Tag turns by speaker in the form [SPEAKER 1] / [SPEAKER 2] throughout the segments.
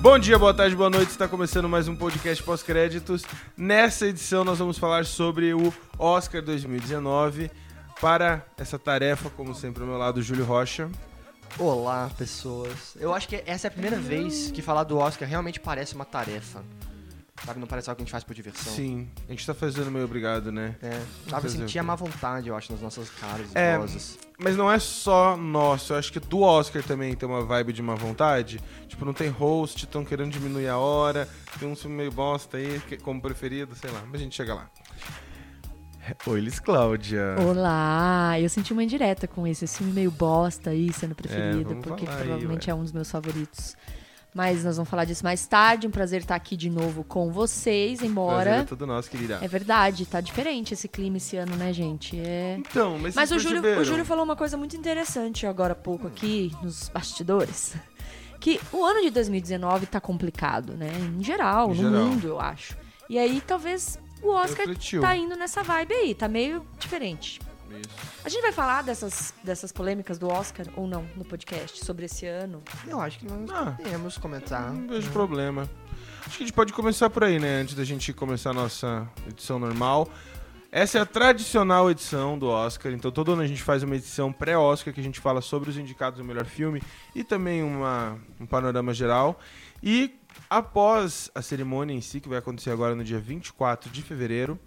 [SPEAKER 1] Bom dia, boa tarde, boa noite. Está começando mais um podcast pós-créditos. Nessa edição nós vamos falar sobre o Oscar 2019. Para essa tarefa, como sempre, ao meu lado, Júlio Rocha.
[SPEAKER 2] Olá, pessoas. Eu acho que essa é a primeira vez que falar do Oscar realmente parece uma tarefa. Sabe, não parece algo que a gente faz por diversão.
[SPEAKER 1] Sim, a gente tá fazendo meio obrigado, né?
[SPEAKER 2] É, sabe,
[SPEAKER 1] Fazer o quê?
[SPEAKER 2] sentir a má vontade, eu acho, nas nossas caras e
[SPEAKER 1] É.
[SPEAKER 2] vozes.
[SPEAKER 1] Mas não é só nosso, eu acho que do Oscar também tem uma vibe de má vontade. Tipo, não tem host, estão querendo diminuir a hora, tem um filme meio bosta aí, que- como preferido, sei lá, mas a gente chega lá. Oi, Liz Cláudia.
[SPEAKER 3] Olá, eu senti uma indireta com esse, esse filme meio bosta aí sendo preferido,
[SPEAKER 1] vamos
[SPEAKER 3] porque
[SPEAKER 1] falar aí,
[SPEAKER 3] provavelmente
[SPEAKER 1] ué.
[SPEAKER 3] é um dos meus favoritos. Mas nós vamos falar disso mais tarde. Um prazer estar aqui de novo com vocês,
[SPEAKER 1] Prazer é
[SPEAKER 3] embora.
[SPEAKER 1] todo nosso, querida.
[SPEAKER 3] É verdade, tá diferente esse clima esse ano, né, gente? É.
[SPEAKER 1] Então, mas,
[SPEAKER 3] Mas o
[SPEAKER 1] vocês
[SPEAKER 3] Júlio,
[SPEAKER 1] perceberam?
[SPEAKER 3] o Júlio falou uma coisa muito interessante agora há pouco aqui nos bastidores. Que o ano de 2019 tá complicado, né? Em geral,
[SPEAKER 1] Em
[SPEAKER 3] no
[SPEAKER 1] geral.
[SPEAKER 3] mundo, eu acho. E aí talvez o Oscar
[SPEAKER 1] Refletiu.
[SPEAKER 3] tá indo nessa vibe aí, tá meio diferente.
[SPEAKER 1] Isso.
[SPEAKER 3] A gente vai falar dessas, dessas polêmicas do Oscar ou não no podcast sobre esse ano?
[SPEAKER 2] Eu acho que nós
[SPEAKER 1] Ah.
[SPEAKER 2] podemos comentar.
[SPEAKER 1] Não vejo problema. Acho que a gente pode começar por aí, né? Antes da gente começar a nossa edição normal. Essa é a tradicional edição do Oscar, então todo ano a gente faz uma edição pré-Oscar que a gente fala sobre os indicados ao melhor filme e também uma, um panorama geral. E após a cerimônia em si, que vai acontecer agora no dia 24 de fevereiro,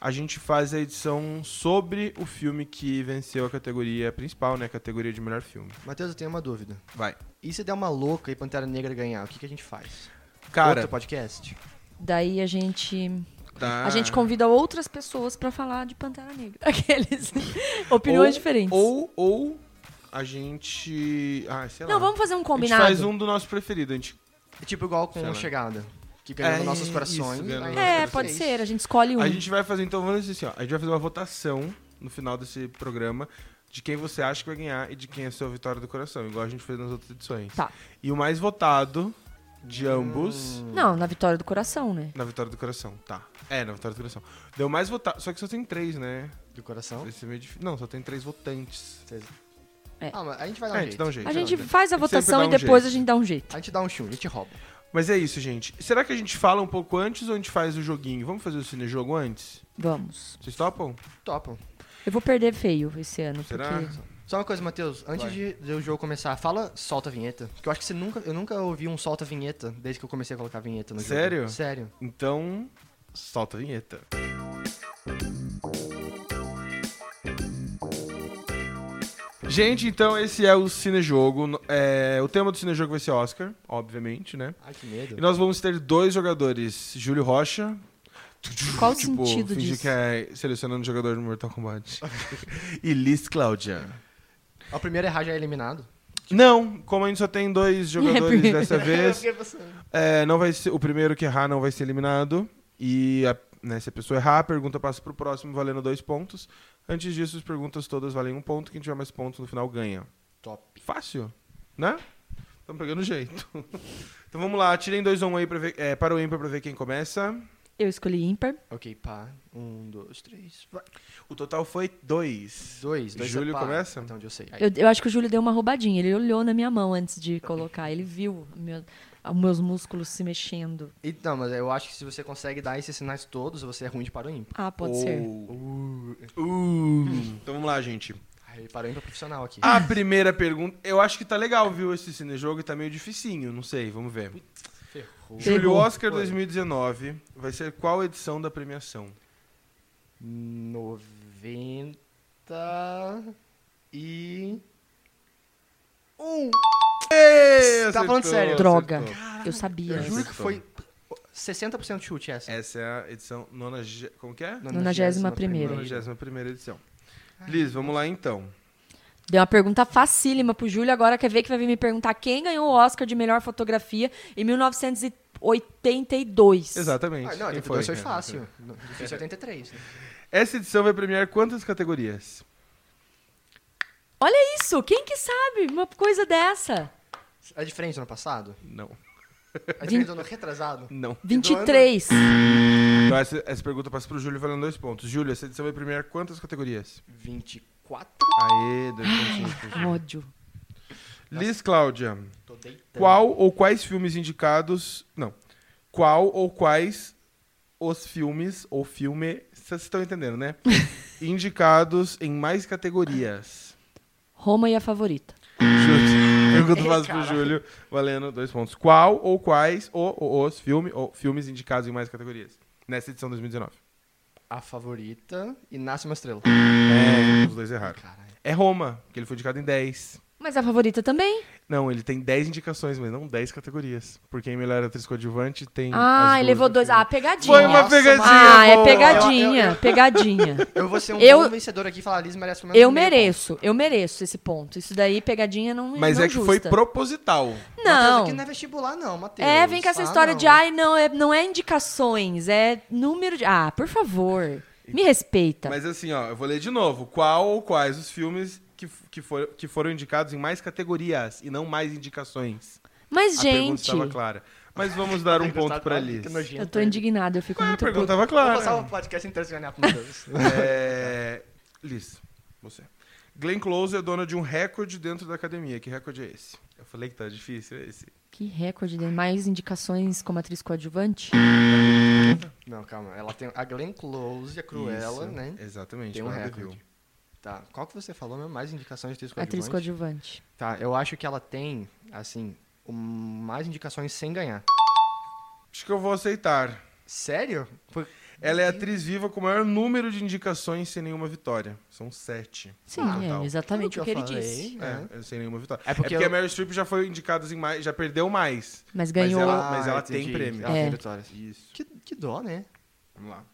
[SPEAKER 1] a gente faz a edição sobre o filme que venceu a categoria principal, né? A categoria de melhor filme.
[SPEAKER 2] Matheus, eu tenho uma dúvida.
[SPEAKER 1] Vai.
[SPEAKER 2] E se der uma louca e Pantera Negra ganhar, o que, que a gente faz?
[SPEAKER 1] Cara,
[SPEAKER 2] Outro podcast?
[SPEAKER 3] Daí a gente
[SPEAKER 1] tá-
[SPEAKER 3] a gente convida outras pessoas pra falar de Pantera Negra. Aqueles
[SPEAKER 1] Ou-
[SPEAKER 3] opiniões diferentes.
[SPEAKER 1] Ou, ou a gente. Ah, sei lá.
[SPEAKER 3] não, vamos fazer um combinado.
[SPEAKER 1] A gente faz um do nosso preferido. A gente,
[SPEAKER 2] É Tipo igual com
[SPEAKER 1] Sei lá.
[SPEAKER 2] Chegada. Que ganhou
[SPEAKER 1] É,
[SPEAKER 2] nos nossos
[SPEAKER 1] isso,
[SPEAKER 2] corações.
[SPEAKER 1] ganhou nos
[SPEAKER 2] Aí-
[SPEAKER 1] nossos
[SPEAKER 3] É, pode ser, a gente escolhe um.
[SPEAKER 1] a gente vai fazer, então, vamos fazer assim, ó. A gente vai fazer uma votação no final desse programa de quem você acha que vai ganhar e de quem é a sua vitória do coração, igual a gente fez nas outras edições.
[SPEAKER 3] Tá.
[SPEAKER 1] E o mais votado de ambos.
[SPEAKER 3] Não, na vitória do coração, né?
[SPEAKER 1] Na vitória do coração, tá. É, na vitória do coração. Deu mais votado. Só que só tem três, né?
[SPEAKER 2] Do coração.
[SPEAKER 1] Esse é meio difícil. Não, só tem três votantes.
[SPEAKER 2] Vocês-
[SPEAKER 3] É.
[SPEAKER 2] Ah, mas a gente vai dar
[SPEAKER 1] É,
[SPEAKER 2] um
[SPEAKER 1] a gente
[SPEAKER 2] jeito.
[SPEAKER 1] dá um jeito.
[SPEAKER 3] A
[SPEAKER 1] né?
[SPEAKER 3] gente faz a
[SPEAKER 1] Sempre
[SPEAKER 3] votação
[SPEAKER 1] dá
[SPEAKER 3] e
[SPEAKER 1] um
[SPEAKER 3] depois
[SPEAKER 1] jeito.
[SPEAKER 3] a gente dá um jeito.
[SPEAKER 2] A gente dá um chum, a gente rouba.
[SPEAKER 1] Mas é isso, gente. Será que a gente fala um pouco antes ou a gente faz o joguinho? Vamos fazer o cinejogo antes?
[SPEAKER 3] Vamos.
[SPEAKER 1] Vocês topam?
[SPEAKER 2] Topam.
[SPEAKER 3] Eu vou perder feio esse ano,
[SPEAKER 1] Será?
[SPEAKER 3] porque
[SPEAKER 2] Só uma coisa, Matheus, antes
[SPEAKER 1] Vai.
[SPEAKER 2] de, de o jogo começar, fala solta a vinheta. Que eu acho que você nunca, eu nunca ouvi um solta a vinheta desde que eu comecei a colocar a vinheta no
[SPEAKER 1] Sério?
[SPEAKER 2] jogo. Sério?
[SPEAKER 1] Então, solta a vinheta. Gente, então esse é o Cinejogo. No- é, o tema do Cinejogo vai ser Oscar, obviamente, né?
[SPEAKER 2] Ai, que
[SPEAKER 1] E
[SPEAKER 2] medo.
[SPEAKER 1] nós vamos ter dois jogadores, Júlio Rocha.
[SPEAKER 3] Qual o sentido
[SPEAKER 1] Tipo, fingir
[SPEAKER 3] disso?
[SPEAKER 1] que é selecionando um jogador no Mortal Kombat. e Liz Cláudia.
[SPEAKER 2] O primeiro errar já é eliminado.
[SPEAKER 1] Não, como a gente só tem
[SPEAKER 3] É
[SPEAKER 1] dois jogadores dessa vez, É, não vai ser, o primeiro que errar não vai ser eliminado. E a- né, se a pessoa errar, a pergunta passa pro próximo valendo dois pontos. Antes disso, as perguntas todas valem um ponto. Quem tiver mais pontos no final ganha.
[SPEAKER 2] Top.
[SPEAKER 1] Fácil, né? Estamos pegando jeito. então vamos lá, tirem dois um aí pra ver, é, para o ímpar pra ver quem começa.
[SPEAKER 3] eu escolhi ímpar.
[SPEAKER 2] Ok, pá. Um, dois, três, vai.
[SPEAKER 1] O total foi dois.
[SPEAKER 2] Dois, dois
[SPEAKER 1] Júlio
[SPEAKER 2] é pá.
[SPEAKER 1] começa?
[SPEAKER 2] Então, onde eu sei. Aí.
[SPEAKER 3] Eu, eu acho que o Júlio deu uma roubadinha. Ele olhou na minha mão antes de colocar. Ele viu meu- os meus músculos se mexendo.
[SPEAKER 2] Então, mas eu acho que se você consegue dar esses sinais todos, você é ruim de paro ímpar.
[SPEAKER 3] Ah, pode
[SPEAKER 1] Ou-
[SPEAKER 3] ser.
[SPEAKER 1] Uh. Então vamos lá, gente.
[SPEAKER 2] Aí, paro ímpar profissional aqui.
[SPEAKER 1] A primeira pergunta. Eu acho que tá legal, viu? Esse cinejogo tá meio dificinho, não sei, vamos ver.
[SPEAKER 2] Ferrou.
[SPEAKER 1] Júlio,
[SPEAKER 3] Pegou.
[SPEAKER 1] Oscar
[SPEAKER 2] Foi.
[SPEAKER 1] 2019 vai ser qual edição da premiação?
[SPEAKER 2] 90 e... um.
[SPEAKER 1] Ei,
[SPEAKER 2] Tá falando sério.
[SPEAKER 3] Droga.
[SPEAKER 1] acertou.
[SPEAKER 3] Eu sabia.
[SPEAKER 2] Eu
[SPEAKER 1] Yes.
[SPEAKER 2] juro que foi 60% chute essa.
[SPEAKER 1] Essa é a edição nona... Como que é?
[SPEAKER 3] Nonagésima primeira.
[SPEAKER 1] 91ª edição. Liz, vamos lá então.
[SPEAKER 3] Deu uma pergunta facílima pro Júlio. Agora quer ver que vai vir me perguntar quem ganhou o Oscar de melhor fotografia em 1982.
[SPEAKER 1] Exatamente.
[SPEAKER 2] Ah, não,
[SPEAKER 1] Quem
[SPEAKER 2] 82 foi,
[SPEAKER 1] né?
[SPEAKER 2] foi fácil. Não, Difícil é 83. né?
[SPEAKER 1] Essa edição vai premiar quantas categorias?
[SPEAKER 3] Olha isso! Quem que sabe uma coisa dessa?
[SPEAKER 2] É diferente do ano passado?
[SPEAKER 1] Não.
[SPEAKER 2] É diferente do ano retrasado?
[SPEAKER 1] Não.
[SPEAKER 3] 23.
[SPEAKER 1] Então essa, essa pergunta passa pro Júlio valendo dois pontos. Júlio, essa edição vai premiar quantas categorias?
[SPEAKER 2] 24?
[SPEAKER 1] né?
[SPEAKER 2] Ah.
[SPEAKER 1] Aê, dois pontinhos. pro Júlio.
[SPEAKER 3] Ódio.
[SPEAKER 1] Liz Cláudia,
[SPEAKER 2] Tô deitando.
[SPEAKER 1] qual ou quais filmes indicados... Não. Qual ou quais os filmes ou filme... Vocês estão entendendo, né? indicados em mais categorias.
[SPEAKER 3] Roma e a favorita.
[SPEAKER 1] Júlio, Pergunta
[SPEAKER 2] Ei,
[SPEAKER 1] fácil pro
[SPEAKER 2] caralho.
[SPEAKER 1] Júlio, valendo dois pontos. Qual ou quais o- ou os filme, ou filmes indicados em mais categorias? Nessa edição 2019.
[SPEAKER 2] A favorita e Nasce uma Estrela.
[SPEAKER 1] É, os dois erraram.
[SPEAKER 2] Caralho.
[SPEAKER 1] É Roma, que ele foi indicado em 10.
[SPEAKER 3] Mas a favorita também.
[SPEAKER 1] Não, ele tem 10 indicações, mas não 10 categorias. Porque em melhor atriz coadjuvante tem. as
[SPEAKER 3] ah, ele
[SPEAKER 1] duas
[SPEAKER 3] levou
[SPEAKER 1] do
[SPEAKER 3] dois.
[SPEAKER 1] filme.
[SPEAKER 3] Ah, pegadinha.
[SPEAKER 1] Foi uma
[SPEAKER 2] Nossa,
[SPEAKER 1] pegadinha.
[SPEAKER 3] Ah, é
[SPEAKER 1] boa.
[SPEAKER 3] pegadinha,
[SPEAKER 2] Eu-
[SPEAKER 3] pegadinha.
[SPEAKER 2] Eu vou ser um
[SPEAKER 3] Eu-
[SPEAKER 2] bom vencedor aqui e falar, Liz merece pelo menos
[SPEAKER 3] Eu
[SPEAKER 2] um meio
[SPEAKER 3] mereço, eu mereço esse ponto. Isso daí, pegadinha, não
[SPEAKER 1] Mas
[SPEAKER 3] não
[SPEAKER 1] é que foi
[SPEAKER 3] justa.
[SPEAKER 1] proposital.
[SPEAKER 2] ponto. Matheus,
[SPEAKER 3] Não.
[SPEAKER 2] Aqui não é vestibular, não, Matheus.
[SPEAKER 3] É, vem com essa
[SPEAKER 2] Ah,
[SPEAKER 3] história
[SPEAKER 2] não.
[SPEAKER 3] de, ai, não é, não é indicações, é número de. Ah, por favor, me respeita.
[SPEAKER 1] Mas assim, ó, eu vou ler de novo. Qual ou quais os filmes que, f- que, for- que foram indicados em mais categorias e não mais indicações?
[SPEAKER 3] Mas,
[SPEAKER 1] A pergunta
[SPEAKER 3] gente,
[SPEAKER 1] estava clara. Mas vamos dar um ponto pra Liz.
[SPEAKER 2] Que nojento.
[SPEAKER 3] eu tô indignada, eu fico
[SPEAKER 1] Ah, a
[SPEAKER 3] muito
[SPEAKER 1] pergunta
[SPEAKER 3] puta.
[SPEAKER 1] estava
[SPEAKER 2] Vou passar
[SPEAKER 1] clara.
[SPEAKER 2] o podcast inteiro se ganhar pro Matheus.
[SPEAKER 1] É... Liz, você. Glenn Close é dona de um recorde dentro da academia. Que recorde é esse? Eu falei que tá difícil, é esse.
[SPEAKER 3] Que recorde, né? mais indicações como atriz coadjuvante?
[SPEAKER 2] não, calma. Ela tem a Glenn Close, a Cruella,
[SPEAKER 1] Isso,
[SPEAKER 2] né?
[SPEAKER 1] Exatamente.
[SPEAKER 2] Tem um
[SPEAKER 1] Cruella de
[SPEAKER 2] recorde.
[SPEAKER 1] Vil.
[SPEAKER 2] Tá. Qual que você falou mesmo? Mais indicações de atriz
[SPEAKER 3] Atriz
[SPEAKER 2] coadjuvante?
[SPEAKER 3] coadjuvante.
[SPEAKER 2] Tá, eu acho que ela tem, assim, um- mais indicações sem ganhar.
[SPEAKER 1] Acho que eu vou aceitar.
[SPEAKER 2] Sério? Por-
[SPEAKER 1] Ela é atriz viva com o maior número de indicações sem nenhuma vitória. São sete.
[SPEAKER 3] Sim,
[SPEAKER 1] no
[SPEAKER 3] é,
[SPEAKER 1] total.
[SPEAKER 3] exatamente
[SPEAKER 2] Tudo
[SPEAKER 3] o que ele
[SPEAKER 2] eu falei,
[SPEAKER 3] disse.
[SPEAKER 2] né?
[SPEAKER 1] É, sem nenhuma vitória.
[SPEAKER 2] É
[SPEAKER 1] É porque,
[SPEAKER 2] porque
[SPEAKER 1] a
[SPEAKER 2] eu-
[SPEAKER 1] Meryl Streep já foi indicada em mais, já perdeu mais.
[SPEAKER 3] Mas ganhou.
[SPEAKER 1] Mas ela, né? mas ela
[SPEAKER 2] Ah,
[SPEAKER 1] tem
[SPEAKER 2] entendi.
[SPEAKER 1] prêmio.
[SPEAKER 2] Ela
[SPEAKER 3] É.
[SPEAKER 2] tem vitórias.
[SPEAKER 1] Isso.
[SPEAKER 2] Que, que dó, né?
[SPEAKER 1] Vamos lá.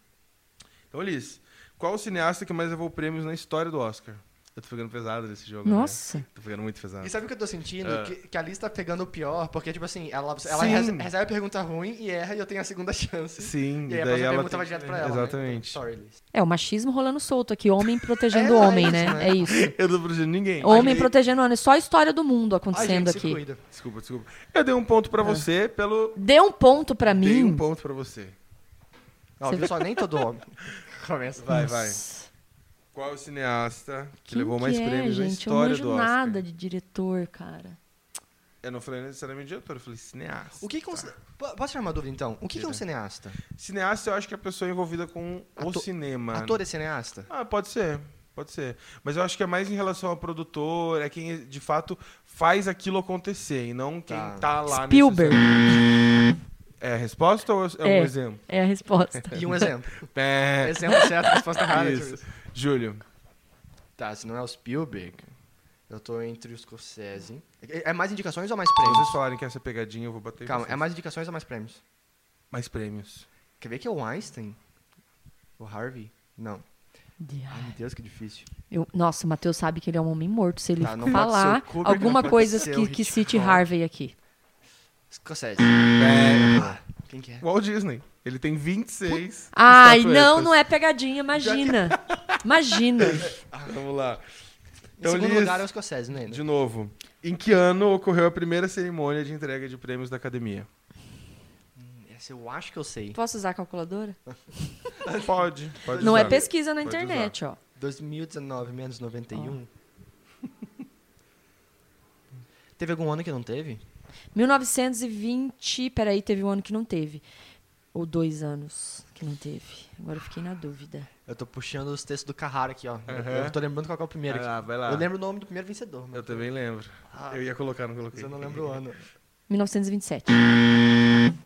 [SPEAKER 1] Então, Liz, qual o cineasta que mais levou prêmios na história do Oscar? Eu tô pegando pesado nesse jogo. né?
[SPEAKER 3] Nossa.
[SPEAKER 1] Tô pegando muito pesado.
[SPEAKER 2] E sabe o que eu tô sentindo?
[SPEAKER 1] Ah.
[SPEAKER 2] Que, que a Liz tá pegando o pior, porque, tipo assim, ela, ela
[SPEAKER 1] Sim.
[SPEAKER 2] rece- recebe a pergunta ruim e erra e eu tenho a segunda chance.
[SPEAKER 1] Sim,
[SPEAKER 2] é E aí
[SPEAKER 1] daí
[SPEAKER 2] a próxima
[SPEAKER 1] ela.
[SPEAKER 2] pergunta vai direto pra ela. né?
[SPEAKER 1] Exatamente.
[SPEAKER 2] Sorry, Liz.
[SPEAKER 3] É, o machismo rolando solto aqui, homem protegendo
[SPEAKER 2] É,
[SPEAKER 3] homem,
[SPEAKER 2] é
[SPEAKER 3] né?
[SPEAKER 2] isso, né?
[SPEAKER 3] É isso.
[SPEAKER 1] Eu não tô protegendo ninguém.
[SPEAKER 3] Homem
[SPEAKER 1] Ai,
[SPEAKER 3] protegendo homem. Só a história do
[SPEAKER 2] Ai,
[SPEAKER 3] mundo acontecendo
[SPEAKER 2] gente, se
[SPEAKER 3] aqui.
[SPEAKER 2] cuida.
[SPEAKER 1] Desculpa, desculpa. Eu dei um ponto pra você pelo.
[SPEAKER 3] Dê um ponto É. pra
[SPEAKER 1] Dei
[SPEAKER 3] mim.
[SPEAKER 1] um ponto pra você.
[SPEAKER 2] Ó,
[SPEAKER 3] Você
[SPEAKER 2] viu só? Nem todo homem. Começa.
[SPEAKER 1] Vai,
[SPEAKER 3] Nossa.
[SPEAKER 1] vai. Qual é o cineasta que
[SPEAKER 3] Quem
[SPEAKER 1] levou mais
[SPEAKER 3] que é,
[SPEAKER 1] prêmios na
[SPEAKER 3] gente?
[SPEAKER 1] história
[SPEAKER 3] eu
[SPEAKER 1] do
[SPEAKER 3] não
[SPEAKER 1] Oscar?
[SPEAKER 3] manjo nada de diretor, cara.
[SPEAKER 1] Eu não falei necessariamente diretor, eu falei cineasta.
[SPEAKER 2] O que que é um... cine- Po- Posso tirar uma dúvida, então? O que que é um
[SPEAKER 1] Tá. Diga.
[SPEAKER 2] cineasta?
[SPEAKER 1] Cineasta eu acho que é a pessoa envolvida com o
[SPEAKER 2] Ator-
[SPEAKER 1] cinema.
[SPEAKER 2] Ator é cineasta?
[SPEAKER 1] Ah, pode ser. Pode ser. Mas eu acho que é mais em relação ao produtor, é quem de fato faz aquilo acontecer e não quem
[SPEAKER 2] Tá.
[SPEAKER 1] tá lá
[SPEAKER 3] Spielberg.
[SPEAKER 1] necessariamente. É a resposta ou é um
[SPEAKER 3] É.
[SPEAKER 1] exemplo?
[SPEAKER 3] É a resposta.
[SPEAKER 2] E um exemplo.
[SPEAKER 1] É.
[SPEAKER 2] exemplo certo, resposta errada.
[SPEAKER 1] Isso.
[SPEAKER 2] tipo
[SPEAKER 1] Júlio.
[SPEAKER 2] Tá, se não é o Spielberg, eu tô entre os Scorsese. É é mais indicações ou mais
[SPEAKER 1] Se
[SPEAKER 2] prêmios?
[SPEAKER 1] vocês falarem que essa é pegadinha, eu vou bater em
[SPEAKER 2] Calma,
[SPEAKER 1] vocês.
[SPEAKER 2] é mais indicações ou mais prêmios?
[SPEAKER 1] Mais prêmios.
[SPEAKER 2] Quer ver que é o Einstein? O Harvey? Não. Ai, meu Deus, que difícil.
[SPEAKER 3] Eu- nossa, o Matheus sabe que ele é um homem morto. Se ele
[SPEAKER 2] Tá, não pode
[SPEAKER 3] falar
[SPEAKER 2] ser o Kubrick,
[SPEAKER 3] alguma
[SPEAKER 2] não pode
[SPEAKER 3] coisa
[SPEAKER 2] ser
[SPEAKER 3] que,
[SPEAKER 2] o
[SPEAKER 3] que
[SPEAKER 2] Hitchcock.
[SPEAKER 3] cite Harvey aqui.
[SPEAKER 2] Scorsese.
[SPEAKER 1] É.
[SPEAKER 2] Quem que é?
[SPEAKER 1] Walt Disney. Ele tem 26.
[SPEAKER 3] Ai,
[SPEAKER 1] estatuetas.
[SPEAKER 3] não, não é pegadinha, imagina. Imagina.
[SPEAKER 1] Vamos lá.
[SPEAKER 2] Em
[SPEAKER 1] Então,
[SPEAKER 2] segundo
[SPEAKER 1] Liz,
[SPEAKER 2] lugar é o Scorsese, né?
[SPEAKER 1] De um- novo, em que ano ocorreu a primeira cerimônia de entrega de prêmios da academia?
[SPEAKER 2] Essa eu acho que eu sei.
[SPEAKER 3] Posso usar a calculadora?
[SPEAKER 1] Pode, pode
[SPEAKER 3] Não
[SPEAKER 1] usar.
[SPEAKER 3] é pesquisa na
[SPEAKER 1] Pode
[SPEAKER 3] internet, ó.
[SPEAKER 2] 2019 menos 91.
[SPEAKER 1] Ah.
[SPEAKER 2] Teve algum ano que não teve?
[SPEAKER 3] 1920, peraí, teve um ano que não teve. Ou dois anos que não teve. Agora eu fiquei na dúvida.
[SPEAKER 2] Eu tô puxando os textos do Carrara aqui, ó.
[SPEAKER 1] Aham.
[SPEAKER 2] Eu tô lembrando qual que é o primeiro.
[SPEAKER 1] Vai
[SPEAKER 2] aqui.
[SPEAKER 1] lá, vai lá.
[SPEAKER 2] Eu lembro o nome do primeiro vencedor, mas
[SPEAKER 1] Eu também lembro.
[SPEAKER 2] Ah.
[SPEAKER 1] Eu ia colocar, não
[SPEAKER 2] mas
[SPEAKER 1] coloquei.
[SPEAKER 2] eu não lembro o ano.
[SPEAKER 3] 1927.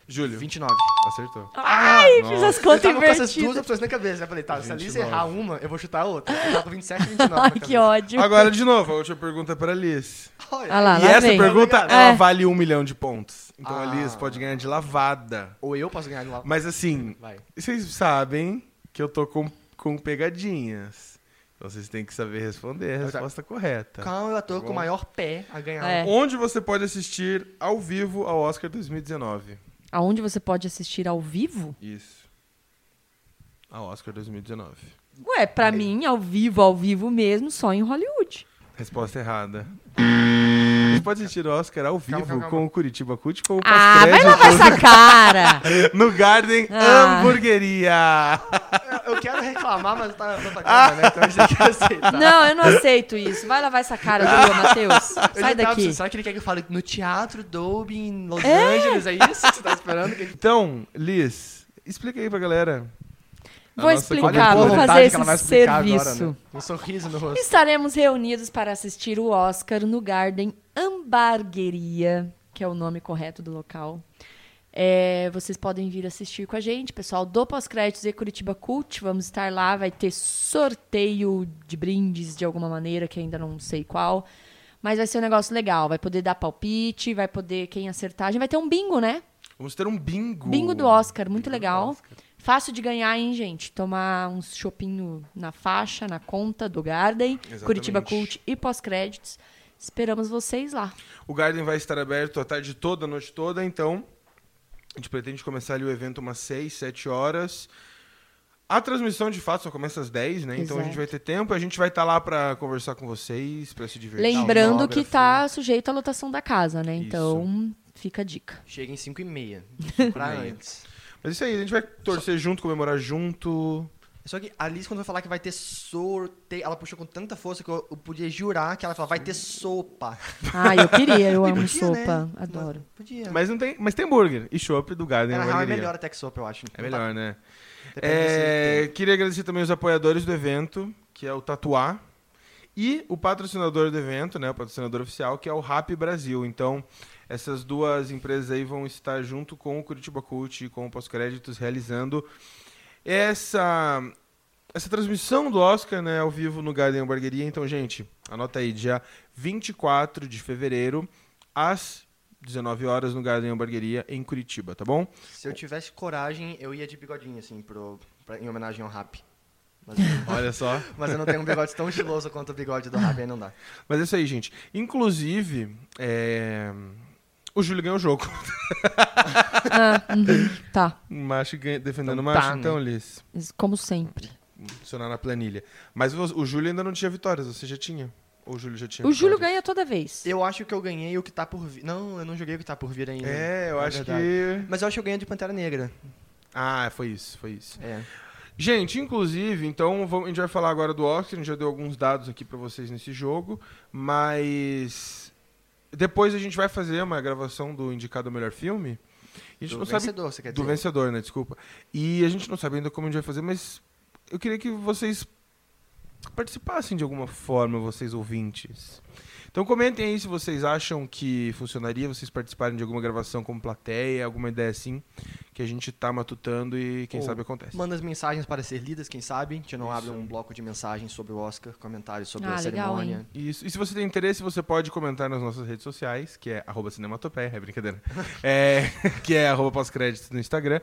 [SPEAKER 1] Júlio,
[SPEAKER 2] 29.
[SPEAKER 1] acertou. Ah,
[SPEAKER 3] Ai, fiz
[SPEAKER 1] nossa.
[SPEAKER 3] as
[SPEAKER 2] Eu
[SPEAKER 3] contas
[SPEAKER 2] tava com essas duas
[SPEAKER 3] invertidas.
[SPEAKER 2] opções na cabeça. Eu falei, tá, se a Alice
[SPEAKER 1] 29.
[SPEAKER 2] errar uma, eu vou chutar a outra. Eu tava com 27 e 29 na
[SPEAKER 3] Ai,
[SPEAKER 2] cabeça.
[SPEAKER 3] que ódio.
[SPEAKER 1] Agora, de novo, a última pergunta é para Liz.
[SPEAKER 2] Olha,
[SPEAKER 3] Ah lá,
[SPEAKER 1] e
[SPEAKER 3] lá
[SPEAKER 1] essa
[SPEAKER 3] vem.
[SPEAKER 1] pergunta,
[SPEAKER 2] Obrigado.
[SPEAKER 1] ela
[SPEAKER 3] É.
[SPEAKER 1] vale um milhão de pontos. Então a
[SPEAKER 2] Ah.
[SPEAKER 1] Liz pode ganhar de lavada.
[SPEAKER 2] Ou eu posso ganhar de um lá.
[SPEAKER 1] Mas assim,
[SPEAKER 2] Vai.
[SPEAKER 1] vocês sabem que eu tô com, com pegadinhas. Então vocês têm que saber responder a
[SPEAKER 2] Eu já-
[SPEAKER 1] resposta correta.
[SPEAKER 2] Calma, eu tô
[SPEAKER 1] Tá
[SPEAKER 2] com
[SPEAKER 1] bom.
[SPEAKER 2] o maior pé a ganhar. um.
[SPEAKER 3] É.
[SPEAKER 1] Onde você pode assistir ao vivo ao Oscar 2019?
[SPEAKER 3] Aonde você pode assistir ao vivo?
[SPEAKER 1] Isso. Ao Oscar 2019.
[SPEAKER 3] Ué, pra mim, ao vivo, ao vivo mesmo, só em Hollywood.
[SPEAKER 1] Resposta errada. Você pode assistir o Oscar ao vivo
[SPEAKER 2] Calma, calma, calma.
[SPEAKER 1] com o Curitiba Cut com o
[SPEAKER 3] Ah, vai
[SPEAKER 1] Pastrelli
[SPEAKER 3] lavar essa cara!
[SPEAKER 1] no Garden
[SPEAKER 3] Ah.
[SPEAKER 1] Hamburgueria.
[SPEAKER 2] Eu- Eu quero reclamar, mas tá na tua cara, né? Então a gente tem que aceitar.
[SPEAKER 3] Não, eu não aceito isso. Vai lavar essa cara tua, Matheus.
[SPEAKER 2] Eu
[SPEAKER 3] Sai
[SPEAKER 2] já tava
[SPEAKER 3] daqui.
[SPEAKER 2] pensando, Será que ele quer que eu fale no Teatro Dolby em Los Angeles? É isso que você tá esperando? Que a gente...
[SPEAKER 1] Então, Liz, explica aí pra galera. a
[SPEAKER 3] Vou
[SPEAKER 1] nossa
[SPEAKER 3] explicar,
[SPEAKER 1] convidada.
[SPEAKER 3] vou
[SPEAKER 2] boa
[SPEAKER 3] fazer
[SPEAKER 2] vontade que
[SPEAKER 3] esse
[SPEAKER 2] ela vai explicar
[SPEAKER 3] serviço.
[SPEAKER 2] né? Um sorriso no rosto.
[SPEAKER 3] Estaremos reunidos para assistir o Oscar no Garden Ambargueria, que é o nome correto do local. É, vocês podem vir assistir com a gente, pessoal do Pós-Créditos e Curitiba Cult. Vamos estar lá, vai ter sorteio de brindes de alguma maneira, que ainda não sei qual. Mas vai ser um negócio legal, vai poder dar palpite, vai poder quem acertar. A gente vai ter um bingo, né?
[SPEAKER 1] Vamos ter um bingo.
[SPEAKER 3] Bingo do Oscar, muito legal.
[SPEAKER 1] Oscar.
[SPEAKER 3] Fácil de ganhar, hein, gente? Tomar uns chopinho na faixa, na conta do Garden,
[SPEAKER 1] Exatamente.
[SPEAKER 3] Curitiba Cult e pós-créditos. Esperamos vocês lá.
[SPEAKER 1] O Garden vai estar aberto a tarde toda, a noite toda, então a gente pretende começar ali o evento umas 6, 7 horas. A transmissão de fato só começa às 10, né? Então a gente
[SPEAKER 3] Exato.
[SPEAKER 1] vai ter tempo e a gente vai estar lá pra conversar com vocês, pra se divertir.
[SPEAKER 3] Lembrando que
[SPEAKER 1] autógrafo.
[SPEAKER 3] tá sujeito à lotação da casa, né? Então, fica a dica.
[SPEAKER 2] Chega em 5 e meia, pra
[SPEAKER 1] meia.
[SPEAKER 2] antes.
[SPEAKER 1] Mas isso aí, a gente vai torcer junto, comemorar junto.
[SPEAKER 2] Só que a Liz, quando vai falar que vai ter sorteio, ela puxou com tanta força que eu, eu podia jurar que ela falou, vai ter sopa.
[SPEAKER 3] Ah, eu queria, eu
[SPEAKER 2] E
[SPEAKER 3] amo
[SPEAKER 2] podia, né?
[SPEAKER 3] sopa,
[SPEAKER 2] Mas
[SPEAKER 3] adoro.
[SPEAKER 2] Podia.
[SPEAKER 1] Mas não tem, mas tem hambúrguer e chopp do Garden.
[SPEAKER 2] Na
[SPEAKER 3] Ah,
[SPEAKER 1] eu
[SPEAKER 2] real, é
[SPEAKER 1] valeria.
[SPEAKER 2] melhor até que sopa, eu acho.
[SPEAKER 1] É melhor, né?
[SPEAKER 2] Depende do
[SPEAKER 1] É,
[SPEAKER 2] sorteio.
[SPEAKER 1] queria agradecer também os apoiadores do evento, que é o Tatuá, e o patrocinador do evento, né, o patrocinador oficial, que é o Rap Brasil. Então, essas duas empresas aí vão estar junto com o Curitiba Cult e com o Pós-Créditos realizando essa essa transmissão do Oscar, né, ao vivo no Garden Hamburgueria. Então, gente, anota aí, dia 24 de fevereiro, às 19 horas no Garden Hamburgueria em Curitiba, tá bom?
[SPEAKER 2] Se eu tivesse coragem, eu ia de bigodinho, assim, pro, pra- em homenagem ao rap. Mas,
[SPEAKER 1] Olha só.
[SPEAKER 2] mas eu não tenho um bigode tão estiloso quanto o bigode do rap, aí não dá.
[SPEAKER 1] Mas é isso aí, gente. Inclusive, é, o Júlio ganhou o jogo.
[SPEAKER 3] Ah, uhum, tá,
[SPEAKER 1] Macho ganha- defendendo o
[SPEAKER 2] Então
[SPEAKER 1] macho,
[SPEAKER 2] tá, né?
[SPEAKER 1] então, Liz.
[SPEAKER 3] como sempre.
[SPEAKER 1] Funcionar na planilha. Mas vo- o Júlio ainda não tinha vitórias, você já tinha? Ou o Júlio já tinha?
[SPEAKER 3] O Júlio
[SPEAKER 1] vitórias?
[SPEAKER 3] ganha toda vez.
[SPEAKER 2] Eu acho que eu ganhei o que tá por vir. Não, eu não joguei o que tá por vir ainda.
[SPEAKER 1] É, eu
[SPEAKER 2] na
[SPEAKER 1] acho
[SPEAKER 2] verdade.
[SPEAKER 1] que.
[SPEAKER 2] Mas eu acho que eu ganhei de Pantera Negra.
[SPEAKER 1] Ah, foi isso, foi isso.
[SPEAKER 2] É.
[SPEAKER 1] Gente, inclusive, então vamos- a gente vai falar agora do Oscar, a gente já deu alguns dados aqui pra vocês nesse jogo, mas depois a gente vai fazer uma gravação do indicado ao melhor filme. E a gente
[SPEAKER 2] do
[SPEAKER 1] não sabe
[SPEAKER 2] vencedor, você quer
[SPEAKER 1] Do
[SPEAKER 2] dizer?
[SPEAKER 1] vencedor, né? Desculpa. E a gente não sabe ainda como a gente vai fazer, mas eu queria que vocês participassem de alguma forma, vocês ouvintes. Então comentem aí se vocês acham que funcionaria vocês participarem de alguma gravação como plateia, alguma ideia assim, que a gente tá matutando e quem
[SPEAKER 2] Ou
[SPEAKER 1] sabe acontece.
[SPEAKER 2] Manda as mensagens para ser lidas, quem sabe. A gente não
[SPEAKER 1] Isso.
[SPEAKER 2] abre um bloco de mensagens sobre o Oscar, comentários sobre
[SPEAKER 3] Ah,
[SPEAKER 2] a
[SPEAKER 3] legal,
[SPEAKER 2] cerimônia.
[SPEAKER 1] Isso. E se você tem interesse, você pode comentar nas nossas redes sociais, que é arroba cinematopeia, é brincadeira. É, que é arroba pós-créditos no Instagram,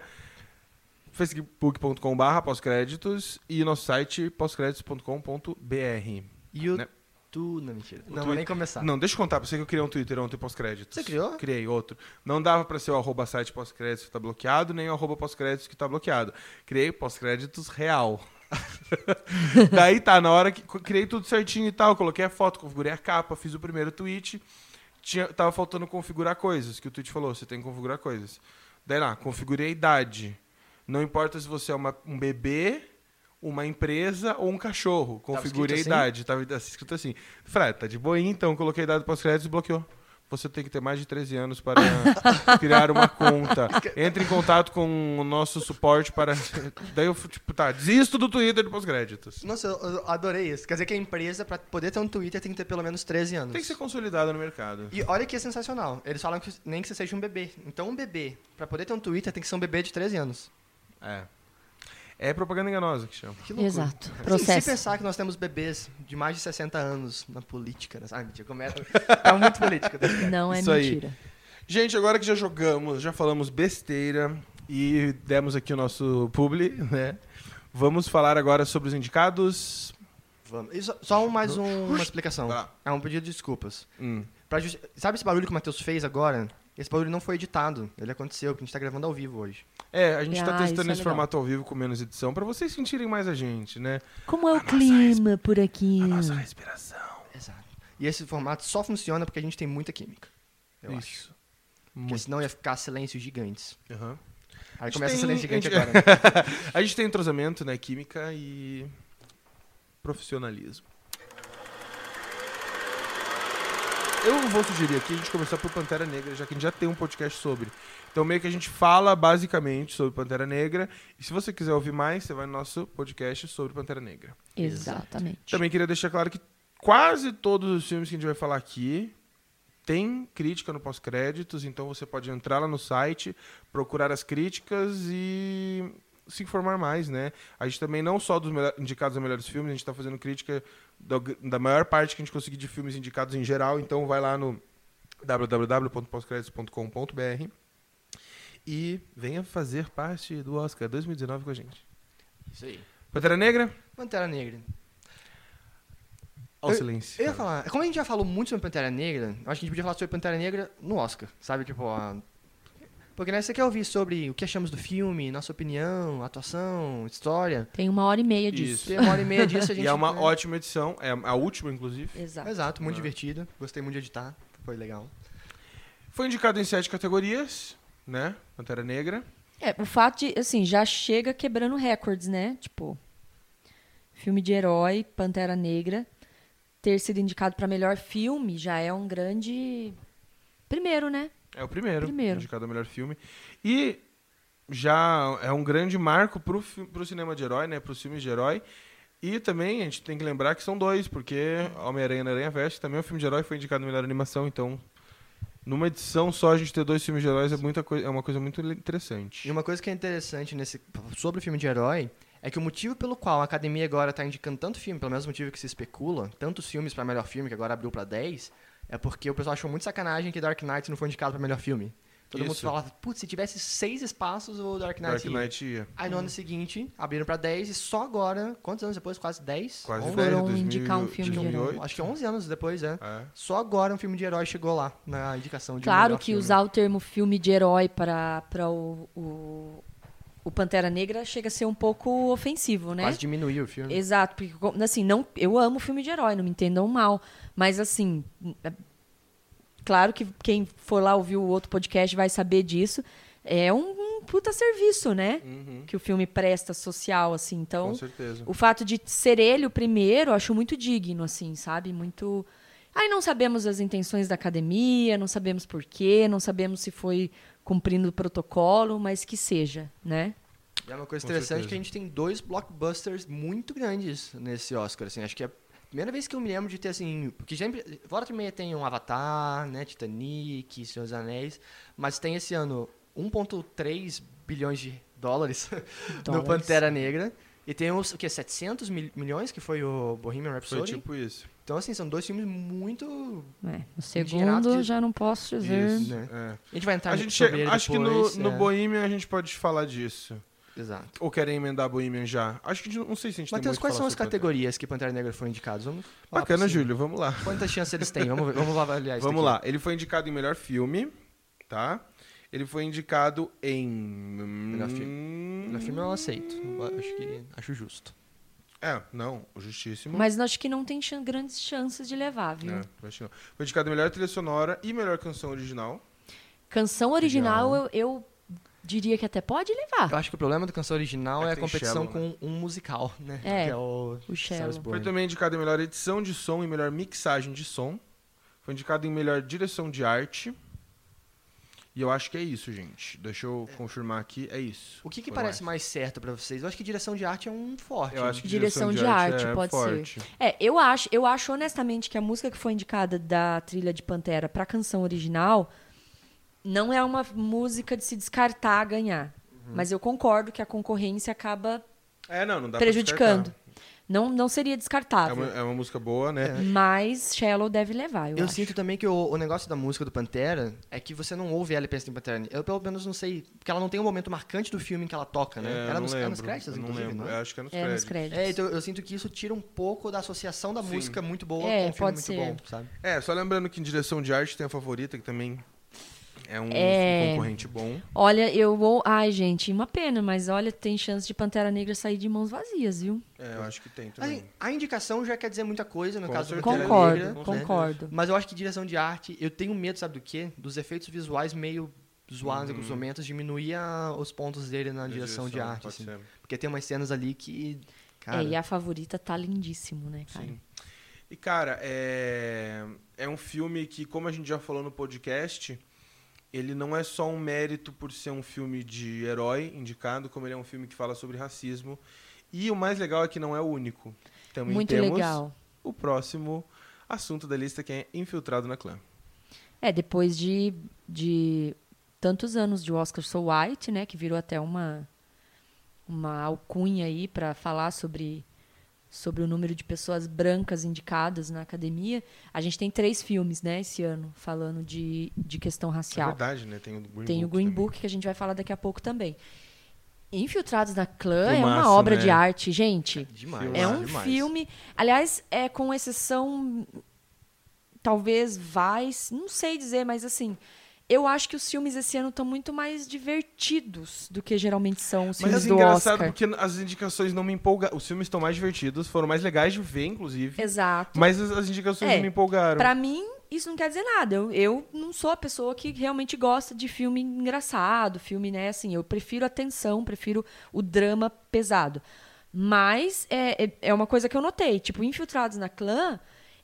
[SPEAKER 1] facebook.com.br pós-créditos e nosso site pós-créditos.com.br.
[SPEAKER 2] E o
[SPEAKER 1] Né?
[SPEAKER 2] tu... Não, mentira. não, vou
[SPEAKER 1] Twitter-
[SPEAKER 2] nem começar.
[SPEAKER 1] Não, deixa eu contar pra você que eu criei um Twitter ontem pós-créditos.
[SPEAKER 2] Você criou?
[SPEAKER 1] Criei outro. Não dava pra ser o arroba site pós-créditos que tá bloqueado, nem o arroba pós-créditos que tá bloqueado. Criei pós-créditos real. Daí tá, na hora que. Criei tudo certinho e tal, coloquei a foto, configurei a capa, fiz o primeiro tweet. Tinha, tava faltando configurar coisas, que o tweet falou, você tem que configurar coisas. Daí lá, configurei a idade. Não importa se você é uma- um bebê, uma empresa ou um cachorro. Configurei a
[SPEAKER 2] escrito assim?
[SPEAKER 1] idade. Tava escrito assim. Falei, ah, tá de boinha então. Coloquei a idade para os créditos e bloqueou. Você tem que ter mais de 13 anos para criar uma conta. Entre em contato com o nosso suporte para. Daí eu, fui, tipo, tá, desisto do Twitter de pós-créditos.
[SPEAKER 2] Nossa, eu eu adorei isso. Quer dizer que a empresa, pra poder ter um Twitter, tem que ter pelo menos 13 anos.
[SPEAKER 1] Tem que ser consolidado no mercado.
[SPEAKER 2] E olha que é sensacional. Eles falam que nem que você seja um bebê. Então, um bebê, pra poder ter um Twitter, tem que ser um bebê de 13 anos.
[SPEAKER 1] É. É propaganda enganosa que chama.
[SPEAKER 2] Que loucura.
[SPEAKER 3] Exato,
[SPEAKER 2] Assim, se
[SPEAKER 3] processo.
[SPEAKER 2] pensar que nós temos bebês de mais de 60 anos na política, né? Ah, mentira, começa. É muito política. tá ligado?
[SPEAKER 3] Não é
[SPEAKER 1] Isso aí.
[SPEAKER 3] mentira.
[SPEAKER 1] Gente, agora que já jogamos, já falamos besteira e demos aqui o nosso publi, né? Vamos falar agora sobre os indicados.
[SPEAKER 2] Vamos. E só, só um- mais um- uma explicação.
[SPEAKER 1] Vai lá.
[SPEAKER 2] É um pedido de desculpas.
[SPEAKER 1] Hum.
[SPEAKER 2] Pra justi- Sabe esse barulho que o Matheus fez agora? Esse barulho não foi editado. Ele aconteceu, porque a gente tá gravando ao vivo hoje.
[SPEAKER 1] É, a gente tá
[SPEAKER 3] Ah, isso
[SPEAKER 1] testando
[SPEAKER 3] é
[SPEAKER 1] esse
[SPEAKER 3] legal.
[SPEAKER 1] formato ao vivo com menos edição pra vocês sentirem mais a gente, né?
[SPEAKER 3] Como é o clima por aqui?
[SPEAKER 1] A nossa respiração.
[SPEAKER 2] Exato. E esse formato só funciona porque a gente tem muita química. Eu acho.
[SPEAKER 1] Isso.
[SPEAKER 2] Porque
[SPEAKER 1] Muito.
[SPEAKER 2] senão ia ficar silêncio gigantes.
[SPEAKER 1] Aham.
[SPEAKER 2] Aí
[SPEAKER 1] gente
[SPEAKER 2] começa a
[SPEAKER 1] tem-
[SPEAKER 2] silêncio gigante
[SPEAKER 1] a gente-
[SPEAKER 2] agora. né?
[SPEAKER 1] A gente tem entrosamento, né? Química e profissionalismo. Eu vou sugerir aqui a gente começar por Pantera Negra, já que a gente já tem um podcast sobre. Então meio que a gente fala basicamente sobre Pantera Negra. E se você quiser ouvir mais, você vai no nosso podcast sobre Pantera Negra.
[SPEAKER 3] Exatamente.
[SPEAKER 1] Também queria deixar claro que quase todos os filmes que a gente vai falar aqui tem crítica no pós-créditos, então você pode entrar lá no site, procurar as críticas e se informar mais, né? A gente também não só dos melhor- indicados aos melhores filmes, a gente está fazendo crítica da, da maior parte que a gente conseguir de filmes indicados em geral, então vai lá no www.poscreditos.com.br e venha fazer parte do Oscar 2019 com a gente.
[SPEAKER 2] Isso aí.
[SPEAKER 1] Pantera Negra?
[SPEAKER 2] Pantera Negra.
[SPEAKER 1] Ao silêncio.
[SPEAKER 2] Eu ia falar, como a gente já falou muito sobre Pantera Negra, eu acho que a gente podia falar sobre Pantera Negra no Oscar, sabe? Tipo, a... Porque né, você quer ouvir sobre o que achamos do filme, nossa opinião, atuação, história.
[SPEAKER 3] Tem uma hora e meia
[SPEAKER 1] Isso.
[SPEAKER 3] disso.
[SPEAKER 2] Tem uma hora e meia disso, a gente...
[SPEAKER 1] E é uma
[SPEAKER 2] né?
[SPEAKER 1] ótima edição, é a última, inclusive.
[SPEAKER 3] Exato.
[SPEAKER 2] Exato, muito
[SPEAKER 1] É.
[SPEAKER 2] divertida. Gostei muito de editar, foi legal.
[SPEAKER 1] Foi indicado em sete categorias, né? Pantera Negra.
[SPEAKER 3] É, o fato de, assim, já chega quebrando recordes, né? Tipo, filme de herói, Pantera Negra, ter sido indicado pra melhor filme já é um grande. Primeiro, né?
[SPEAKER 1] É o primeiro,
[SPEAKER 3] Primeiro.
[SPEAKER 1] indicado ao melhor filme. E já é um grande marco pro, fi- pro cinema de herói, né? Pros filmes de herói. E também a gente tem que lembrar que são dois, porque Homem-Aranha e Aranha Veste também é um filme de herói, foi indicado a melhor animação, então... Numa edição só, a gente ter dois filmes de heróis é, muita coi- é uma coisa muito le- interessante.
[SPEAKER 2] E uma coisa que é interessante nesse, sobre o filme de herói é que o motivo pelo qual a academia agora tá indicando tanto filme, pelo menos o motivo que se especula, tantos filmes pra melhor filme, que agora abriu pra 10, é porque o pessoal achou muito sacanagem que Dark Knight não foi indicado pra melhor filme. Todo mundo
[SPEAKER 1] Isso.
[SPEAKER 2] falava, putz, se tivesse seis espaços, o Dark
[SPEAKER 1] Dark
[SPEAKER 2] Knight ia.
[SPEAKER 1] Knight Uhum. ia.
[SPEAKER 2] Aí no ano seguinte, abriram pra 10 e só agora, quantos anos depois? Quase 10?
[SPEAKER 1] Quase
[SPEAKER 2] 11?
[SPEAKER 1] 10,
[SPEAKER 3] Foram
[SPEAKER 1] 2000,
[SPEAKER 3] indicar um filme de herói.
[SPEAKER 1] 2008.
[SPEAKER 2] Acho que 11 anos depois, é.
[SPEAKER 1] É.
[SPEAKER 2] Só agora um filme de herói chegou lá, na indicação de
[SPEAKER 3] Claro
[SPEAKER 2] melhor
[SPEAKER 3] que
[SPEAKER 2] filme.
[SPEAKER 3] usar o termo filme de herói pra, pra o, o, o Pantera Negra chega a ser um pouco ofensivo, né?
[SPEAKER 2] Quase diminuiu o filme.
[SPEAKER 3] Exato, porque co- assim, não, eu amo filme de herói, não me entendam mal, mas assim, é- claro que quem for lá ouvir o outro podcast vai saber disso. É um, um puta serviço, né?
[SPEAKER 1] Uhum,
[SPEAKER 3] Que o filme presta social assim. Então,
[SPEAKER 1] com certeza.
[SPEAKER 3] o fato de ser ele o primeiro, eu acho muito digno assim, sabe? Muito Aí não sabemos as intenções da academia, não sabemos por quê, não sabemos se foi cumprindo o protocolo, mas que seja, né?
[SPEAKER 2] E é uma coisa
[SPEAKER 1] Com
[SPEAKER 2] interessante
[SPEAKER 1] certeza.
[SPEAKER 2] que a gente tem dois blockbusters muito grandes nesse Oscar, assim. Acho que é a primeira vez que eu me lembro de ter, assim... Porque sempre... Fora e meia tem um Avatar, né? Titanic, Senhor dos Anéis. Mas tem esse ano 1.3 bilhões de dólares, no
[SPEAKER 3] Dólares.
[SPEAKER 2] Pantera Negra. E tem os, o quê? 700 mil- milhões, que foi o Bohemian
[SPEAKER 1] Foi
[SPEAKER 2] Rhapsody.
[SPEAKER 1] tipo isso.
[SPEAKER 2] Então, assim, são dois filmes muito...
[SPEAKER 3] É,
[SPEAKER 2] Geraldo
[SPEAKER 3] o segundo
[SPEAKER 2] diz-
[SPEAKER 3] já não posso dizer.
[SPEAKER 1] Isso,
[SPEAKER 2] Né?
[SPEAKER 1] é.
[SPEAKER 2] A gente vai entrar
[SPEAKER 1] a gente
[SPEAKER 2] sobre
[SPEAKER 1] chega,
[SPEAKER 2] ele
[SPEAKER 1] acho
[SPEAKER 2] depois,
[SPEAKER 1] que no, no
[SPEAKER 2] é.
[SPEAKER 1] Bohemian a gente pode falar disso.
[SPEAKER 2] Exato.
[SPEAKER 1] Ou querem emendar Bohemian já? Acho que a gente, não sei se a gente
[SPEAKER 2] Matheus,
[SPEAKER 1] tem muito
[SPEAKER 2] quais
[SPEAKER 1] a
[SPEAKER 2] são
[SPEAKER 1] falar
[SPEAKER 2] as
[SPEAKER 1] sobre
[SPEAKER 2] categorias que Pantera Negra foi indicados? Vamos
[SPEAKER 1] Pantera.
[SPEAKER 2] falar por
[SPEAKER 1] Bacana,
[SPEAKER 2] cima.
[SPEAKER 1] Júlio, vamos lá.
[SPEAKER 2] Quantas chances eles têm? Vamos, ver- vamos avaliar isso.
[SPEAKER 1] Vamos
[SPEAKER 2] aqui.
[SPEAKER 1] lá. Ele foi indicado em melhor filme, tá? Ele foi indicado em. hum, Melhor filme.
[SPEAKER 2] No filme é eu aceito. Eu Acho que acho justo.
[SPEAKER 1] É, não, justíssimo.
[SPEAKER 3] Mas acho que não tem chan- grandes chances de levar, viu?
[SPEAKER 1] É, eu acho que não. Foi indicado em melhor trilha sonora e melhor canção original.
[SPEAKER 3] Canção
[SPEAKER 1] né?
[SPEAKER 3] original, eu, eu diria que até pode levar.
[SPEAKER 2] Eu acho que o problema do canção original
[SPEAKER 1] É que
[SPEAKER 2] é, a
[SPEAKER 1] tem
[SPEAKER 2] competição
[SPEAKER 1] cello,
[SPEAKER 2] com um musical, né?
[SPEAKER 3] É,
[SPEAKER 2] Que é o,
[SPEAKER 3] o cello.
[SPEAKER 1] Foi
[SPEAKER 2] Sarsborn.
[SPEAKER 1] também indicado em melhor edição de som e melhor mixagem de som. Foi indicado em melhor direção de arte. E eu acho que é isso, gente. Deixa eu confirmar aqui. É isso.
[SPEAKER 2] O que, que
[SPEAKER 1] Foi
[SPEAKER 2] parece mais certo pra vocês? Eu acho que direção de arte é um forte.
[SPEAKER 1] Eu acho que direção,
[SPEAKER 3] Direção
[SPEAKER 1] de,
[SPEAKER 3] de
[SPEAKER 1] arte,
[SPEAKER 3] arte,
[SPEAKER 1] é
[SPEAKER 3] pode ser.
[SPEAKER 1] forte.
[SPEAKER 3] É, eu acho, eu acho honestamente que a música que foi indicada da trilha de Pantera pra canção original não é uma música de se descartar a ganhar.
[SPEAKER 1] Uhum.
[SPEAKER 3] Mas eu concordo que a concorrência acaba
[SPEAKER 1] É, não, não dá pra
[SPEAKER 3] prejudicando.
[SPEAKER 1] descartar.
[SPEAKER 3] Não, não seria
[SPEAKER 1] É uma,
[SPEAKER 3] descartável.
[SPEAKER 1] é uma música boa, né?
[SPEAKER 3] Mas Shallow deve levar, eu,
[SPEAKER 2] Eu
[SPEAKER 3] acho.
[SPEAKER 2] sinto também que o, o negócio da música do Pantera é que você não ouve ela e pensa em Pantera. Negra. Eu, pelo menos, não sei. Porque ela não tem um momento marcante do filme em que ela toca, né?
[SPEAKER 1] É, eu
[SPEAKER 2] ela
[SPEAKER 1] não
[SPEAKER 2] nos, é nos
[SPEAKER 1] lembro. Eu
[SPEAKER 2] créditos,
[SPEAKER 1] não
[SPEAKER 2] inclusive,
[SPEAKER 1] lembro.
[SPEAKER 2] não
[SPEAKER 1] Eu
[SPEAKER 2] é?
[SPEAKER 1] acho que é nos
[SPEAKER 3] É, nos
[SPEAKER 1] créditos.
[SPEAKER 3] créditos.
[SPEAKER 2] É, então eu sinto que isso tira um pouco da associação da
[SPEAKER 1] Sim.
[SPEAKER 2] música muito boa
[SPEAKER 3] É,
[SPEAKER 2] com um filme
[SPEAKER 3] pode
[SPEAKER 2] muito
[SPEAKER 3] ser.
[SPEAKER 2] bom, sabe?
[SPEAKER 1] É, só lembrando que em direção de arte tem a favorita, que também é um
[SPEAKER 3] É.
[SPEAKER 1] concorrente bom.
[SPEAKER 3] Olha, eu vou. Ai, gente, uma pena, mas olha, tem chance de Pantera Negra sair de mãos vazias, viu?
[SPEAKER 1] É, eu acho que tem
[SPEAKER 2] Mas,
[SPEAKER 1] também.
[SPEAKER 2] assim, a indicação já quer dizer muita coisa, no
[SPEAKER 1] Com
[SPEAKER 2] caso do
[SPEAKER 1] certeza.
[SPEAKER 2] Pantera
[SPEAKER 3] Concordo,
[SPEAKER 2] é Negra, né?
[SPEAKER 3] concordo.
[SPEAKER 2] Mas eu acho que direção de arte, eu tenho medo, sabe do quê? Dos efeitos visuais meio zoados em alguns momentos, diminuía os pontos dele na
[SPEAKER 1] Da
[SPEAKER 2] direção de arte.
[SPEAKER 1] pode
[SPEAKER 2] assim.
[SPEAKER 1] ser.
[SPEAKER 2] Porque tem umas cenas ali que. Cara,
[SPEAKER 3] É, e a favorita tá lindíssimo, né, cara?
[SPEAKER 1] Sim. E, cara, é... é um filme que, como a gente já falou no podcast, ele não é só um mérito por ser um filme de herói indicado, como ele é um filme que fala sobre racismo. E o mais legal é que não é o único. Também
[SPEAKER 3] Muito
[SPEAKER 1] temos
[SPEAKER 3] legal.
[SPEAKER 1] o próximo assunto da lista, que é Infiltrado na Clã.
[SPEAKER 3] É, depois de, de tantos anos de Oscar So White, né, que virou até uma uma alcunha aí para falar sobre sobre o número de pessoas brancas indicadas na academia. A gente tem três filmes, né, esse ano falando de, de questão
[SPEAKER 1] É
[SPEAKER 3] racial.
[SPEAKER 1] verdade, né? Tem o Green
[SPEAKER 3] tem o
[SPEAKER 1] Book
[SPEAKER 3] Green
[SPEAKER 1] também.
[SPEAKER 3] Book que a gente vai falar daqui a pouco também. Infiltrados na Clã é
[SPEAKER 1] Filmaço,
[SPEAKER 3] uma obra
[SPEAKER 1] né?
[SPEAKER 3] de arte, gente.
[SPEAKER 2] demais.
[SPEAKER 1] Ah,
[SPEAKER 3] É um
[SPEAKER 2] demais.
[SPEAKER 3] filme. Aliás, é com exceção. Talvez Vice, não sei dizer, mas assim. Eu acho que os filmes esse ano estão muito mais divertidos do que geralmente são
[SPEAKER 1] Mas
[SPEAKER 3] os filmes
[SPEAKER 1] é
[SPEAKER 3] do
[SPEAKER 1] engraçado
[SPEAKER 3] Oscar.
[SPEAKER 1] porque as indicações não me empolgaram. Os filmes estão mais divertidos, foram mais legais de ver, inclusive.
[SPEAKER 3] Exato.
[SPEAKER 1] Mas as, as indicações
[SPEAKER 3] É,
[SPEAKER 1] não me empolgaram.
[SPEAKER 3] Pra mim, isso não quer dizer nada. Eu, eu não sou a pessoa que realmente gosta de filme engraçado, filme, né? Assim, eu prefiro a tensão, prefiro o drama pesado. Mas é, é, é uma coisa que eu notei. Tipo, Infiltrados na Clã,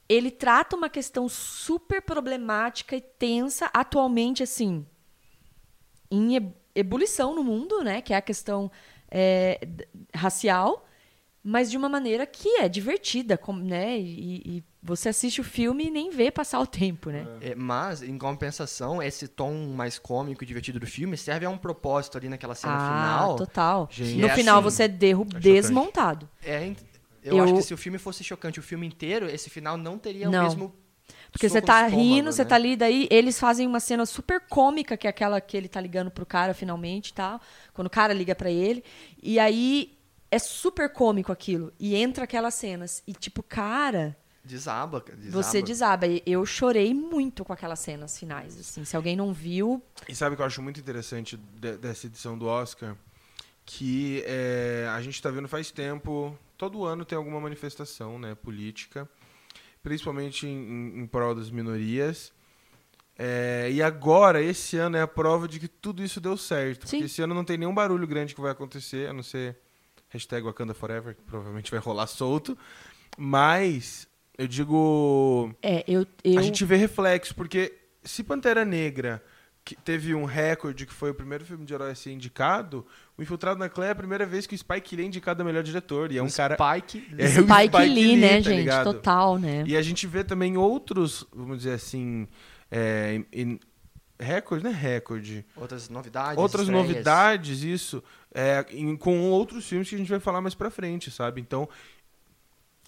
[SPEAKER 3] ele trata uma questão super problemática e tensa, atualmente, assim, em eb- ebulição no mundo, né? Que é a questão é, d- racial, mas de uma maneira que é divertida, como, né? E, e você assiste o filme e nem vê passar o tempo, né?
[SPEAKER 2] É, mas, em compensação, esse tom mais cômico e divertido do filme serve a um propósito ali naquela cena
[SPEAKER 3] ah,
[SPEAKER 2] final.
[SPEAKER 3] total.
[SPEAKER 2] Gente,
[SPEAKER 3] no
[SPEAKER 2] é
[SPEAKER 3] final
[SPEAKER 2] assim,
[SPEAKER 3] você é derru-
[SPEAKER 1] chocante.
[SPEAKER 3] desmontado.
[SPEAKER 2] É, ent- eu,
[SPEAKER 3] Eu-
[SPEAKER 2] acho que se o filme fosse chocante o filme inteiro, esse final não teria
[SPEAKER 3] Não.
[SPEAKER 2] o mesmo.
[SPEAKER 3] Porque
[SPEAKER 2] soco
[SPEAKER 3] você
[SPEAKER 2] no
[SPEAKER 3] tá
[SPEAKER 2] estômago,
[SPEAKER 3] rindo, você
[SPEAKER 2] né?
[SPEAKER 3] tá ali, daí eles fazem uma cena super cômica, que é aquela que ele tá ligando pro cara finalmente e tal. Quando o cara liga pra ele. E aí é super cômico aquilo. E entra aquelas cenas. E tipo, cara.
[SPEAKER 2] Desaba, cara, desaba.
[SPEAKER 3] Você desaba. E Eu chorei muito com aquelas cenas finais, assim. Se alguém não viu,
[SPEAKER 1] E sabe o que eu acho muito interessante de- dessa edição do Oscar? Que é, a gente está vendo faz tempo, todo ano tem alguma manifestação né, política, principalmente em, em- em prol das minorias. É, e agora, esse ano, é a prova de que tudo isso deu certo.
[SPEAKER 3] Sim.
[SPEAKER 1] Porque esse ano não tem nenhum barulho grande que vai acontecer, a não ser hashtag Wakanda Forever, que provavelmente vai rolar solto. Mas, eu digo,
[SPEAKER 3] é, eu, eu
[SPEAKER 1] a gente vê reflexo, porque se Pantera Negra que teve um recorde que foi o primeiro filme de herói a ser indicado, o Infiltrado na Clé é a primeira vez que o Spike Lee é indicado a melhor diretor. E é um cara.
[SPEAKER 2] Spike
[SPEAKER 1] É o
[SPEAKER 3] Spike Lee, né,
[SPEAKER 1] tá
[SPEAKER 3] gente?
[SPEAKER 1] ligado?
[SPEAKER 3] Total, né?
[SPEAKER 1] E a gente vê também outros, vamos dizer assim. É, em- em- recorde, né? Recorde.
[SPEAKER 2] Outras novidades.
[SPEAKER 1] Outras
[SPEAKER 2] estreias.
[SPEAKER 1] novidades, isso, é, em- com outros filmes que a gente vai falar mais pra frente, sabe? Então,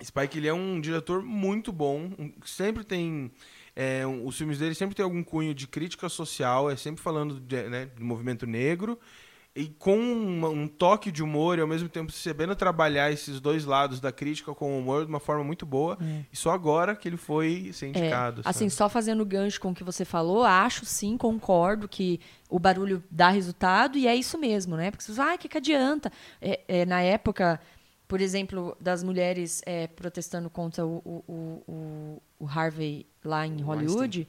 [SPEAKER 1] Spike Lee é um diretor muito bom, um- sempre tem. é, um- os filmes dele sempre tem algum cunho de crítica social, é sempre falando de, né, do movimento negro. E com uma- um toque de humor e ao mesmo tempo sabendo trabalhar esses dois lados da crítica com o humor de uma forma muito boa. E só agora que ele foi ser
[SPEAKER 3] É,
[SPEAKER 1] indicado.
[SPEAKER 3] assim,
[SPEAKER 1] sabe?
[SPEAKER 3] só fazendo gancho com o que você falou, acho sim, concordo que o barulho dá resultado e é isso mesmo, né? Porque você fala, ah, o que, que adianta? É, é, na época, por exemplo, das mulheres é, protestando contra o, o- o- o- o Harvey lá em
[SPEAKER 2] O
[SPEAKER 3] Hollywood,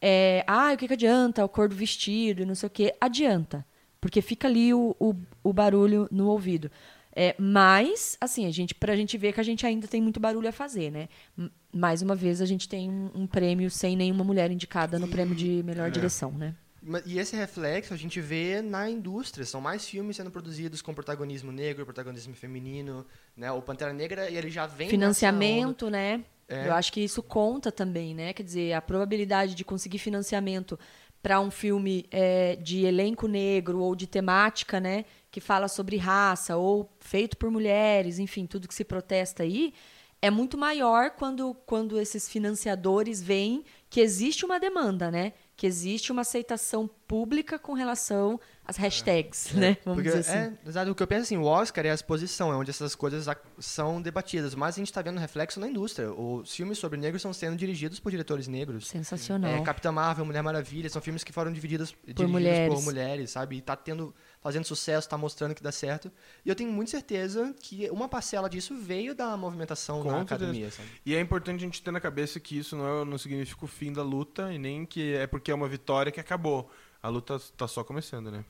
[SPEAKER 3] é, ah, o que, que adianta? O cor do vestido e não sei o quê. Adianta, porque fica ali o, o- o barulho no ouvido. É, mas, assim, a gente, pra gente ver que a gente ainda tem muito barulho a fazer, né? M- Mais uma vez, a gente tem um, um prêmio sem nenhuma mulher indicada no prêmio de melhor direção, né?
[SPEAKER 2] Ma- E esse reflexo a gente vê na indústria. São mais filmes sendo produzidos com protagonismo negro, protagonismo feminino, né? O Pantera Negra, ele já vem... nessa onda.
[SPEAKER 3] Financiamento, né?
[SPEAKER 2] É.
[SPEAKER 3] Eu acho que isso conta também, né? Quer dizer, a probabilidade de conseguir financiamento para um filme é, de elenco negro ou de temática, né? Que fala sobre raça ou feito por mulheres, enfim, tudo que se protesta aí, é muito maior quando, quando esses financiadores veem que existe uma demanda, né? Que existe uma aceitação pública com relação às hashtags, né? Vamos
[SPEAKER 2] É. Porque,
[SPEAKER 3] dizer assim.
[SPEAKER 2] é, exato, o que eu penso assim, o Oscar é a exposição, é onde essas coisas ac- são debatidas, mas a gente está vendo reflexo na indústria. Os filmes sobre negros estão sendo dirigidos por diretores negros.
[SPEAKER 3] Sensacional.
[SPEAKER 2] É, Capitã Marvel, Mulher Maravilha, são filmes que foram divididos, dirigidos
[SPEAKER 3] mulheres.
[SPEAKER 2] por mulheres, sabe? E tá tendo, fazendo sucesso, tá mostrando que dá certo. E eu tenho muita certeza que uma parcela disso veio da movimentação
[SPEAKER 1] Com
[SPEAKER 2] na
[SPEAKER 1] certeza.
[SPEAKER 2] academia, sabe?
[SPEAKER 1] E é importante a gente ter na cabeça que isso não, é- não significa o fim da luta e nem que é porque é uma vitória que acabou. A luta tá só começando, né?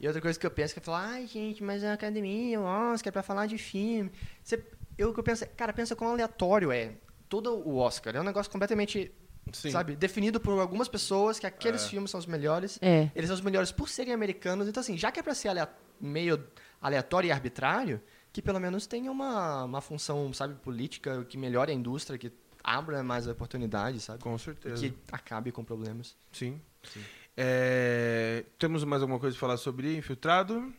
[SPEAKER 2] E outra coisa que eu penso que é falar, ai gente, mas a academia, o Oscar, é pra falar de filme. Você, eu o que eu penso, é, cara, pensa quão aleatório é todo o Oscar. É um negócio completamente,
[SPEAKER 1] Sim.
[SPEAKER 2] sabe, definido por algumas pessoas que aqueles
[SPEAKER 1] É.
[SPEAKER 2] filmes são os melhores.
[SPEAKER 3] É.
[SPEAKER 2] Eles são os melhores por serem americanos. Então, assim, já que é pra ser alea- meio aleatório e arbitrário, que pelo menos tenha uma, uma função, sabe, política, que melhore a indústria, que abra mais oportunidades, sabe?
[SPEAKER 1] Com
[SPEAKER 2] E
[SPEAKER 1] certeza.
[SPEAKER 2] que acabe com problemas.
[SPEAKER 1] Sim. É, Temos mais alguma coisa pra falar sobre Infiltrado?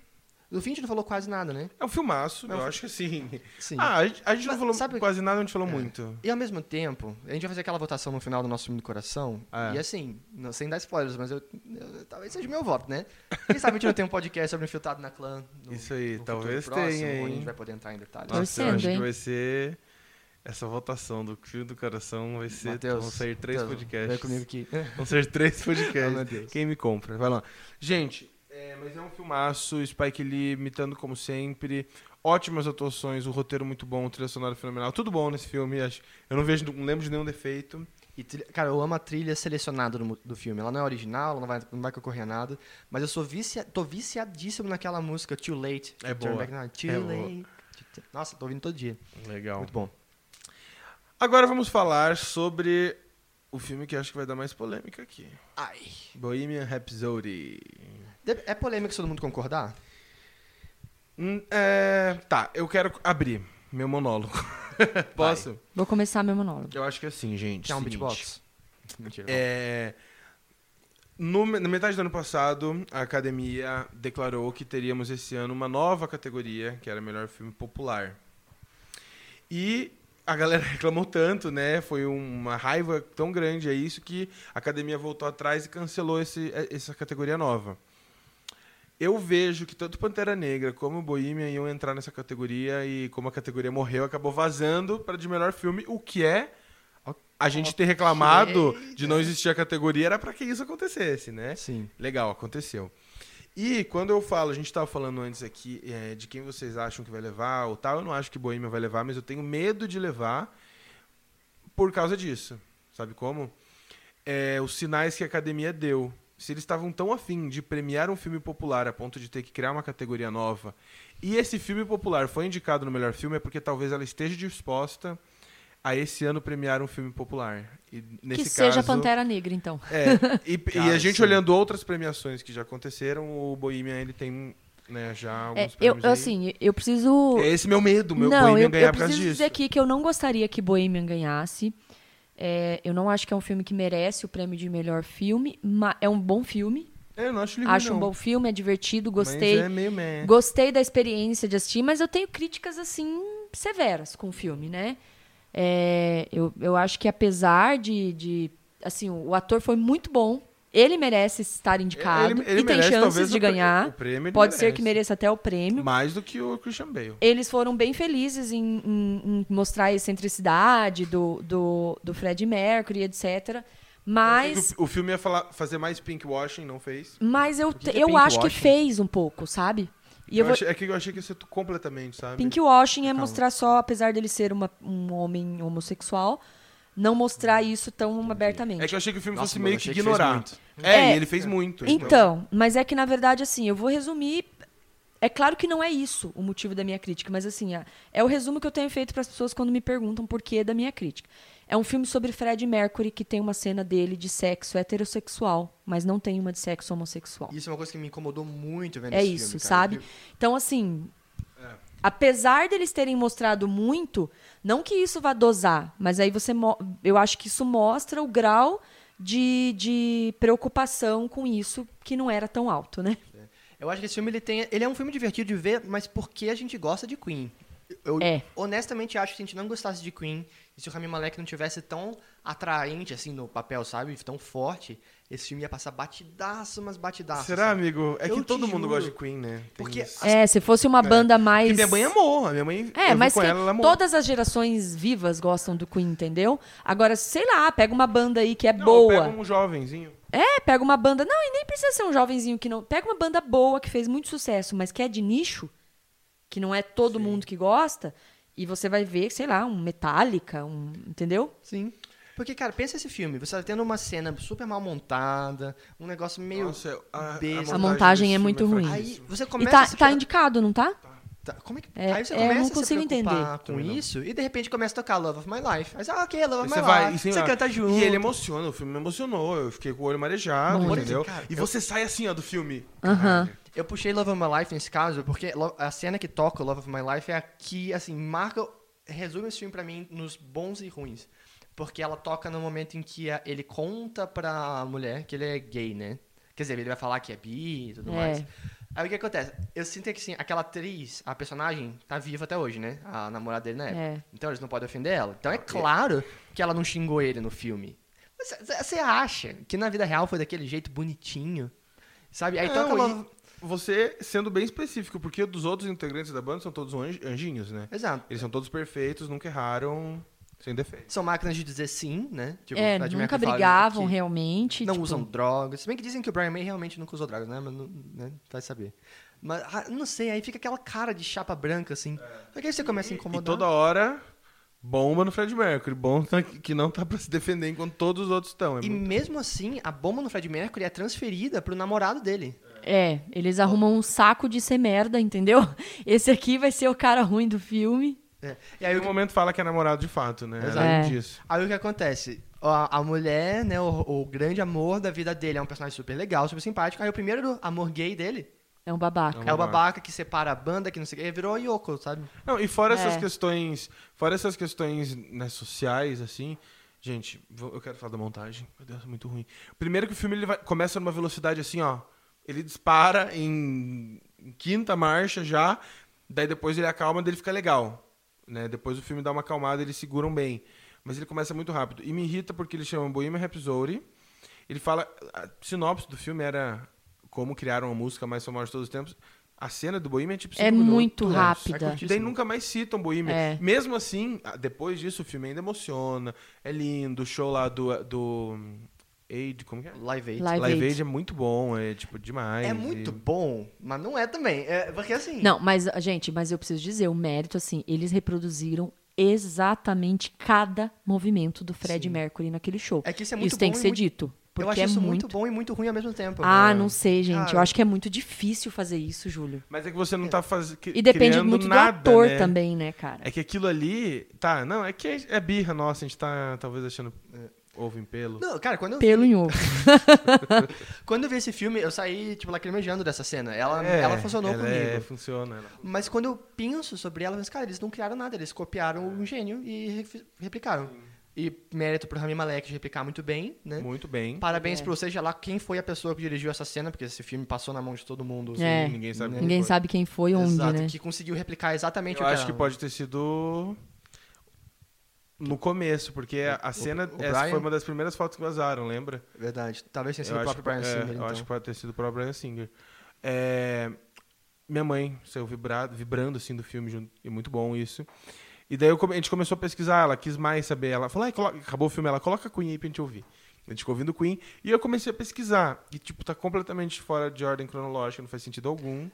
[SPEAKER 2] O Finch não falou quase nada, né?
[SPEAKER 1] É um filmaço,
[SPEAKER 2] É um
[SPEAKER 1] eu
[SPEAKER 2] fi-
[SPEAKER 1] acho que assim.
[SPEAKER 2] Sim.
[SPEAKER 1] Ah, a gente, a gente não
[SPEAKER 2] Mas
[SPEAKER 1] falou
[SPEAKER 2] sabe-
[SPEAKER 1] quase nada, a gente falou
[SPEAKER 2] É.
[SPEAKER 1] muito.
[SPEAKER 2] E ao mesmo tempo, a gente vai fazer aquela votação no final do nosso filme do coração.
[SPEAKER 1] É.
[SPEAKER 2] E assim, não- sem dar spoilers, mas eu, eu- talvez seja meu voto, né? Quem sabe a gente não tem um podcast sobre infiltrado na clã. no-
[SPEAKER 1] Isso aí,
[SPEAKER 2] no futuro
[SPEAKER 1] talvez
[SPEAKER 2] próximo,
[SPEAKER 1] tenha, hein?
[SPEAKER 2] onde
[SPEAKER 1] Ah,
[SPEAKER 2] A gente vai poder entrar em detalhes.
[SPEAKER 3] Nossa,
[SPEAKER 1] eu
[SPEAKER 3] Torcendo,
[SPEAKER 1] acho
[SPEAKER 3] hein?
[SPEAKER 1] que vai ser. Essa votação do filme do coração vai ser. vão sair três
[SPEAKER 2] Mateus,
[SPEAKER 1] podcasts. É.
[SPEAKER 2] Vem comigo aqui.
[SPEAKER 1] Vão ser três podcasts.
[SPEAKER 2] Ah, meu Deus.
[SPEAKER 1] Quem me compra? Vai lá. Gente, é, mas é um filmaço, Spike Lee imitando como sempre. Ótimas atuações, o roteiro muito bom, o trilha sonora fenomenal. Tudo bom nesse filme, acho. Eu não vejo, não lembro de nenhum defeito.
[SPEAKER 2] E trilha- cara, eu amo a trilha selecionada do, mu- do filme. Ela não é original, ela não vai, não vai concorrer a nada. Mas eu sou vicia, tô viciadíssimo naquela música Too Late.
[SPEAKER 1] É
[SPEAKER 2] Turn
[SPEAKER 1] boa.
[SPEAKER 2] Back Now. Too
[SPEAKER 1] É boa.
[SPEAKER 2] Late. Nossa, tô ouvindo todo dia.
[SPEAKER 1] Legal.
[SPEAKER 2] Muito bom.
[SPEAKER 1] Agora vamos falar sobre o filme que acho que vai dar mais polêmica aqui.
[SPEAKER 2] Ai.
[SPEAKER 1] Bohemian Rhapsody.
[SPEAKER 2] De- É polêmico se todo mundo concordar?
[SPEAKER 1] Hum, é, tá, eu quero abrir meu monólogo. Posso?
[SPEAKER 3] Vou começar meu monólogo.
[SPEAKER 1] Eu acho que é assim, gente.
[SPEAKER 2] Quer um
[SPEAKER 1] seguinte.
[SPEAKER 2] beatbox? Mentira.
[SPEAKER 1] É, no- na metade do ano passado, a academia declarou que teríamos esse ano uma nova categoria, que era melhor filme popular. E a galera reclamou tanto, né? Foi uma raiva tão grande, é isso, que a academia voltou atrás e cancelou esse- é, essa categoria nova. Eu vejo que tanto Pantera Negra como Bohemian iam entrar nessa categoria e como a categoria morreu, acabou vazando para de melhor filme, o que é a gente ter reclamado de não existir a categoria era para que isso acontecesse, né?
[SPEAKER 2] Sim.
[SPEAKER 1] Legal, aconteceu. E quando eu falo, a gente estava falando antes aqui é, de quem vocês acham que vai levar ou tal, eu não acho que Bohemian vai levar, mas eu tenho medo de levar por causa disso. Sabe como? É, os sinais que a academia deu. Se eles estavam tão afim de premiar um filme popular a ponto de ter que criar uma categoria nova, e esse filme popular foi indicado no melhor filme, é porque talvez ela esteja disposta a esse ano premiar um filme popular. E, nesse
[SPEAKER 3] que seja
[SPEAKER 1] caso,
[SPEAKER 3] Pantera Negra, então.
[SPEAKER 1] é, e, e
[SPEAKER 2] Cara,
[SPEAKER 1] a gente
[SPEAKER 2] sim.
[SPEAKER 1] olhando outras premiações que já aconteceram, o Bohemian ele tem né, já
[SPEAKER 3] É,
[SPEAKER 1] alguns
[SPEAKER 3] eu,
[SPEAKER 1] prêmios
[SPEAKER 3] eu,
[SPEAKER 1] aí.
[SPEAKER 3] assim, eu preciso.
[SPEAKER 1] É esse meu medo, meu
[SPEAKER 3] não,
[SPEAKER 1] Bohemian
[SPEAKER 3] eu,
[SPEAKER 1] ganhar
[SPEAKER 3] eu
[SPEAKER 1] por causa
[SPEAKER 3] preciso
[SPEAKER 1] disso.
[SPEAKER 3] dizer aqui que eu não gostaria que Bohemian ganhasse. É, eu não acho que é um filme que merece o prêmio de melhor filme, mas é um bom filme.
[SPEAKER 1] É, eu não acho ele ruim,
[SPEAKER 3] acho um
[SPEAKER 1] não,
[SPEAKER 3] bom filme, é divertido,
[SPEAKER 1] mas
[SPEAKER 3] gostei.
[SPEAKER 1] é meio meh.
[SPEAKER 3] Gostei da experiência de assistir, mas eu tenho críticas, assim, severas com o filme, né? É, eu, eu acho que apesar de, de, Assim, o ator foi muito bom. Ele merece estar indicado
[SPEAKER 1] É, Ele- ele
[SPEAKER 3] e tem
[SPEAKER 1] merece,
[SPEAKER 3] chances
[SPEAKER 1] talvez,
[SPEAKER 3] de
[SPEAKER 1] o prê-
[SPEAKER 3] ganhar.
[SPEAKER 1] o prêmio ele
[SPEAKER 3] Pode ser
[SPEAKER 1] merece.
[SPEAKER 3] que mereça até o prêmio.
[SPEAKER 1] Mais do que o Christian Bale.
[SPEAKER 3] Eles foram bem felizes em, em- em mostrar a excentricidade do, do, do Fred Mercury, etc. Mas,
[SPEAKER 1] O, o filme ia falar- fazer mais pinkwashing, não fez.
[SPEAKER 3] mas eu,
[SPEAKER 2] que que é
[SPEAKER 3] eu acho que
[SPEAKER 2] pinkwashing?
[SPEAKER 3] fez um pouco, sabe? E eu vou...
[SPEAKER 1] achei- é que eu achei que isso é tu- completamente, sabe?
[SPEAKER 3] Pinkwashing é
[SPEAKER 1] Calma.
[SPEAKER 3] mostrar só, apesar dele ser uma- um homem homossexual, não mostrar isso tão
[SPEAKER 1] É que
[SPEAKER 3] abertamente.
[SPEAKER 1] eu achei que o filme
[SPEAKER 2] Nossa,
[SPEAKER 1] fosse
[SPEAKER 2] mano,
[SPEAKER 1] meio que
[SPEAKER 2] achei que fez
[SPEAKER 1] ignorar.
[SPEAKER 2] muito.
[SPEAKER 1] é,
[SPEAKER 3] É,
[SPEAKER 1] e ele fez muito.
[SPEAKER 3] Então, mas é que na verdade, assim, eu vou resumir. É claro que não é isso o motivo da minha crítica, mas assim, a- é o resumo que eu tenho feito para as pessoas quando me perguntam por que da minha crítica. É um filme sobre Fred Mercury que tem uma cena dele de sexo heterossexual, mas não tem uma de sexo homossexual.
[SPEAKER 2] Isso é uma coisa que me incomodou muito
[SPEAKER 1] Tá
[SPEAKER 2] vendo
[SPEAKER 3] É
[SPEAKER 2] esse
[SPEAKER 3] isso,
[SPEAKER 2] filme, cara.
[SPEAKER 3] sabe?
[SPEAKER 2] Eu-
[SPEAKER 3] Então, assim.
[SPEAKER 1] É.
[SPEAKER 3] Apesar deles terem mostrado muito, não que isso vá dosar, mas aí você. mo- Eu acho que isso mostra o grau de, de preocupação com isso, que não era tão alto, né?
[SPEAKER 2] Eu acho que esse filme ele tem, ele é um filme divertido de ver, mas porque a gente gosta de Queen. Eu
[SPEAKER 3] É.
[SPEAKER 2] honestamente acho que se a gente não gostasse de Queen e se o Rami Malek não tivesse tão atraente assim no papel, sabe? Tão forte, esse filme ia passar batidaço, mas batidaço.
[SPEAKER 1] Será,
[SPEAKER 2] sabe?
[SPEAKER 1] amigo? É
[SPEAKER 2] Eu
[SPEAKER 1] que
[SPEAKER 2] te
[SPEAKER 1] todo mundo
[SPEAKER 2] juro.
[SPEAKER 1] gosta de Queen, né? Tem
[SPEAKER 2] Porque
[SPEAKER 1] isso.
[SPEAKER 3] É, se fosse uma banda mais.
[SPEAKER 1] Porque minha mãe amou. A minha mãe. eu
[SPEAKER 3] É,
[SPEAKER 1] vi
[SPEAKER 3] mas
[SPEAKER 1] com
[SPEAKER 3] que
[SPEAKER 1] ela, ela amou.
[SPEAKER 3] todas as gerações vivas gostam do Queen, entendeu? Agora, sei lá, pega uma banda aí que é
[SPEAKER 1] Não,
[SPEAKER 3] boa.
[SPEAKER 1] Pega um jovenzinho.
[SPEAKER 3] É, pega uma banda. Não, e nem precisa ser um jovenzinho que não. Pega uma banda boa que fez muito sucesso, mas que é de nicho, que não é todo mundo que gosta, e você vai ver, sei lá, um Metallica, um. Entendeu?
[SPEAKER 2] Sim. Porque, cara, pensa esse filme. Você tá tendo uma cena super mal montada, um negócio meio.
[SPEAKER 1] Nossa, a,
[SPEAKER 2] besta.
[SPEAKER 3] A montagem é
[SPEAKER 1] desse
[SPEAKER 3] muito
[SPEAKER 1] filme
[SPEAKER 3] ruim.
[SPEAKER 2] Aí você
[SPEAKER 3] E
[SPEAKER 2] começa assim,
[SPEAKER 3] tá,
[SPEAKER 2] a se
[SPEAKER 3] tá
[SPEAKER 2] pre-
[SPEAKER 3] indicado, não tá?
[SPEAKER 2] Tá, como é que...
[SPEAKER 3] É,
[SPEAKER 2] aí você
[SPEAKER 3] é,
[SPEAKER 2] começa
[SPEAKER 3] eu não
[SPEAKER 2] a se
[SPEAKER 3] consigo
[SPEAKER 2] preocupar com
[SPEAKER 1] Também não.
[SPEAKER 2] isso e de repente começa a tocar Love of My Life. Aí você, ah, ok, Love
[SPEAKER 1] Aí
[SPEAKER 2] of
[SPEAKER 1] você
[SPEAKER 2] My
[SPEAKER 1] vai, e
[SPEAKER 2] Life.
[SPEAKER 1] sem
[SPEAKER 2] Você
[SPEAKER 1] olhar.
[SPEAKER 2] canta junto.
[SPEAKER 1] E ele é emociona, o filme me emocionou. Eu fiquei com o olho marejado,
[SPEAKER 3] Muito.
[SPEAKER 1] entendeu?
[SPEAKER 2] Cara,
[SPEAKER 1] e
[SPEAKER 2] eu-
[SPEAKER 1] você sai assim, ó, do filme.
[SPEAKER 3] Aham.
[SPEAKER 1] Caralho.
[SPEAKER 2] Eu puxei Love of My Life nesse caso, porque lo- a cena que toca Love of My Life é a que, assim, marca, resume esse filme pra mim nos bons e ruins. Porque ela toca no momento em que a- ele conta pra mulher que ele é gay, né? Quer dizer, ele vai falar que é bi e tudo
[SPEAKER 3] É.
[SPEAKER 2] mais. Aí o que acontece? Eu sinto que, assim, aquela atriz, a personagem, tá viva até hoje, né? A namorada dele na época.
[SPEAKER 3] É.
[SPEAKER 2] Então eles não podem ofender ela. Então é claro que ela não xingou ele no filme. Mas c- c- Você acha que na vida real foi daquele jeito bonitinho? Sabe? Aí
[SPEAKER 1] Não,
[SPEAKER 2] toca Love...
[SPEAKER 1] e É, então você sendo bem específico, porque dos outros integrantes da banda são todos anj- anjinhos, né?
[SPEAKER 2] Exato.
[SPEAKER 1] Eles são todos perfeitos, nunca erraram, sem defeito.
[SPEAKER 2] São máquinas de dizer sim, né? Tipo,
[SPEAKER 3] é,
[SPEAKER 2] Fred Mercury
[SPEAKER 3] nunca
[SPEAKER 2] fala
[SPEAKER 3] brigavam
[SPEAKER 2] que
[SPEAKER 3] realmente.
[SPEAKER 2] Não
[SPEAKER 3] tipo,
[SPEAKER 2] usam drogas. Se bem que dizem que o Brian May realmente nunca usou drogas, né? Mas não, né? vai saber. Mas, ah, não sei, aí fica aquela cara de chapa branca, assim. Só que aí você começa a
[SPEAKER 1] É. E
[SPEAKER 2] incomodar.
[SPEAKER 1] toda hora, bomba no Fred Mercury. Bom tá- que não tá pra se defender enquanto todos os outros estão. É
[SPEAKER 2] E
[SPEAKER 1] muito-
[SPEAKER 2] mesmo assim, a bomba no Fred Mercury é transferida pro namorado dele.
[SPEAKER 3] É, eles arrumam um saco de ser merda, entendeu? Esse aqui vai ser o cara ruim do filme.
[SPEAKER 2] É. E
[SPEAKER 1] Em
[SPEAKER 2] aí o
[SPEAKER 1] um momento fala que é namorado de fato, né?
[SPEAKER 2] Exato.
[SPEAKER 1] Além
[SPEAKER 3] É.
[SPEAKER 1] disso.
[SPEAKER 2] Aí o que acontece? A, a mulher, né, o, o grande amor da vida dele é um personagem super legal, super simpático. Aí o primeiro amor gay dele
[SPEAKER 3] É um babaca.
[SPEAKER 1] Não.
[SPEAKER 2] é o
[SPEAKER 1] babaca.
[SPEAKER 2] babaca que separa a banda, que não sei o que. Virou a Yoko, sabe?
[SPEAKER 1] Não, e fora
[SPEAKER 3] É.
[SPEAKER 1] essas questões, fora essas questões né, sociais, assim, gente, vou- eu quero falar da montagem. Meu Deus, é muito ruim. Primeiro que o filme ele vai- começa numa velocidade assim, ó. Ele dispara em, em quinta marcha já, daí depois ele acalma, daí ele fica legal. Né? Depois o filme dá uma acalmada, eles seguram bem. Mas ele começa muito rápido. E me irrita porque ele chama Bohemian Rhapsody. Ele fala... A sinopse do filme era como criaram a música mais famosa de todos os tempos. A cena do Bohemian é tipo
[SPEAKER 3] É
[SPEAKER 1] cinco minutos.
[SPEAKER 3] muito
[SPEAKER 2] é
[SPEAKER 3] rápida.
[SPEAKER 2] curtinho.
[SPEAKER 1] E daí nunca mais citam Bohemian.
[SPEAKER 3] É.
[SPEAKER 1] Mesmo assim, a- depois disso, o filme ainda emociona. É lindo. O show lá do. do hum, Aid, como que é?
[SPEAKER 2] Live Aid.
[SPEAKER 3] Live
[SPEAKER 1] Live
[SPEAKER 3] Aid.
[SPEAKER 1] Aid é muito bom, é tipo demais.
[SPEAKER 2] É muito
[SPEAKER 1] E-
[SPEAKER 2] bom, mas não é também. É, porque assim.
[SPEAKER 3] Não, mas, gente, mas eu preciso dizer, o mérito, assim, eles reproduziram exatamente cada movimento do Fred
[SPEAKER 2] Sim.
[SPEAKER 3] Mercury naquele show.
[SPEAKER 2] É que isso é muito
[SPEAKER 3] tem
[SPEAKER 2] bom
[SPEAKER 3] que
[SPEAKER 2] e
[SPEAKER 3] ser
[SPEAKER 2] muito-
[SPEAKER 3] dito. Porque
[SPEAKER 2] eu acho
[SPEAKER 3] é
[SPEAKER 2] isso muito
[SPEAKER 3] muito.
[SPEAKER 2] bom e muito ruim ao mesmo tempo.
[SPEAKER 3] Ah,
[SPEAKER 2] né?
[SPEAKER 3] não sei, gente. Eu
[SPEAKER 2] Cara.
[SPEAKER 3] acho que é muito difícil fazer isso, Júlio.
[SPEAKER 1] Mas é que você não tá fazendo.
[SPEAKER 3] E depende muito
[SPEAKER 1] nada,
[SPEAKER 3] do ator
[SPEAKER 1] né?
[SPEAKER 3] também, né, cara?
[SPEAKER 1] É que aquilo ali. Tá, não, é que é, é birra nossa, a gente tá talvez achando ovo em pelo.
[SPEAKER 2] Não, cara, quando eu,
[SPEAKER 3] Pelo em ovo.
[SPEAKER 2] quando eu vi esse filme, eu saí, tipo, lacrimejando dessa cena. Ela,
[SPEAKER 1] É,
[SPEAKER 2] ela funcionou
[SPEAKER 1] ela
[SPEAKER 2] comigo.
[SPEAKER 1] É, funciona. Ela.
[SPEAKER 2] Mas quando eu penso sobre ela, eu penso, cara, eles não criaram nada, eles copiaram um gênio e refi- replicaram. E mérito pro Rami Malek de replicar muito bem, né?
[SPEAKER 1] Muito bem.
[SPEAKER 2] Parabéns
[SPEAKER 3] É.
[SPEAKER 2] pra você, já lá quem foi a pessoa que dirigiu essa cena, porque esse filme passou na mão de todo mundo. assim.
[SPEAKER 3] É.
[SPEAKER 1] Ninguém sabe.
[SPEAKER 3] Ninguém
[SPEAKER 1] quem foi.
[SPEAKER 3] sabe quem foi onde,
[SPEAKER 2] Exato,
[SPEAKER 3] né?
[SPEAKER 2] que conseguiu replicar exatamente
[SPEAKER 1] Eu
[SPEAKER 2] o que
[SPEAKER 1] acho que
[SPEAKER 2] ela-
[SPEAKER 1] pode ter sido no começo, porque a- a cena
[SPEAKER 2] o
[SPEAKER 1] essa
[SPEAKER 2] Brian-
[SPEAKER 1] foi uma das primeiras fotos que vazaram, lembra?
[SPEAKER 2] Verdade. Talvez tenha sido
[SPEAKER 1] eu
[SPEAKER 2] o
[SPEAKER 1] acho,
[SPEAKER 2] próprio
[SPEAKER 1] que,
[SPEAKER 2] Brian
[SPEAKER 1] é,
[SPEAKER 2] Singer,
[SPEAKER 1] eu
[SPEAKER 2] então.
[SPEAKER 1] acho que pode ter sido o próprio Brian Singer. É, minha mãe saiu vibrado, vibrando assim do filme junto, e muito bom isso. E daí eu come- a gente começou a pesquisar, ela quis mais saber, ela falou, "Ai, coloca- acabou o filme, ela coloca Queen aí pra gente ouvir. A gente ficou ouvindo Queen e eu comecei a pesquisar. E, tipo, tá completamente fora de ordem cronológica, não faz sentido algum.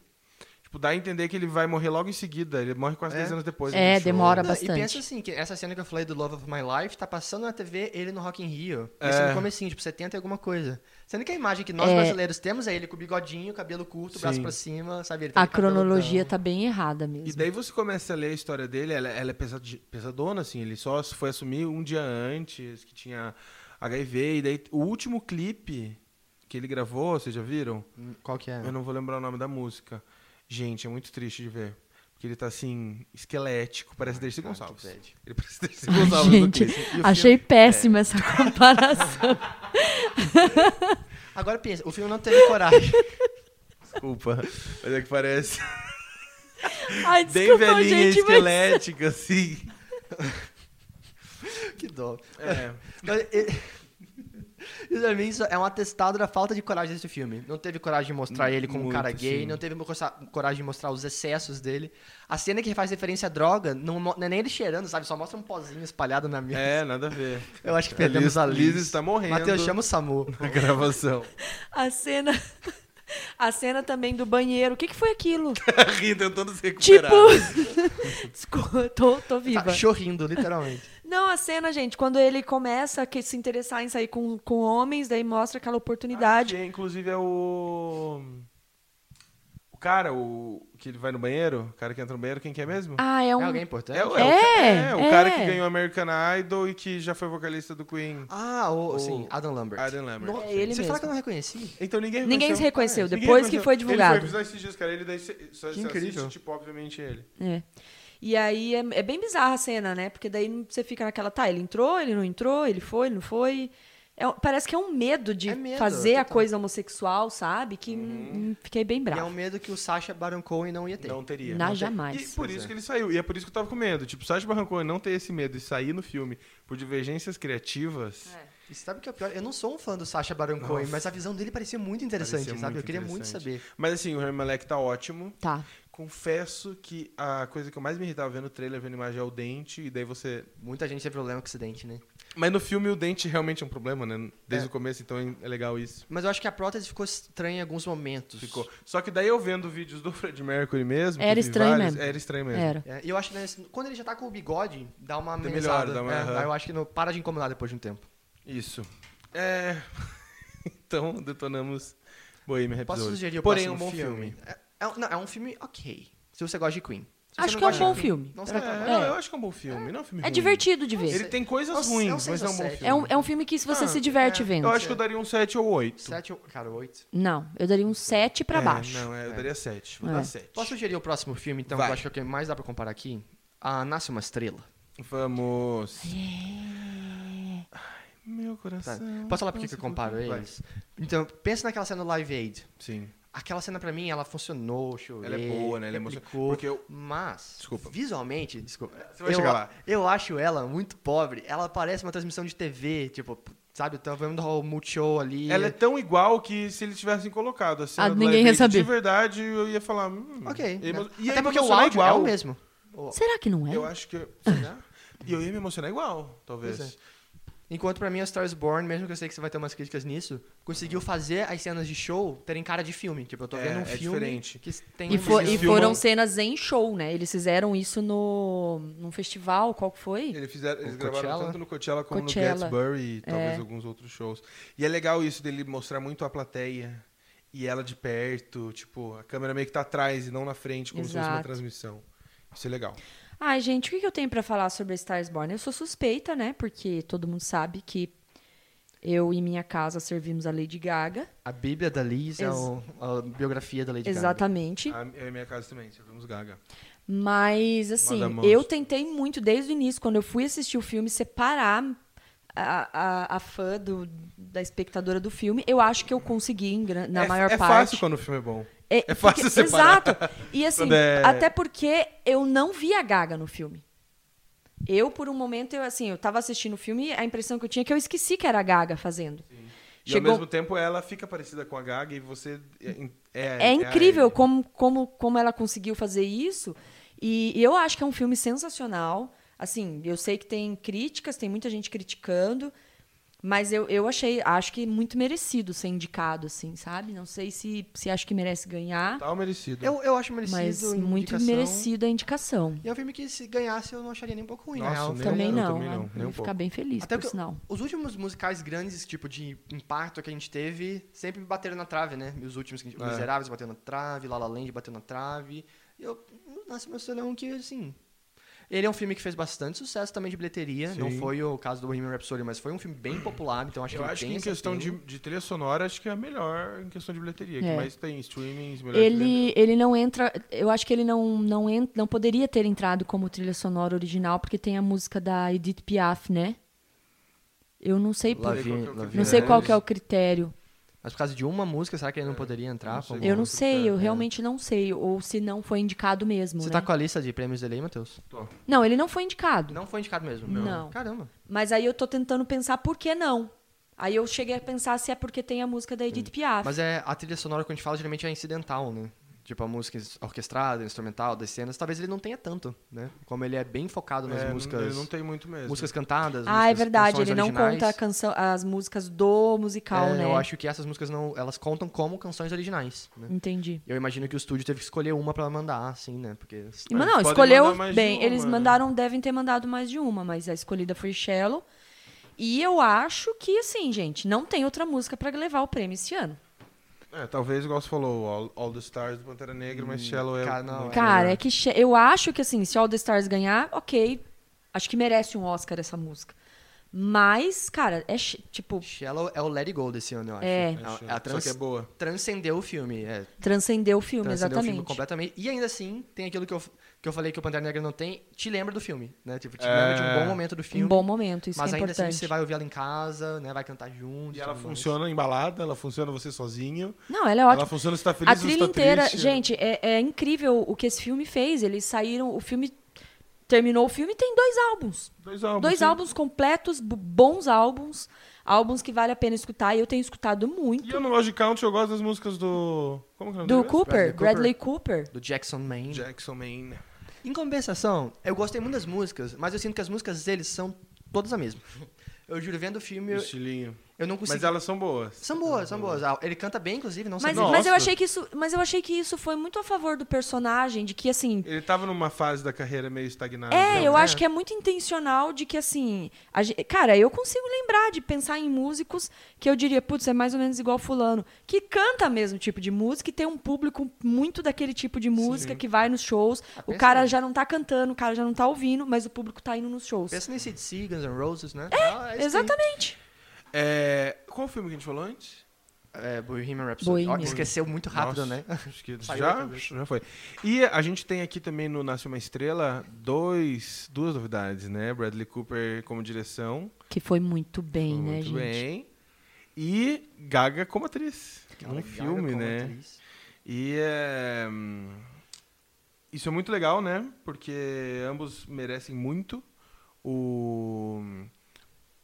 [SPEAKER 1] Tipo, dá a entender que ele vai morrer logo em seguida. Ele morre quase
[SPEAKER 2] É.
[SPEAKER 1] 10 anos depois. né?
[SPEAKER 3] É,
[SPEAKER 1] no show.
[SPEAKER 3] demora.
[SPEAKER 2] Não,
[SPEAKER 3] bastante.
[SPEAKER 2] E pensa assim, que essa cena que eu falei do Love of My Life tá passando na TV, ele no Rock in Rio.
[SPEAKER 1] É.
[SPEAKER 2] Isso no comecinho, tipo 70 e alguma coisa. Sendo que a imagem que nós
[SPEAKER 3] É.
[SPEAKER 2] brasileiros temos é ele com o bigodinho, cabelo curto, braço
[SPEAKER 1] Sim.
[SPEAKER 2] pra cima, sabe? Ele tem
[SPEAKER 3] A
[SPEAKER 2] aquele cabelotão.
[SPEAKER 3] cronologia tá bem errada
[SPEAKER 1] E
[SPEAKER 3] mesmo.
[SPEAKER 1] daí você começa a ler a história dele, ela, ela é pesad- pesadona, assim, ele só foi assumir um dia antes, que tinha HIV, e daí o último clipe que ele gravou, vocês já viram?
[SPEAKER 3] tá-
[SPEAKER 2] Hum, Qual que é?
[SPEAKER 1] Eu não vou lembrar o nome da música. Gente, é muito triste de ver. Porque ele tá assim, esquelético,
[SPEAKER 3] Ah,
[SPEAKER 1] parece Dercy
[SPEAKER 2] cara,
[SPEAKER 1] Gonçalves.
[SPEAKER 2] que bad.
[SPEAKER 1] Ele parece Dercy
[SPEAKER 3] tá, tipo Ai,
[SPEAKER 1] Gonçalves no
[SPEAKER 3] gente,
[SPEAKER 1] clipe. E o
[SPEAKER 3] achei péssima
[SPEAKER 2] É.
[SPEAKER 3] essa comparação.
[SPEAKER 2] Agora pensa, o filme não teve coragem.
[SPEAKER 1] filme- Desculpa, mas é que parece
[SPEAKER 3] Ai,
[SPEAKER 1] bem
[SPEAKER 3] desculpa,
[SPEAKER 1] velhinha,
[SPEAKER 3] gente, mas...
[SPEAKER 1] esquelética, assim.
[SPEAKER 2] que dó.
[SPEAKER 1] É.
[SPEAKER 2] Mas, e- Isso pra mim isso é um atestado da falta de coragem desse filme. Não teve coragem de mostrar
[SPEAKER 1] Mu-
[SPEAKER 2] ele como um
[SPEAKER 1] muito,
[SPEAKER 2] cara gay,
[SPEAKER 1] sim.
[SPEAKER 2] não teve moça- coragem de mostrar os excessos dele. A cena que faz referência à droga, não, mo- não é nem ele cheirando, sabe? Só mostra um pozinho espalhado na mesa.
[SPEAKER 1] é, nada a ver.
[SPEAKER 2] Eu acho que perdemos a
[SPEAKER 1] Liz
[SPEAKER 2] Liz.
[SPEAKER 1] está morrendo
[SPEAKER 2] Matheus, chama o Samu. Tá
[SPEAKER 1] na gravação.
[SPEAKER 3] Tipo- A cena... A cena também do banheiro. O que, que foi aquilo?
[SPEAKER 2] Tá
[SPEAKER 1] ri tentando se recuperar.
[SPEAKER 3] Tipo... Desculpa, tô, tô viva.
[SPEAKER 2] Tá chorrindo, literalmente.
[SPEAKER 4] Não, a cena, gente, quando ele começa a que- se interessar em sair com, com homens, daí mostra aquela oportunidade.
[SPEAKER 1] Que, inclusive é o. O cara, o. Que ele vai no banheiro? O cara que entra no banheiro, quem que é mesmo?
[SPEAKER 3] Ah, é um.
[SPEAKER 2] É alguém importante?
[SPEAKER 1] É, o-
[SPEAKER 3] É,
[SPEAKER 1] é o cara
[SPEAKER 3] é.
[SPEAKER 1] que ganhou American Idol e que já foi vocalista do Queen.
[SPEAKER 2] Ah, o,
[SPEAKER 1] O-
[SPEAKER 2] sim, Adam Lambert.
[SPEAKER 1] Adam Lambert.
[SPEAKER 3] É ele
[SPEAKER 2] Você
[SPEAKER 3] mesmo.
[SPEAKER 2] fala que eu não reconheci?
[SPEAKER 1] Então ninguém reconheceu.
[SPEAKER 3] Ninguém se reconheceu,
[SPEAKER 1] Ninguém
[SPEAKER 3] depois que
[SPEAKER 1] reconheceu.
[SPEAKER 3] foi divulgado.
[SPEAKER 1] Ele foi avisar esses dias, cara. Ele daí se- só
[SPEAKER 2] Que
[SPEAKER 1] se
[SPEAKER 2] incrível.
[SPEAKER 1] assiste, tipo, obviamente ele.
[SPEAKER 3] É.
[SPEAKER 4] E aí é, é bem bizarra a cena, né? Porque daí você fica naquela, tá, ele entrou, ele não entrou, ele foi, ele não foi. É um- parece que é um medo de
[SPEAKER 2] É medo,
[SPEAKER 4] fazer a
[SPEAKER 2] total.
[SPEAKER 4] coisa homossexual, sabe? Que hum, fiquei bem
[SPEAKER 2] E é
[SPEAKER 4] bravo.
[SPEAKER 2] um medo que o Sacha Baron Cohen não ia ter.
[SPEAKER 1] Não teria.
[SPEAKER 3] Na
[SPEAKER 1] Não te-
[SPEAKER 3] jamais.
[SPEAKER 1] E por
[SPEAKER 2] Pois
[SPEAKER 1] isso
[SPEAKER 2] é.
[SPEAKER 1] que ele saiu. E é por isso que eu tava com medo. Tipo, Sacha Baron Cohen não ter esse medo e sair no filme por divergências criativas.
[SPEAKER 2] E sabe o que é o pior? Eu não sou um fã do Sacha Baron Cohen, mas a visão dele parecia muito interessante,
[SPEAKER 1] Parecia
[SPEAKER 2] sabe?
[SPEAKER 1] muito
[SPEAKER 2] eu queria muito
[SPEAKER 1] interessante.
[SPEAKER 2] saber.
[SPEAKER 1] Mas assim, o Rami Malek tá ótimo.
[SPEAKER 3] Tá.
[SPEAKER 1] Confesso que a coisa que eu mais me irritava vendo o trailer, vendo imagem, é o dente. E daí você...
[SPEAKER 2] Muita gente tem problema com esse dente, né?
[SPEAKER 1] Mas no filme o dente realmente é um problema, né? Desde
[SPEAKER 2] É.
[SPEAKER 1] o começo, então é legal isso.
[SPEAKER 2] Mas eu acho que a prótese ficou estranha em alguns momentos.
[SPEAKER 1] Ficou. Só que daí eu vendo vídeos do Fred Mercury mesmo. que
[SPEAKER 3] Era
[SPEAKER 1] eu vi
[SPEAKER 3] estranho
[SPEAKER 1] vários,
[SPEAKER 3] mesmo.
[SPEAKER 1] Era estranho mesmo.
[SPEAKER 3] Era.
[SPEAKER 2] É, E eu acho que né, esse- quando ele já tá com o bigode, dá uma
[SPEAKER 1] Dá
[SPEAKER 2] amenizada.
[SPEAKER 1] melhor, dá uma-
[SPEAKER 2] É,
[SPEAKER 1] aham.
[SPEAKER 2] aí eu acho que não, para de incomodar depois de um tempo.
[SPEAKER 1] Isso. É. então, detonamos Bohemian Rhapsody.
[SPEAKER 2] Posso sugerir o
[SPEAKER 1] Porém, é um
[SPEAKER 2] próximo
[SPEAKER 1] bom filme.
[SPEAKER 2] É, é um- não, é um filme ok. Se você gosta de Queen. Se
[SPEAKER 3] Acho
[SPEAKER 2] você não
[SPEAKER 3] que é um
[SPEAKER 2] gosta
[SPEAKER 3] bom
[SPEAKER 2] de
[SPEAKER 3] filme.
[SPEAKER 2] Não
[SPEAKER 1] É,
[SPEAKER 2] se atrapalhe.
[SPEAKER 1] eu- Eu acho que é um bom filme. Não é um filme
[SPEAKER 3] É
[SPEAKER 1] ruim.
[SPEAKER 3] divertido de ver.
[SPEAKER 1] Ele tem coisas
[SPEAKER 2] É um- é um
[SPEAKER 1] ruins, mas
[SPEAKER 2] seis
[SPEAKER 1] é um
[SPEAKER 2] ou
[SPEAKER 1] bom
[SPEAKER 2] sete.
[SPEAKER 1] filme.
[SPEAKER 3] É um, é um filme que se você
[SPEAKER 1] Ah,
[SPEAKER 3] se diverte
[SPEAKER 2] é.
[SPEAKER 3] vendo.
[SPEAKER 1] Eu acho que eu daria um 7 ou 8.
[SPEAKER 2] Sete, ou- cara, oito.
[SPEAKER 3] Não, eu daria um 7 pra baixo.
[SPEAKER 1] Não, é, eu
[SPEAKER 2] É.
[SPEAKER 1] daria 7. Vou
[SPEAKER 3] É.
[SPEAKER 1] dar 7.
[SPEAKER 2] Posso sugerir o próximo filme, então? que
[SPEAKER 1] Vai.
[SPEAKER 2] Eu acho que é o que mais dá pra comparar aqui. Ah, Nasce Uma Estrela.
[SPEAKER 1] Vamos.
[SPEAKER 3] É.
[SPEAKER 1] Ai, meu
[SPEAKER 2] Tá.
[SPEAKER 1] coração.
[SPEAKER 2] Posso falar por que que eu comparo
[SPEAKER 1] Vai.
[SPEAKER 2] eles? Então, pensa naquela cena do Live Aid.
[SPEAKER 1] Sim.
[SPEAKER 2] Aquela cena pra mim, ela funcionou, chorei.
[SPEAKER 1] Ela é boa, né? Ela é
[SPEAKER 2] replicou,
[SPEAKER 1] emocionante. Porque eu-
[SPEAKER 2] Mas,
[SPEAKER 1] Desculpa.
[SPEAKER 2] visualmente, desculpa.
[SPEAKER 1] Você vai
[SPEAKER 2] eu,
[SPEAKER 1] chegar lá.
[SPEAKER 2] Eu acho ela muito pobre. Ela parece uma transmissão de TV, tipo, sabe? Eu tava vendo o Multishow ali.
[SPEAKER 1] Ela é tão igual que se eles tivessem colocado assim, a cena
[SPEAKER 3] Ah,
[SPEAKER 1] do
[SPEAKER 3] ninguém
[SPEAKER 1] Live
[SPEAKER 3] ia
[SPEAKER 1] Aid, De
[SPEAKER 3] saber.
[SPEAKER 1] verdade, eu ia falar. hum,
[SPEAKER 2] Ok.
[SPEAKER 1] E, emo-
[SPEAKER 2] né?
[SPEAKER 1] e
[SPEAKER 2] Até
[SPEAKER 1] ia
[SPEAKER 2] porque o
[SPEAKER 1] emocionar
[SPEAKER 2] áudio
[SPEAKER 1] igual.
[SPEAKER 2] é o mesmo. né? O-
[SPEAKER 3] Será que não é?
[SPEAKER 1] Eu acho que. Será? E eu ia me emocionar igual, talvez.
[SPEAKER 2] Pois é. Enquanto pra mim, a Star is Born, mesmo que eu sei que você vai ter umas críticas nisso, conseguiu fazer as cenas de show terem cara de filme. Tipo, eu tô
[SPEAKER 1] É,
[SPEAKER 2] vendo um
[SPEAKER 1] é
[SPEAKER 2] filme
[SPEAKER 1] diferente.
[SPEAKER 2] que tem um
[SPEAKER 3] E,
[SPEAKER 2] uma-
[SPEAKER 3] fo-
[SPEAKER 1] eles
[SPEAKER 3] e
[SPEAKER 1] filmam-
[SPEAKER 3] foram cenas em show, né? Eles fizeram isso no num festival, qual que foi?
[SPEAKER 1] Eles, fizeram, eles
[SPEAKER 2] O
[SPEAKER 1] gravaram
[SPEAKER 2] Coachella?
[SPEAKER 1] tanto no Coachella como
[SPEAKER 3] Coachella.
[SPEAKER 1] no Gatsbury e talvez
[SPEAKER 3] É.
[SPEAKER 1] alguns outros shows. E é legal isso dele mostrar muito a plateia e ela de perto, tipo, a câmera meio que tá atrás e não na frente, como se fosse uma
[SPEAKER 3] Exato.
[SPEAKER 1] transmissão. Isso é legal.
[SPEAKER 3] Ai, gente, o que que eu tenho pra falar sobre a Star is Born? Eu sou suspeita, né? Porque todo mundo sabe que eu e minha casa servimos a Lady Gaga.
[SPEAKER 2] A Bíblia da Liz é
[SPEAKER 3] Ex-
[SPEAKER 2] o- a biografia da Lady Gaga.
[SPEAKER 3] Exatamente.
[SPEAKER 1] A, eu e minha casa também, servimos Gaga.
[SPEAKER 3] Mas, assim,
[SPEAKER 1] Madame
[SPEAKER 3] eu
[SPEAKER 1] Monster.
[SPEAKER 3] tentei muito desde o início, quando eu fui assistir o filme, separar a, a, a fã do, da espectadora do filme. Eu acho que eu consegui, em gran- na
[SPEAKER 1] é,
[SPEAKER 3] maior
[SPEAKER 1] é
[SPEAKER 3] parte.
[SPEAKER 1] fácil quando o filme é bom.
[SPEAKER 3] É,
[SPEAKER 1] É fácil
[SPEAKER 3] porque-
[SPEAKER 1] separar.
[SPEAKER 3] Exato. E assim,
[SPEAKER 1] Quando é-
[SPEAKER 3] até porque eu não vi a Gaga no filme. Eu, por um momento, eu assim, eu tava assistindo o filme e a impressão que eu tinha é que eu esqueci que era a Gaga fazendo.
[SPEAKER 1] E ao mesmo tempo ela fica parecida com a Gaga e você. É, é-
[SPEAKER 3] É
[SPEAKER 1] é
[SPEAKER 3] incrível
[SPEAKER 1] a-
[SPEAKER 3] como, como, como ela conseguiu fazer isso. E, e eu acho que é um filme sensacional. Assim, eu sei que tem críticas, tem muita gente criticando, mas eu, eu achei, acho que muito merecido ser indicado, assim, sabe? Não sei se, se acho que merece ganhar,
[SPEAKER 1] Tal Tá merecido.
[SPEAKER 2] Eu, eu acho merecido.
[SPEAKER 3] mas
[SPEAKER 2] indicação.
[SPEAKER 3] muito merecido a indicação.
[SPEAKER 2] E é um filme que se ganhasse eu não acharia nem um pouco ruim,
[SPEAKER 1] Nossa,
[SPEAKER 2] na real.
[SPEAKER 1] nem- Eu
[SPEAKER 3] Também
[SPEAKER 1] eu
[SPEAKER 3] não,
[SPEAKER 1] também não,
[SPEAKER 3] eu
[SPEAKER 1] nem um
[SPEAKER 3] vou ficar
[SPEAKER 1] pouco.
[SPEAKER 3] bem feliz,
[SPEAKER 2] Até
[SPEAKER 3] por
[SPEAKER 2] porque
[SPEAKER 3] sinal.
[SPEAKER 2] Os últimos musicais grandes, tipo, de impacto que a gente teve, sempre bateram na trave, né? E Os últimos, que a gente-
[SPEAKER 1] É.
[SPEAKER 2] Miseráveis bateu na trave, La La Land bateu na trave. E eu, nossa, meu sonho é um que, assim... Ele é um filme que fez bastante sucesso também de bilheteria. Não
[SPEAKER 1] Sim.
[SPEAKER 2] foi o caso do Bohemian Rhapsody, mas foi um filme bem popular, então acho
[SPEAKER 1] Eu
[SPEAKER 2] que ele
[SPEAKER 1] acho que
[SPEAKER 2] tem
[SPEAKER 1] em
[SPEAKER 2] esse
[SPEAKER 1] questão de,
[SPEAKER 2] apelo.
[SPEAKER 1] de trilha sonora, acho que é a melhor em questão de bilheteria. Que
[SPEAKER 3] É.
[SPEAKER 1] mais tem streamings, melhor trilha.
[SPEAKER 3] Ele, ele não entra. Eu acho que ele não, não, en, não poderia ter entrado como trilha sonora original, porque tem a música da Edith Piaf, né? Eu não sei por,
[SPEAKER 2] Lá vi-
[SPEAKER 1] Não sei qual que é o
[SPEAKER 2] lá vi
[SPEAKER 3] não sei
[SPEAKER 2] na
[SPEAKER 3] qual
[SPEAKER 2] lista.
[SPEAKER 3] que é o critério.
[SPEAKER 2] Mas por causa de uma música, será que ele não
[SPEAKER 1] É,
[SPEAKER 2] poderia entrar?
[SPEAKER 1] não sei.
[SPEAKER 2] como-
[SPEAKER 3] Eu não
[SPEAKER 1] outro
[SPEAKER 3] sei, eu
[SPEAKER 1] critério, é.
[SPEAKER 3] realmente não sei. Ou se não foi indicado mesmo.
[SPEAKER 2] Você
[SPEAKER 3] né?
[SPEAKER 2] tá com a lista de prêmios dele aí, Matheus?
[SPEAKER 3] Não, ele não foi indicado.
[SPEAKER 2] Não foi indicado mesmo?
[SPEAKER 3] Não. Não.
[SPEAKER 2] Caramba.
[SPEAKER 3] Mas aí eu tô tentando pensar por que não. Aí eu cheguei a pensar se é porque tem a música da Edith Piaf.
[SPEAKER 2] Mas é, a trilha sonora, quando a gente fala, geralmente é incidental, né? Tipo, a música ins- orquestrada, instrumental, das cenas, talvez ele não tenha tanto, né? Como ele é bem focado nas
[SPEAKER 1] É,
[SPEAKER 2] músicas.
[SPEAKER 1] Ele não tem muito mesmo.
[SPEAKER 2] Músicas cantadas,
[SPEAKER 3] Ah,
[SPEAKER 2] músicas
[SPEAKER 3] é verdade.
[SPEAKER 2] canções
[SPEAKER 3] Ele não
[SPEAKER 2] originais.
[SPEAKER 3] conta a canção, as músicas do musical,
[SPEAKER 2] É,
[SPEAKER 3] né?
[SPEAKER 2] Eu acho que essas músicas não, elas contam como canções originais, né?
[SPEAKER 3] Entendi.
[SPEAKER 2] Eu imagino que o estúdio teve que escolher uma pra mandar, assim, né? Porque
[SPEAKER 3] E,
[SPEAKER 1] Mas
[SPEAKER 3] mas não,
[SPEAKER 1] podem
[SPEAKER 3] escolheu
[SPEAKER 1] mandar mais de
[SPEAKER 3] bem.
[SPEAKER 1] uma,
[SPEAKER 3] eles
[SPEAKER 1] né?
[SPEAKER 3] mandaram, devem ter mandado mais de uma, mas a escolhida foi Shallow. E eu acho que, assim, gente, não tem outra música pra levar o prêmio esse ano.
[SPEAKER 1] É, talvez, igual você falou, All, All the Stars do Pantera Negra, mas Shallow é.
[SPEAKER 2] Hum, cara, não,
[SPEAKER 1] muito
[SPEAKER 3] Cara,
[SPEAKER 1] melhor.
[SPEAKER 3] é que che- eu acho que, assim, se All the Stars ganhar, ok. Acho que merece um Oscar essa música. Mas, cara, é che- tipo,
[SPEAKER 2] Shallow é o Let It Go desse ano, eu acho.
[SPEAKER 3] É.
[SPEAKER 2] A, a
[SPEAKER 1] Só
[SPEAKER 2] trans-
[SPEAKER 1] que é boa.
[SPEAKER 2] transcendeu o filme, é.
[SPEAKER 3] transcendeu o filme,
[SPEAKER 2] transcendeu o filme
[SPEAKER 3] exatamente.
[SPEAKER 2] completamente. E ainda assim, tem aquilo que eu, f- que eu falei que o Pantera Negra não tem, te lembra do filme, né? Tipo, te
[SPEAKER 1] É.
[SPEAKER 2] lembra de um bom momento do filme.
[SPEAKER 3] um bom momento, isso
[SPEAKER 2] mas
[SPEAKER 3] que é
[SPEAKER 2] ainda
[SPEAKER 3] importante.
[SPEAKER 2] assim, você vai ouvir ela em casa, né? Vai cantar junto.
[SPEAKER 1] E ela
[SPEAKER 2] tudo mais.
[SPEAKER 1] funciona embalada, ela funciona você sozinho.
[SPEAKER 3] Não, ela é ótima.
[SPEAKER 1] Ela funciona se tá feliz
[SPEAKER 3] A
[SPEAKER 1] ou se
[SPEAKER 3] trilha
[SPEAKER 1] tá
[SPEAKER 3] inteira,
[SPEAKER 1] triste.
[SPEAKER 3] gente, é, é incrível o que esse filme fez. Eles saíram, o filme terminou o filme e tem dois álbuns.
[SPEAKER 1] Dois álbuns.
[SPEAKER 3] dois
[SPEAKER 1] sim.
[SPEAKER 3] álbuns completos, b- bons álbuns, álbuns que vale a pena escutar e eu tenho escutado
[SPEAKER 1] E
[SPEAKER 3] muito.
[SPEAKER 1] eu não gosto de country, eu gosto das músicas do. Como que é o nome
[SPEAKER 3] Do
[SPEAKER 1] dele mesmo?
[SPEAKER 3] Cooper,
[SPEAKER 2] Bradley
[SPEAKER 3] Bradley Cooper.
[SPEAKER 2] Do Jackson Maine.
[SPEAKER 1] Jackson Maine. né?
[SPEAKER 2] Em compensação, eu gostei muito das músicas, mas eu sinto que as músicas deles são todas a mesma. Eu juro, vendo o filme, eu,
[SPEAKER 1] Estilinho.
[SPEAKER 2] eu não consegui.
[SPEAKER 1] Mas elas são boas.
[SPEAKER 2] São boas, são boas. Ah, ele canta bem, inclusive, não
[SPEAKER 3] Mas,
[SPEAKER 2] sabia.
[SPEAKER 1] Nossa.
[SPEAKER 3] mas eu achei que isso, mas eu achei que isso foi muito a favor do personagem, de que assim,
[SPEAKER 1] Ele tava numa fase da carreira meio estagnada.
[SPEAKER 3] É,
[SPEAKER 1] né?
[SPEAKER 3] eu
[SPEAKER 2] né?
[SPEAKER 3] acho que é muito intencional de que, assim. a gen- cara, eu consigo lembrar de pensar em músicos que eu diria, putz, é mais ou menos igual Fulano, que canta mesmo tipo de música e tem um público muito daquele tipo de música que vai nos shows. o
[SPEAKER 2] pensa
[SPEAKER 3] cara
[SPEAKER 2] aí.
[SPEAKER 3] já não tá cantando, o cara já não tá ouvindo, mas o público tá indo nos shows.
[SPEAKER 2] Pensa nesse C.D.C., Guns N' Roses, né? É, ah, esse
[SPEAKER 3] Exatamente.
[SPEAKER 1] É, Qual o filme que a gente falou antes?
[SPEAKER 2] aí. É, Bohemian Rhapsody.
[SPEAKER 3] Bohemian.
[SPEAKER 2] Ó, esqueceu muito
[SPEAKER 1] Nossa,
[SPEAKER 2] rápido, né?
[SPEAKER 1] acho que
[SPEAKER 2] Saiu da
[SPEAKER 1] já,
[SPEAKER 2] cabeça.
[SPEAKER 1] já foi. E a gente tem aqui também no Nasce Uma Estrela dois, duas novidades, né? Bradley Cooper como direção.
[SPEAKER 3] Que foi muito bem, né,
[SPEAKER 1] muito
[SPEAKER 3] gente?
[SPEAKER 1] bem. E Gaga como atriz.
[SPEAKER 2] Cara,
[SPEAKER 1] num
[SPEAKER 2] Gaga
[SPEAKER 1] filme,
[SPEAKER 2] como é
[SPEAKER 1] né?
[SPEAKER 2] atriz.
[SPEAKER 1] E é, hum, isso é muito legal, né? Porque ambos merecem muito. O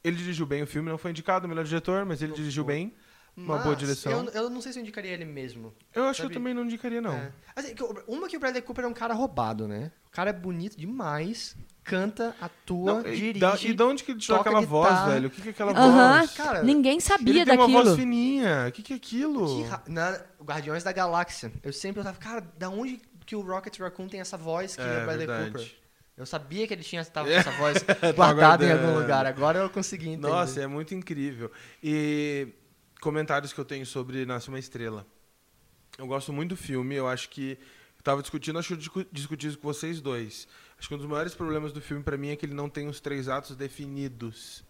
[SPEAKER 1] ele dirigiu bem o filme, não foi indicado o melhor diretor, mas ele
[SPEAKER 2] Não
[SPEAKER 1] dirigiu
[SPEAKER 2] foi.
[SPEAKER 1] bem. Uma boa
[SPEAKER 2] Mas
[SPEAKER 1] direção.
[SPEAKER 2] Eu, eu não sei se eu indicaria ele mesmo.
[SPEAKER 1] Eu acho que
[SPEAKER 2] Sabe-
[SPEAKER 1] eu também não indicaria não.
[SPEAKER 2] É. Assim, que o- uma que o Bradley Cooper é um cara roubado, né? O cara é bonito demais, canta, atua,
[SPEAKER 1] Não, e,
[SPEAKER 2] dirige.
[SPEAKER 1] da, e de onde que ele tirou
[SPEAKER 2] toca
[SPEAKER 1] aquela voz,
[SPEAKER 2] guitarra.
[SPEAKER 1] velho? O que que é aquela
[SPEAKER 3] Aham,
[SPEAKER 1] voz?
[SPEAKER 2] Cara,
[SPEAKER 3] Ninguém sabia
[SPEAKER 1] É, ele tem
[SPEAKER 3] daquilo.
[SPEAKER 1] uma voz fininha. O que que é aquilo?
[SPEAKER 2] Que ra- na Guardiões da Galáxia. Eu sempre tava, cara, da onde que o Rocket Raccoon tem essa voz que é,
[SPEAKER 1] É,
[SPEAKER 2] Bradley
[SPEAKER 1] verdade.
[SPEAKER 2] Cooper? Eu sabia que ele tinha tava com essa voz guardada em algum
[SPEAKER 1] guardando.
[SPEAKER 2] lugar. Agora eu consegui entender.
[SPEAKER 1] Nossa, é muito incrível. E comentários que eu tenho sobre Nasce uma Estrela. Eu gosto muito do filme, eu acho que. Eu tava discutindo, acho que eu discu- discuti isso com vocês dois. Acho que um dos maiores problemas do filme pra mim é que ele não tem os três atos definidos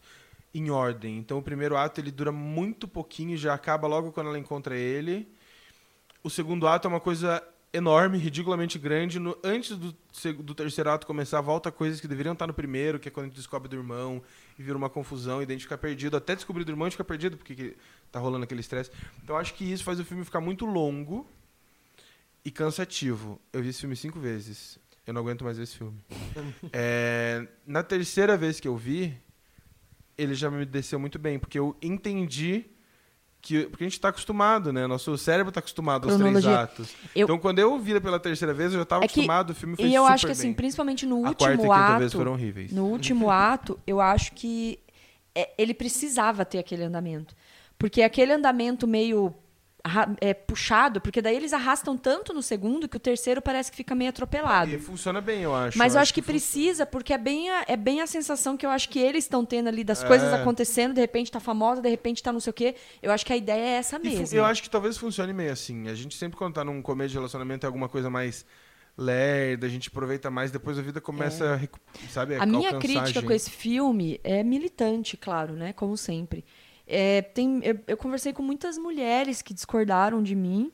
[SPEAKER 1] em ordem. Então o primeiro ato ele dura muito pouquinho, já acaba logo quando ela encontra ele. O segundo ato é uma coisa enorme, ridiculamente grande. No- antes do, seg- do terceiro ato começar, volta coisas que deveriam estar no primeiro, que é quando a gente descobre do irmão e vira uma confusão, e daí a gente fica perdido. Até descobrir do irmão, a gente fica perdido, porque que tá rolando aquele estresse. Então eu acho que isso faz o filme ficar muito longo e cansativo. Eu vi esse filme cinco vezes. Eu não aguento mais ver esse filme. É, na terceira vez que eu vi, ele já me desceu muito bem, porque eu entendi que. Porque a gente tá acostumado, né? Nosso cérebro tá acostumado aos três
[SPEAKER 3] Cronologia.
[SPEAKER 1] atos.
[SPEAKER 3] Eu-
[SPEAKER 1] Então, quando eu vi pela terceira vez, eu já tava
[SPEAKER 3] É que-
[SPEAKER 1] acostumado, o filme fez
[SPEAKER 3] E eu
[SPEAKER 1] super
[SPEAKER 3] acho que, assim,
[SPEAKER 1] bem.
[SPEAKER 3] principalmente no
[SPEAKER 1] A
[SPEAKER 3] último
[SPEAKER 1] quarta e quinta
[SPEAKER 3] ato.
[SPEAKER 1] vez foram horríveis.
[SPEAKER 3] No último ato, eu acho que é, ele precisava ter aquele andamento. Porque aquele andamento meio arra- é, puxado, porque daí eles arrastam tanto no segundo que o terceiro parece que fica meio atropelado.
[SPEAKER 1] E funciona bem, eu acho.
[SPEAKER 3] Mas eu acho que precisa, porque é bem, a, é bem a sensação que eu acho que eles estão tendo ali das coisas
[SPEAKER 1] É.
[SPEAKER 3] acontecendo, de repente tá famosa, de repente tá não sei o quê. Eu acho que a ideia é essa
[SPEAKER 1] E fu-
[SPEAKER 3] mesmo.
[SPEAKER 1] Eu acho que talvez funcione meio assim. A gente sempre quando tá num começo de relacionamento é alguma coisa mais lerda, a gente aproveita mais, depois a vida começa a, recu- sabe,
[SPEAKER 3] É.
[SPEAKER 1] É
[SPEAKER 3] A minha
[SPEAKER 1] alcançar
[SPEAKER 3] crítica
[SPEAKER 1] a gente.
[SPEAKER 3] com esse filme é militante, claro, né? Como sempre. É, tem, eu, eu conversei com muitas mulheres que discordaram de mim,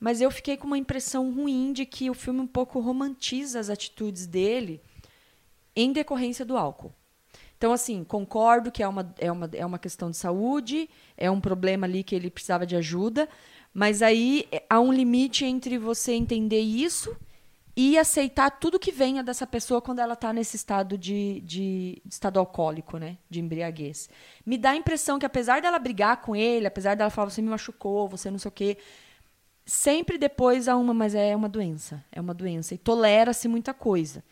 [SPEAKER 3] mas eu fiquei com uma impressão ruim de que o filme um pouco romantiza as atitudes dele em decorrência do álcool. Então, assim, concordo que é uma, é, uma, é uma questão de saúde, é um problema ali que ele precisava de ajuda, mas aí é, há um limite entre você entender isso e aceitar tudo que venha dessa pessoa quando ela está nesse estado de, de, de estado alcoólico, né? De embriaguez. Me dá a impressão que, apesar dela brigar com ele, apesar dela falar, você me machucou, você não sei o quê, Sempre depois há uma, mas é uma doença. É uma doença. E tolera-se muita coisa.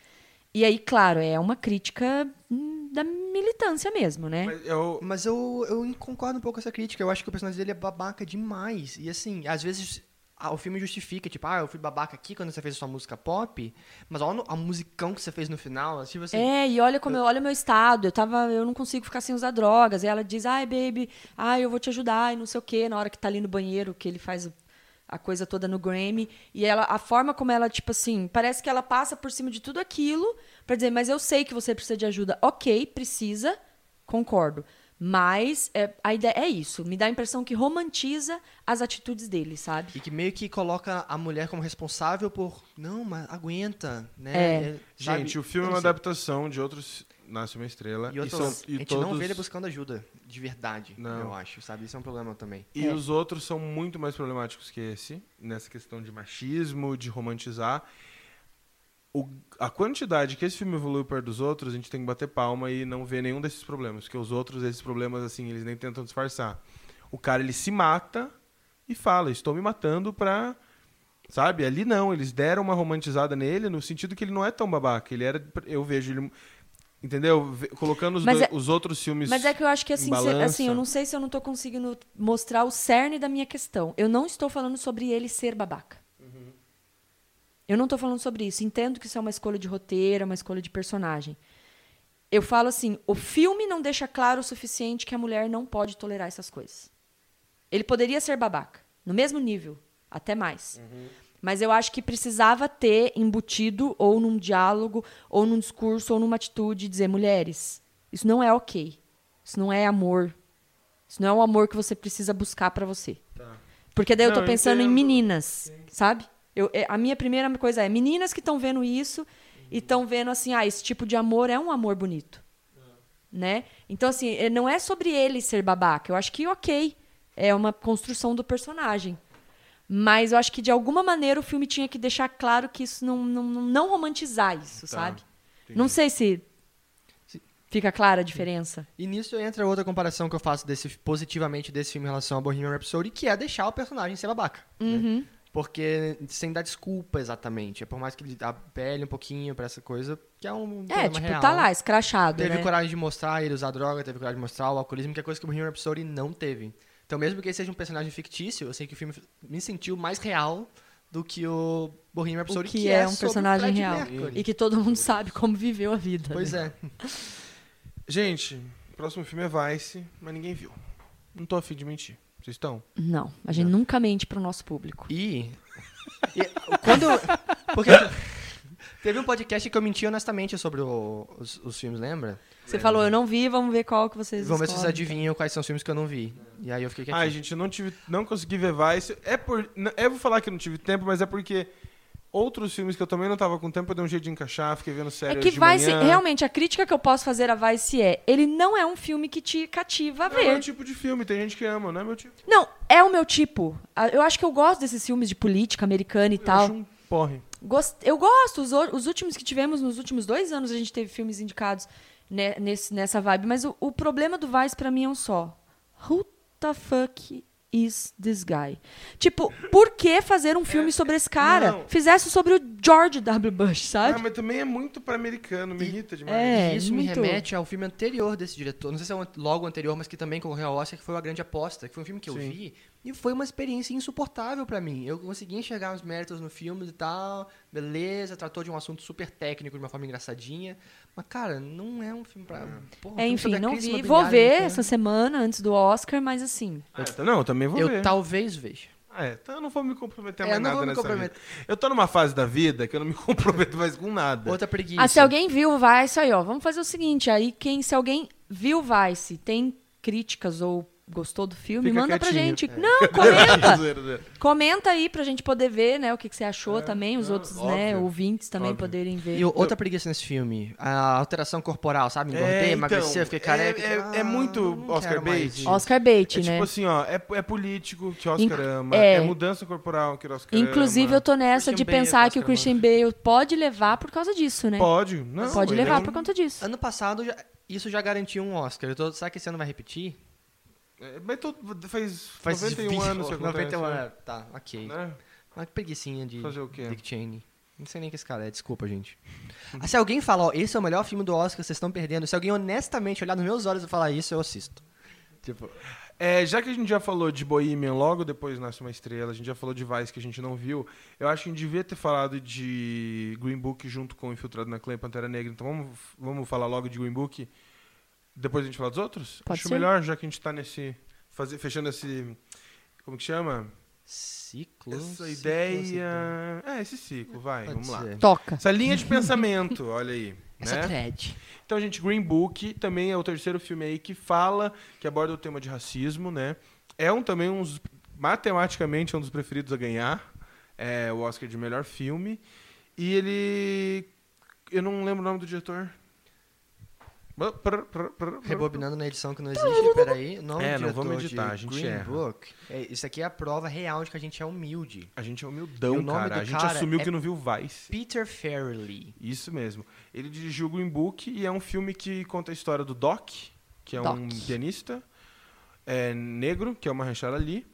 [SPEAKER 3] E aí, claro, é uma crítica hum, da militância mesmo, né?
[SPEAKER 1] Mas eu,
[SPEAKER 2] Mas eu, eu concordo um pouco com essa crítica. Eu acho que o personagem dele é babaca demais. E assim, às vezes ah, o filme justifica, tipo, ah, eu fui babaca aqui quando você fez a sua música pop, mas olha no- a musicão que você fez no final. Tipo assim,
[SPEAKER 3] É, e olha como eu, olha o meu estado, eu tava, eu não consigo ficar sem usar drogas. E ela diz: "Ai, baby, ai, eu vou te ajudar", e não sei o quê, na hora que tá ali no banheiro, que ele faz o- a coisa toda no Grammy, e ela a forma como ela tipo assim, parece que ela passa por cima de tudo aquilo pra dizer: "Mas eu sei que você precisa de ajuda". OK, precisa. Concordo. Mas é, a ideia é isso, me dá a impressão que romantiza as atitudes dele, sabe?
[SPEAKER 2] E que meio que coloca a mulher como responsável por. Não, mas aguenta, né?
[SPEAKER 3] É.
[SPEAKER 2] sabe?
[SPEAKER 1] gente, o filme é
[SPEAKER 2] Eu
[SPEAKER 1] uma
[SPEAKER 2] não sei.
[SPEAKER 1] adaptação de outros Nasce uma Estrela.
[SPEAKER 2] E, outros,
[SPEAKER 1] são-
[SPEAKER 2] a gente não vê ele buscando ajuda, de verdade,
[SPEAKER 1] Não.
[SPEAKER 2] eu acho, sabe? Isso é um problema também.
[SPEAKER 1] E
[SPEAKER 3] É.
[SPEAKER 1] os outros são muito mais problemáticos que esse, nessa questão de machismo, de romantizar. O- a quantidade que esse filme evoluiu perto dos outros, a gente tem que bater palma e não ver nenhum desses problemas. Porque os outros, esses problemas, assim, eles nem tentam disfarçar. O cara, ele se mata e fala, estou me matando pra... Sabe? Ali não, eles deram uma romantizada nele no sentido que ele não é tão babaca. Ele era... Eu vejo ele... Entendeu? Ve- Colocando os,
[SPEAKER 3] Mas
[SPEAKER 1] dois-
[SPEAKER 3] é-
[SPEAKER 1] os outros filmes...
[SPEAKER 3] Mas é que eu acho que assim, se-
[SPEAKER 1] balança.
[SPEAKER 3] assim, eu não sei se eu não tô conseguindo mostrar o cerne da minha questão. Eu não estou falando sobre ele ser babaca.
[SPEAKER 1] Uhum.
[SPEAKER 3] Eu não tô falando sobre isso. Entendo que isso é uma escolha de roteiro, é uma escolha de personagem. Eu falo assim, o filme não deixa claro o suficiente que a mulher não pode tolerar essas coisas. Ele poderia ser babaca, no mesmo nível, até mais.
[SPEAKER 1] Uhum.
[SPEAKER 3] Mas eu acho que precisava ter embutido, ou num diálogo, ou num discurso, ou numa atitude, dizer: mulheres, isso não é ok. Isso não é amor. Isso não é o amor que você precisa buscar pra você. Porque daí eu
[SPEAKER 1] Tá. Não,
[SPEAKER 3] tô
[SPEAKER 1] eu
[SPEAKER 3] pensando em
[SPEAKER 1] entendo.
[SPEAKER 3] meninas, sabe? Eu, é, a minha primeira coisa é: meninas que estão vendo isso e estão vendo assim, ah, esse tipo de amor é um amor bonito né? Então, assim, eh, não é sobre ele ser babaca. Eu acho que, ok, é uma construção do personagem. Mas eu acho que, de alguma maneira, o filme tinha que deixar claro que isso não, não, não- não romantizar isso,
[SPEAKER 1] Tá,
[SPEAKER 3] sabe?
[SPEAKER 1] entendi.
[SPEAKER 3] Não sei se
[SPEAKER 2] Se-
[SPEAKER 3] fica clara a diferença.
[SPEAKER 2] E nisso entra outra comparação que eu faço desse, positivamente desse filme em relação a Bohemian Rhapsody, que é deixar o personagem ser babaca. né?
[SPEAKER 3] Uhum.
[SPEAKER 2] Porque sem dar desculpa exatamente. É por mais que ele apele um pouquinho pra essa coisa, que é um
[SPEAKER 3] É,
[SPEAKER 2] problema
[SPEAKER 3] tipo,
[SPEAKER 2] real.
[SPEAKER 3] tá lá, escrachado,
[SPEAKER 2] Teve
[SPEAKER 3] né?
[SPEAKER 2] coragem de mostrar ele usar droga, teve coragem de mostrar o alcoolismo, que é coisa que o Bohemian Rhapsody não teve. Então, mesmo que ele seja um personagem fictício, eu sei que o filme me sentiu mais real do que o Bohemian
[SPEAKER 3] O
[SPEAKER 2] Rhapsody,
[SPEAKER 3] que é um
[SPEAKER 2] sobre o
[SPEAKER 3] personagem
[SPEAKER 2] Freddie
[SPEAKER 3] real.
[SPEAKER 2] Mercury.
[SPEAKER 3] E que todo mundo sabe como viveu a vida. né?
[SPEAKER 2] Pois é.
[SPEAKER 1] Gente, o próximo filme é Vice, mas ninguém viu. Não tô afim de mentir. Vocês estão?
[SPEAKER 3] Não, a gente nunca mente pro nosso público.
[SPEAKER 2] E, e quando eu- porque teve um podcast que eu menti honestamente sobre o- os, os filmes, lembra?
[SPEAKER 3] Você falou, eu não vi, vamos ver qual que vocês
[SPEAKER 2] Vamos ver se é vocês
[SPEAKER 3] escolhem.
[SPEAKER 2] adivinham quais são os filmes que eu não vi. E aí eu fiquei quietinho.
[SPEAKER 1] Ai, gente, eu não tive, não consegui ver Vice. É por, n- eu vou falar que eu não tive tempo, mas é porque outros filmes que eu também não tava com tempo, eu dei um jeito de encaixar, fiquei vendo
[SPEAKER 3] É
[SPEAKER 1] série
[SPEAKER 3] que
[SPEAKER 1] de
[SPEAKER 3] Vice,
[SPEAKER 1] manhã.
[SPEAKER 3] realmente, a crítica que eu posso fazer a Vice é: ele não é um filme que te cativa a
[SPEAKER 1] Não é
[SPEAKER 3] ver.
[SPEAKER 1] meu tipo de filme, tem gente que ama, não é meu tipo.
[SPEAKER 3] Não, é o meu tipo. A- Eu acho que eu gosto desses filmes de política americana e
[SPEAKER 1] Eu
[SPEAKER 3] tal.
[SPEAKER 1] acho um porre.
[SPEAKER 3] Gost- Eu gosto, os, o- os últimos que tivemos, nos últimos dois anos, a gente teve filmes indicados né, nesse- nessa vibe. Mas o, o problema do Vice, pra mim, é um só: Who the fuck is this guy? Tipo, por que fazer um filme sobre esse cara?
[SPEAKER 1] É, não.
[SPEAKER 3] Fizesse sobre o George W. Bush,
[SPEAKER 1] Ah,
[SPEAKER 3] sabe?
[SPEAKER 1] mas também é muito pra americano, me irrita demais.
[SPEAKER 3] É,
[SPEAKER 2] E isso me
[SPEAKER 3] muito.
[SPEAKER 2] remete ao filme anterior desse diretor. Não sei se é o an- logo anterior, mas que também concorreu ao Oscar, que foi A Grande Aposta, que foi um filme que eu
[SPEAKER 1] Sim.
[SPEAKER 2] vi e foi uma experiência insuportável pra mim. Eu consegui enxergar os méritos no filme e tal, beleza, tratou de um assunto super técnico de uma forma engraçadinha, mas cara, não é um filme pra... Porra, um
[SPEAKER 3] É,
[SPEAKER 2] filme
[SPEAKER 3] enfim,
[SPEAKER 2] sobre a
[SPEAKER 3] não
[SPEAKER 2] Christmas
[SPEAKER 3] vi.
[SPEAKER 2] Bin
[SPEAKER 3] Vou
[SPEAKER 2] Laden,
[SPEAKER 3] ver
[SPEAKER 2] né?
[SPEAKER 3] essa semana antes do Oscar, mas assim.
[SPEAKER 1] Ah, tá- não, eu também vou
[SPEAKER 2] Eu
[SPEAKER 1] ver.
[SPEAKER 2] talvez veja.
[SPEAKER 1] Ah, é, então eu não vou me comprometer
[SPEAKER 2] É,
[SPEAKER 1] mais
[SPEAKER 2] eu não
[SPEAKER 1] nada
[SPEAKER 2] vou me
[SPEAKER 1] nessa
[SPEAKER 2] comprometer.
[SPEAKER 1] vida. Eu tô numa fase da vida que eu não me comprometo mais com nada.
[SPEAKER 2] Outra preguiça.
[SPEAKER 3] Ah, se alguém viu o Vice, aí, ó, vamos fazer o seguinte: aí, quem, se alguém viu o Vice, tem críticas ou gostou do filme,
[SPEAKER 1] Fica
[SPEAKER 3] manda pra
[SPEAKER 1] quietinho. É.
[SPEAKER 3] gente. Não, comenta!
[SPEAKER 1] Zoeira, zoeira.
[SPEAKER 3] comenta aí pra gente poder ver, né, o que, que você achou também, os
[SPEAKER 1] É, não,
[SPEAKER 3] outros, né,
[SPEAKER 1] óbvio,
[SPEAKER 3] ouvintes também
[SPEAKER 1] óbvio.
[SPEAKER 3] poderem ver.
[SPEAKER 2] E o- outra preguiça nesse filme, a alteração corporal, sabe? Engordei,
[SPEAKER 1] É, então,
[SPEAKER 2] emagreci, eu fiquei
[SPEAKER 1] é-
[SPEAKER 2] careca.
[SPEAKER 1] é-
[SPEAKER 2] tipo,
[SPEAKER 1] é muito
[SPEAKER 2] não quero
[SPEAKER 1] Oscar
[SPEAKER 2] mais
[SPEAKER 1] bait.
[SPEAKER 2] isso.
[SPEAKER 3] Oscar bait,
[SPEAKER 1] É tipo
[SPEAKER 3] né?
[SPEAKER 1] assim, ó, é, é político que o Oscar
[SPEAKER 3] Inc-
[SPEAKER 1] ama,
[SPEAKER 3] é.
[SPEAKER 1] é. mudança corporal que o Oscar
[SPEAKER 3] Inclusive, eu
[SPEAKER 1] ama.
[SPEAKER 3] tô nessa
[SPEAKER 2] Christian
[SPEAKER 3] de
[SPEAKER 2] Bale é
[SPEAKER 3] pensar que o
[SPEAKER 2] Oscar,
[SPEAKER 3] Christian Bale pode levar por causa disso, né?
[SPEAKER 1] Pode, não.
[SPEAKER 3] Pode
[SPEAKER 1] ele
[SPEAKER 3] levar
[SPEAKER 1] é um-
[SPEAKER 3] por conta disso.
[SPEAKER 2] Ano passado, já- isso já garantiu um Oscar. Eu tô, será que esse ano vai repetir?
[SPEAKER 1] é, Mas tô, faz,
[SPEAKER 2] Faz
[SPEAKER 1] 91 anos que acontece.
[SPEAKER 2] 91
[SPEAKER 1] né?
[SPEAKER 2] anos. Tá, ok.
[SPEAKER 1] Né?
[SPEAKER 2] Mas que preguicinha de
[SPEAKER 1] Fazer o quê?
[SPEAKER 2] Dick Cheney. Não sei nem que esse cara é, desculpa, gente. Ah, Se alguém falar, ó, esse é o melhor filme do Oscar, vocês estão perdendo. Se alguém honestamente olhar nos meus olhos e falar isso, eu assisto. Tipo,
[SPEAKER 1] É, já que a gente já falou de Bohemian logo depois Nasce uma Estrela, a gente já falou de Vice que a gente não viu, eu acho que a gente devia ter falado de Green Book junto com Infiltrado na Clã e Pantera Negra. Então vamos, vamos falar logo de Green Book, depois a gente fala dos outros?
[SPEAKER 5] Pode
[SPEAKER 1] acho
[SPEAKER 5] ser.
[SPEAKER 1] melhor, já que a gente tá nesse. fazer- fechando esse. Como que chama?
[SPEAKER 2] ciclo.
[SPEAKER 1] Essa
[SPEAKER 2] ciclo,
[SPEAKER 1] ideia. É, esse ciclo, vai,
[SPEAKER 2] Pode
[SPEAKER 1] vamos lá. Tá
[SPEAKER 2] ser.
[SPEAKER 5] Toca.
[SPEAKER 1] Essa linha de pensamento, olha aí. né?
[SPEAKER 5] thread.
[SPEAKER 1] Então, gente, Green Book também é o terceiro filme aí que fala, que aborda o tema de racismo, né? É um também uns matematicamente um dos preferidos a ganhar, é o Oscar de melhor filme. E ele eu não lembro o nome do diretor.
[SPEAKER 2] Rebobinando na edição que não
[SPEAKER 1] Tá
[SPEAKER 2] existe, peraí. Não,
[SPEAKER 1] É, não vamos editar, a gente
[SPEAKER 2] Green
[SPEAKER 1] erra.
[SPEAKER 2] Book. É, isso aqui é a prova real de que a gente é humilde.
[SPEAKER 1] A gente é
[SPEAKER 2] E
[SPEAKER 1] humildão,
[SPEAKER 2] o nome
[SPEAKER 1] cara.
[SPEAKER 2] do
[SPEAKER 1] A gente
[SPEAKER 2] cara
[SPEAKER 1] assumiu
[SPEAKER 2] é-
[SPEAKER 1] que não viu Vice.
[SPEAKER 2] Peter Farrelly.
[SPEAKER 1] Isso mesmo. Ele dirigiu o Green Book e é um filme que conta a história do Doc, que é um
[SPEAKER 5] Doc.
[SPEAKER 1] pianista é, negro, que é uma rachada ali.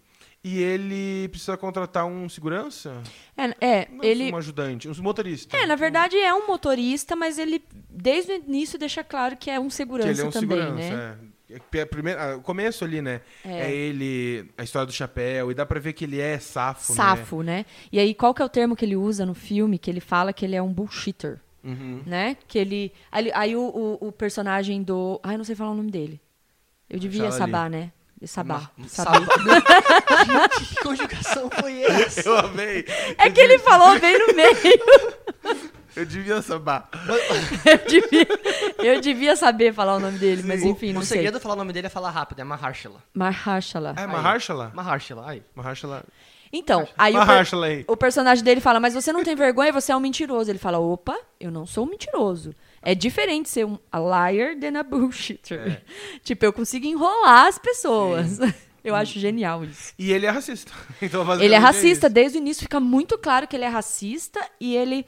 [SPEAKER 1] E ele precisa contratar um segurança?
[SPEAKER 3] É, é,
[SPEAKER 1] Não,
[SPEAKER 3] ele.
[SPEAKER 1] Um ajudante, um motorista.
[SPEAKER 3] É, na verdade é um motorista, mas ele desde o início deixa claro que é um
[SPEAKER 1] que
[SPEAKER 3] segurança
[SPEAKER 1] ele é um
[SPEAKER 3] também,
[SPEAKER 1] segurança.
[SPEAKER 3] né?
[SPEAKER 1] é. É que a primeira- ah, o começo ali, né? É. ele, a história do chapéu, e dá pra ver que ele é safo,
[SPEAKER 3] Safo, né? E aí qual que é o termo que ele usa no filme que ele fala que ele é um bullshitter,
[SPEAKER 1] né? Uhum.
[SPEAKER 3] né? Que ele aí, aí o, o- o personagem do, ai não sei falar o nome dele. Eu devia
[SPEAKER 1] Mahershala
[SPEAKER 3] sabá, né? Sabá,
[SPEAKER 2] Uma-
[SPEAKER 3] sabá.
[SPEAKER 2] gente, que conjugação foi essa?
[SPEAKER 1] Eu amei.
[SPEAKER 3] É que ele falou bem no meio.
[SPEAKER 1] Eu devia sabar.
[SPEAKER 3] Eu devia, eu devia saber falar o nome dele, mas enfim, não
[SPEAKER 2] o
[SPEAKER 3] sei.
[SPEAKER 2] segredo de falar o nome dele é falar rápido, é Maharshala.
[SPEAKER 3] Mahershala.
[SPEAKER 1] É, Maharshala?
[SPEAKER 2] Maharshala, aí.
[SPEAKER 1] Maharshala.
[SPEAKER 3] Então, aí o, per-
[SPEAKER 1] Maharshala aí.
[SPEAKER 3] O personagem dele fala, mas você não tem vergonha, você é um mentiroso. Ele fala, opa, eu não sou um mentiroso. É diferente ser um a liar than a
[SPEAKER 1] É.
[SPEAKER 3] bullshitter. tipo, eu consigo enrolar as pessoas. eu acho genial isso.
[SPEAKER 1] E ele é racista. Então,
[SPEAKER 3] Ele é
[SPEAKER 1] basicamente
[SPEAKER 3] racista,
[SPEAKER 1] isso.
[SPEAKER 3] desde o início fica muito claro que ele é racista e ele,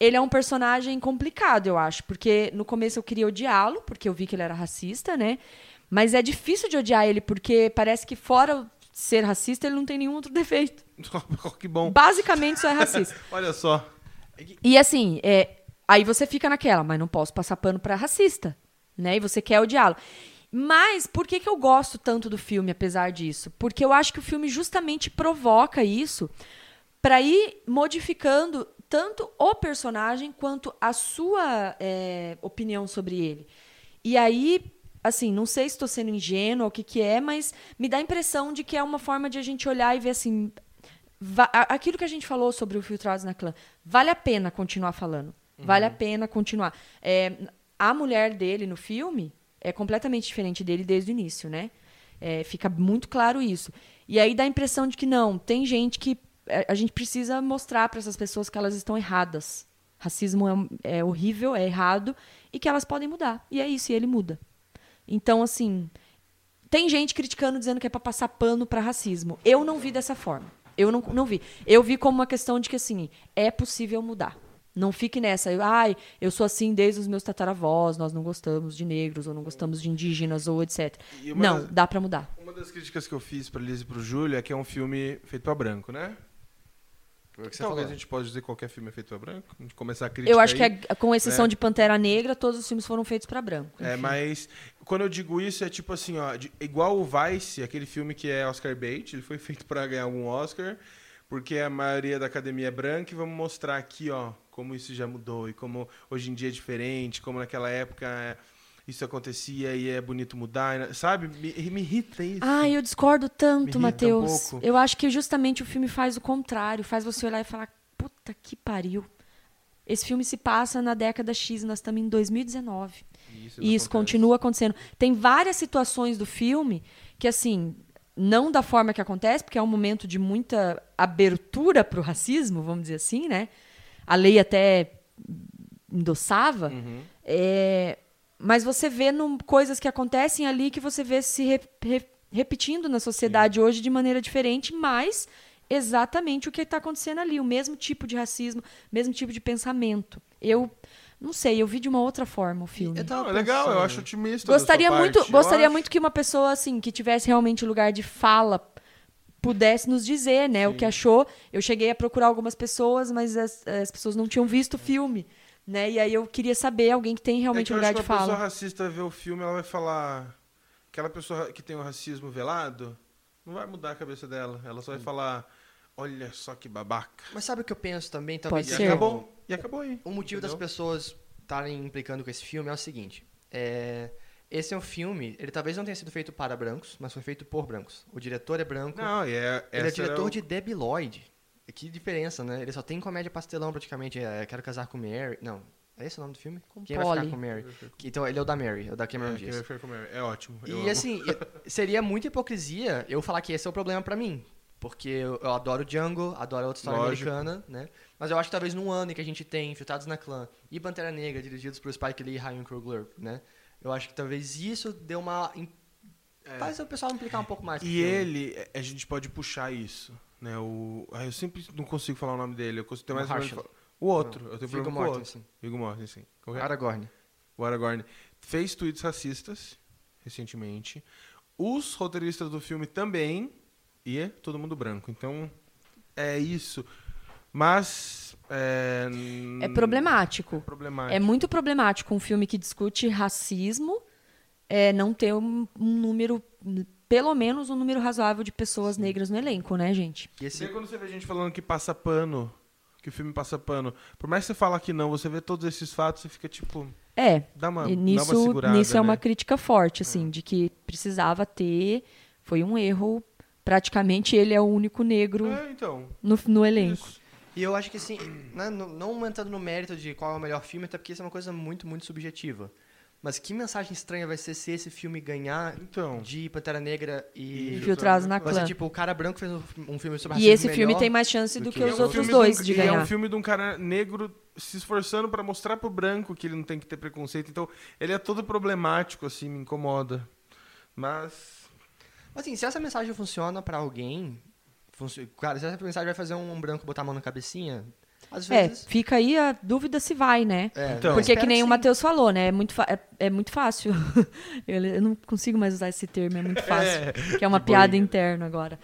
[SPEAKER 3] ele é um personagem complicado, eu acho. Porque no começo eu queria odiá-lo, porque eu vi que ele era racista, né? Mas é difícil de odiar ele, porque parece que fora ser racista, ele não tem nenhum outro defeito.
[SPEAKER 1] que bom.
[SPEAKER 3] Basicamente só é racista.
[SPEAKER 1] Olha só.
[SPEAKER 3] E assim, é, aí você fica naquela, mas não posso passar pano pra racista, né? E você quer odiá-lo. Mas por que, que eu gosto tanto do filme, apesar disso? Porque eu acho que o filme justamente provoca isso pra ir modificando tanto o personagem quanto a sua é, opinião sobre ele. E aí, assim, não sei se estou sendo ingênua ou o que, que é, mas me dá a impressão de que é uma forma de a gente olhar e ver assim. va- a- aquilo que a gente falou sobre o Filtrados na Clã, vale a pena continuar falando. Vale a pena continuar. É, a mulher dele no filme é completamente diferente dele desde o início, né? É, fica muito claro isso. E aí dá a impressão de que não, tem gente que. é, a- A gente precisa mostrar para essas pessoas que elas estão erradas. Racismo é um- é, horrível, é errado, e que elas podem mudar. E é isso, e ele muda. Então, assim, tem gente criticando dizendo que é para passar pano para racismo. Eu não vi dessa forma. Eu não, não vi. Eu vi como uma questão de que, assim, é possível mudar. Não fique nessa, eu- ai, eu sou assim desde os meus tataravós, nós não gostamos de negros, ou não gostamos de indígenas, ou etc.
[SPEAKER 1] E uma
[SPEAKER 3] Não,
[SPEAKER 1] das-
[SPEAKER 3] dá para mudar.
[SPEAKER 1] Uma das críticas que eu fiz pra Liz e pro Júlio é que é um filme feito pra branco, né?
[SPEAKER 2] Foi o que você
[SPEAKER 1] Talvez a
[SPEAKER 2] falou.
[SPEAKER 1] gente possa dizer qualquer filme é feito pra branco. A gente começar a criticar.
[SPEAKER 3] Então, Eu acho que,
[SPEAKER 1] aí.
[SPEAKER 3] é- com exceção
[SPEAKER 1] né?
[SPEAKER 3] de Pantera Negra, todos os filmes foram feitos para branco.
[SPEAKER 1] É, mas quando eu digo isso, é tipo assim, ó, de- igual o Vice, aquele filme que é Oscar bait, ele foi feito pra ganhar algum Oscar, porque a maioria da academia é branca, e vamos mostrar aqui, ó, como isso já mudou e como hoje em dia é diferente, como naquela época é, isso acontecia e é bonito mudar, e na- sabe? Me, me irrita isso.
[SPEAKER 3] Ah, eu discordo
[SPEAKER 1] Me
[SPEAKER 3] tanto,
[SPEAKER 1] irrita um
[SPEAKER 3] Matheus.
[SPEAKER 1] pouco.
[SPEAKER 3] eu acho que justamente o filme faz o contrário, faz você olhar e falar: puta que pariu. Esse filme se passa na década X, nós estamos em 2019.
[SPEAKER 1] isso,
[SPEAKER 3] E isso
[SPEAKER 1] acontece.
[SPEAKER 3] continua acontecendo. Tem várias situações do filme que, assim, não da forma que acontece, porque é um momento de muita abertura para o racismo, vamos dizer assim, né? A lei até endossava.
[SPEAKER 1] Uhum.
[SPEAKER 3] É, mas você vê num- coisas que acontecem ali que você vê se re- re- repetindo na sociedade hoje de maneira diferente, mas exatamente o que está acontecendo ali, o mesmo tipo de racismo, mesmo tipo de pensamento. Eu não sei, eu vi de uma outra forma o filme.
[SPEAKER 2] Eu tava
[SPEAKER 1] Não, é legal, eu
[SPEAKER 2] pensando-
[SPEAKER 1] acho otimista. da
[SPEAKER 3] Gostaria
[SPEAKER 1] sua
[SPEAKER 3] muito,
[SPEAKER 1] parte, eu
[SPEAKER 3] gostaria
[SPEAKER 1] acho.
[SPEAKER 3] muito que uma pessoa assim que tivesse realmente lugar de fala
[SPEAKER 4] pudesse nos dizer, né, o que achou. Eu cheguei a procurar algumas pessoas, mas as, as pessoas não tinham visto o filme, né? E aí eu queria saber alguém que tem realmente um
[SPEAKER 1] é que eu
[SPEAKER 4] lugar
[SPEAKER 1] acho
[SPEAKER 4] de
[SPEAKER 1] que uma pessoa
[SPEAKER 4] fala.
[SPEAKER 1] racista vê o filme, ela vai falar. Aquela pessoa ra- que tem o racismo velado, não vai mudar a cabeça dela. Ela só vai falar: olha só que babaca.
[SPEAKER 2] Mas sabe o que eu penso também? Talvez
[SPEAKER 1] E
[SPEAKER 3] Pode ser.
[SPEAKER 2] seja um-
[SPEAKER 1] acabou. E acabou aí.
[SPEAKER 2] O motivo das
[SPEAKER 1] entendeu?
[SPEAKER 2] pessoas estarem implicando com esse filme é o seguinte. é, Esse é um filme, ele talvez não tenha sido feito para brancos, mas foi feito por brancos. O diretor é branco,
[SPEAKER 1] Não, e é.
[SPEAKER 2] ele é
[SPEAKER 1] essa era
[SPEAKER 2] diretor
[SPEAKER 1] o-
[SPEAKER 2] de Debbie Lloyd. E Que diferença, né? Ele só tem comédia pastelão praticamente. É, Quero Casar com Mary. Não, é esse o nome do filme?
[SPEAKER 3] Com
[SPEAKER 2] Quem vai
[SPEAKER 3] Polly.
[SPEAKER 2] ficar com Mary? Que- Então ele é o da Mary, é o da
[SPEAKER 1] É,
[SPEAKER 2] Cameron
[SPEAKER 1] quem
[SPEAKER 2] Diaz.
[SPEAKER 1] vai ficar com o Mary. É ótimo. eu
[SPEAKER 2] E
[SPEAKER 1] amo.
[SPEAKER 2] assim, e- seria muita hipocrisia eu falar que esse é o problema pra mim. Porque eu, eu adoro Django, adoro a outra história
[SPEAKER 1] Lógico.
[SPEAKER 2] americana, né? Mas eu acho que talvez num ano em que a gente tem Infiltrados na Clã e Pantera Negra, dirigidos por Spike Lee e Ryan Coogler, né? Eu acho que talvez isso deu uma... im- Faz o pessoal implicar um pouco mais. com o
[SPEAKER 1] É. E
[SPEAKER 2] filme.
[SPEAKER 1] ele, é, a- a gente pode puxar isso, né? O, ah, eu sempre não consigo falar o nome dele. Eu consigo ter
[SPEAKER 2] O
[SPEAKER 1] mais ou menos
[SPEAKER 2] Marshall.
[SPEAKER 1] fa- O outro,
[SPEAKER 2] Não,
[SPEAKER 1] eu tenho
[SPEAKER 2] Viggo
[SPEAKER 1] problema com o
[SPEAKER 2] Mortensen.
[SPEAKER 1] outro. Viggo Mortensen. Qual que é?
[SPEAKER 2] assim. Aragorn.
[SPEAKER 1] O Aragorn fez tweets racistas recentemente. Os roteiristas do filme também e é todo mundo branco. Então é isso. Mas é,
[SPEAKER 3] É problemático.
[SPEAKER 1] problemático.
[SPEAKER 3] É muito problemático um filme que discute racismo é, não ter um, um número, pelo menos um número razoável de pessoas negras no elenco, né, gente?
[SPEAKER 2] E
[SPEAKER 1] Você vê
[SPEAKER 2] esse...
[SPEAKER 1] quando você vê gente falando que passa pano, que o filme passa pano, por mais que você fala que não, você vê todos esses fatos e fica tipo,
[SPEAKER 3] É.
[SPEAKER 1] dá uma,
[SPEAKER 3] e
[SPEAKER 1] dá uma
[SPEAKER 3] nisso,
[SPEAKER 1] segurada.
[SPEAKER 3] nisso é uma
[SPEAKER 1] né?
[SPEAKER 3] crítica forte, assim, de que precisava ter. Foi um erro. Praticamente ele é o único negro
[SPEAKER 1] É, então.
[SPEAKER 3] no, no elenco.
[SPEAKER 1] Isso.
[SPEAKER 2] E eu acho que assim, né, não, não entrando no mérito de qual é o melhor filme, até porque isso é uma coisa muito, muito subjetiva. Mas que mensagem estranha vai ser se esse filme ganhar
[SPEAKER 1] Então.
[SPEAKER 2] de Pantera Negra e...
[SPEAKER 1] E-
[SPEAKER 3] Infiltrados na
[SPEAKER 2] Mas é
[SPEAKER 3] clã.
[SPEAKER 2] tipo, o cara branco fez um, um filme sobre
[SPEAKER 3] E
[SPEAKER 2] racismo
[SPEAKER 3] esse filme
[SPEAKER 2] melhor.
[SPEAKER 3] tem mais chance do,
[SPEAKER 2] do
[SPEAKER 3] que,
[SPEAKER 2] que
[SPEAKER 3] os
[SPEAKER 1] um
[SPEAKER 3] outros
[SPEAKER 1] filme
[SPEAKER 3] dois
[SPEAKER 1] de um-
[SPEAKER 3] de
[SPEAKER 1] e é
[SPEAKER 3] ganhar.
[SPEAKER 1] um filme de um cara negro se esforçando pra mostrar pro branco que ele não tem que ter preconceito. Então, ele é todo problemático, assim, me incomoda. Mas.
[SPEAKER 2] Mas assim, se essa mensagem funciona pra alguém, funci- cara, se essa mensagem vai fazer um branco botar a mão na cabecinha, às
[SPEAKER 3] É,
[SPEAKER 2] vezes...
[SPEAKER 3] fica aí a dúvida se vai, né?
[SPEAKER 2] É,
[SPEAKER 1] Então.
[SPEAKER 2] eu
[SPEAKER 3] Porque
[SPEAKER 2] espero
[SPEAKER 3] que nem o
[SPEAKER 2] sim.
[SPEAKER 3] Matheus falou, né? É muito, fa- é, é muito fácil. eu, eu não consigo mais usar esse termo, é muito fácil. que é uma
[SPEAKER 1] que
[SPEAKER 3] piada
[SPEAKER 1] boinha.
[SPEAKER 3] interna agora.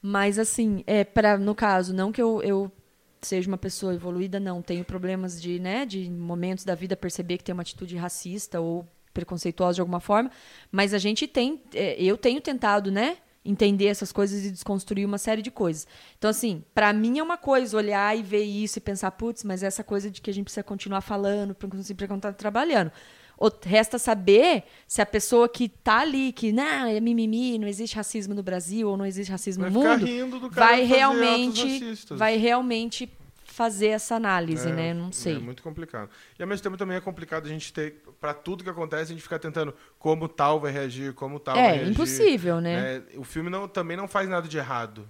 [SPEAKER 3] Mas assim, é para no caso, não que eu, eu seja uma pessoa evoluída, não. Tenho problemas de, né, de momentos da vida perceber que tem uma atitude racista ou preconceituosa de alguma forma. Mas a gente tem, é, eu tenho tentado, né? Entender essas coisas e desconstruir uma série de coisas. Então, assim, pra mim é uma coisa olhar e ver isso e pensar, putz, mas essa coisa de que a gente precisa continuar falando, precisa continuar trabalhando. O- Resta saber se a pessoa que tá ali, que não, é mimimi, não existe racismo no Brasil ou não existe racismo
[SPEAKER 1] Vai
[SPEAKER 3] no
[SPEAKER 1] ficar
[SPEAKER 3] mundo,
[SPEAKER 1] rindo do cara
[SPEAKER 3] vai
[SPEAKER 1] fazer atos
[SPEAKER 3] realmente,
[SPEAKER 1] racistas.
[SPEAKER 3] vai realmente fazer essa análise,
[SPEAKER 1] É,
[SPEAKER 3] né? Não sei.
[SPEAKER 1] É muito complicado. E ao mesmo tempo também é complicado a gente ter, pra tudo que acontece, a gente ficar tentando como tal vai reagir, como tal vai
[SPEAKER 3] É,
[SPEAKER 1] reagir.
[SPEAKER 3] impossível, né?
[SPEAKER 1] né? O filme não, também não faz nada de errado.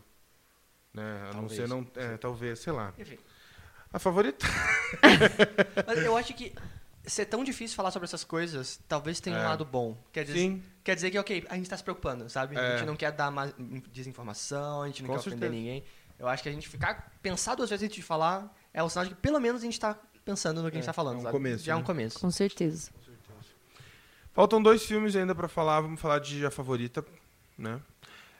[SPEAKER 1] Né? A não
[SPEAKER 2] Talvez.
[SPEAKER 1] ser não. É, talvez, sei lá.
[SPEAKER 2] Enfim.
[SPEAKER 1] A favorita.
[SPEAKER 2] Mas eu acho que ser tão difícil falar sobre essas coisas, talvez tenha
[SPEAKER 1] É.
[SPEAKER 2] um lado bom. Quer dizer,
[SPEAKER 1] Sim.
[SPEAKER 2] quer dizer que, ok, a gente tá se preocupando, sabe?
[SPEAKER 1] É.
[SPEAKER 2] A gente não quer dar mais desinformação, a gente não
[SPEAKER 1] Com
[SPEAKER 2] quer ofender
[SPEAKER 1] certeza.
[SPEAKER 2] ninguém. Eu acho que a gente ficar, pensar duas vezes antes de falar, é o sinal de que pelo menos a gente tá pensando no que a gente tá falando,
[SPEAKER 1] é um
[SPEAKER 2] sabe?
[SPEAKER 1] começo,
[SPEAKER 2] Já é um
[SPEAKER 1] né?
[SPEAKER 2] começo.
[SPEAKER 3] Com certeza.
[SPEAKER 1] Faltam dois filmes ainda pra falar. Vamos falar de A Favorita, né?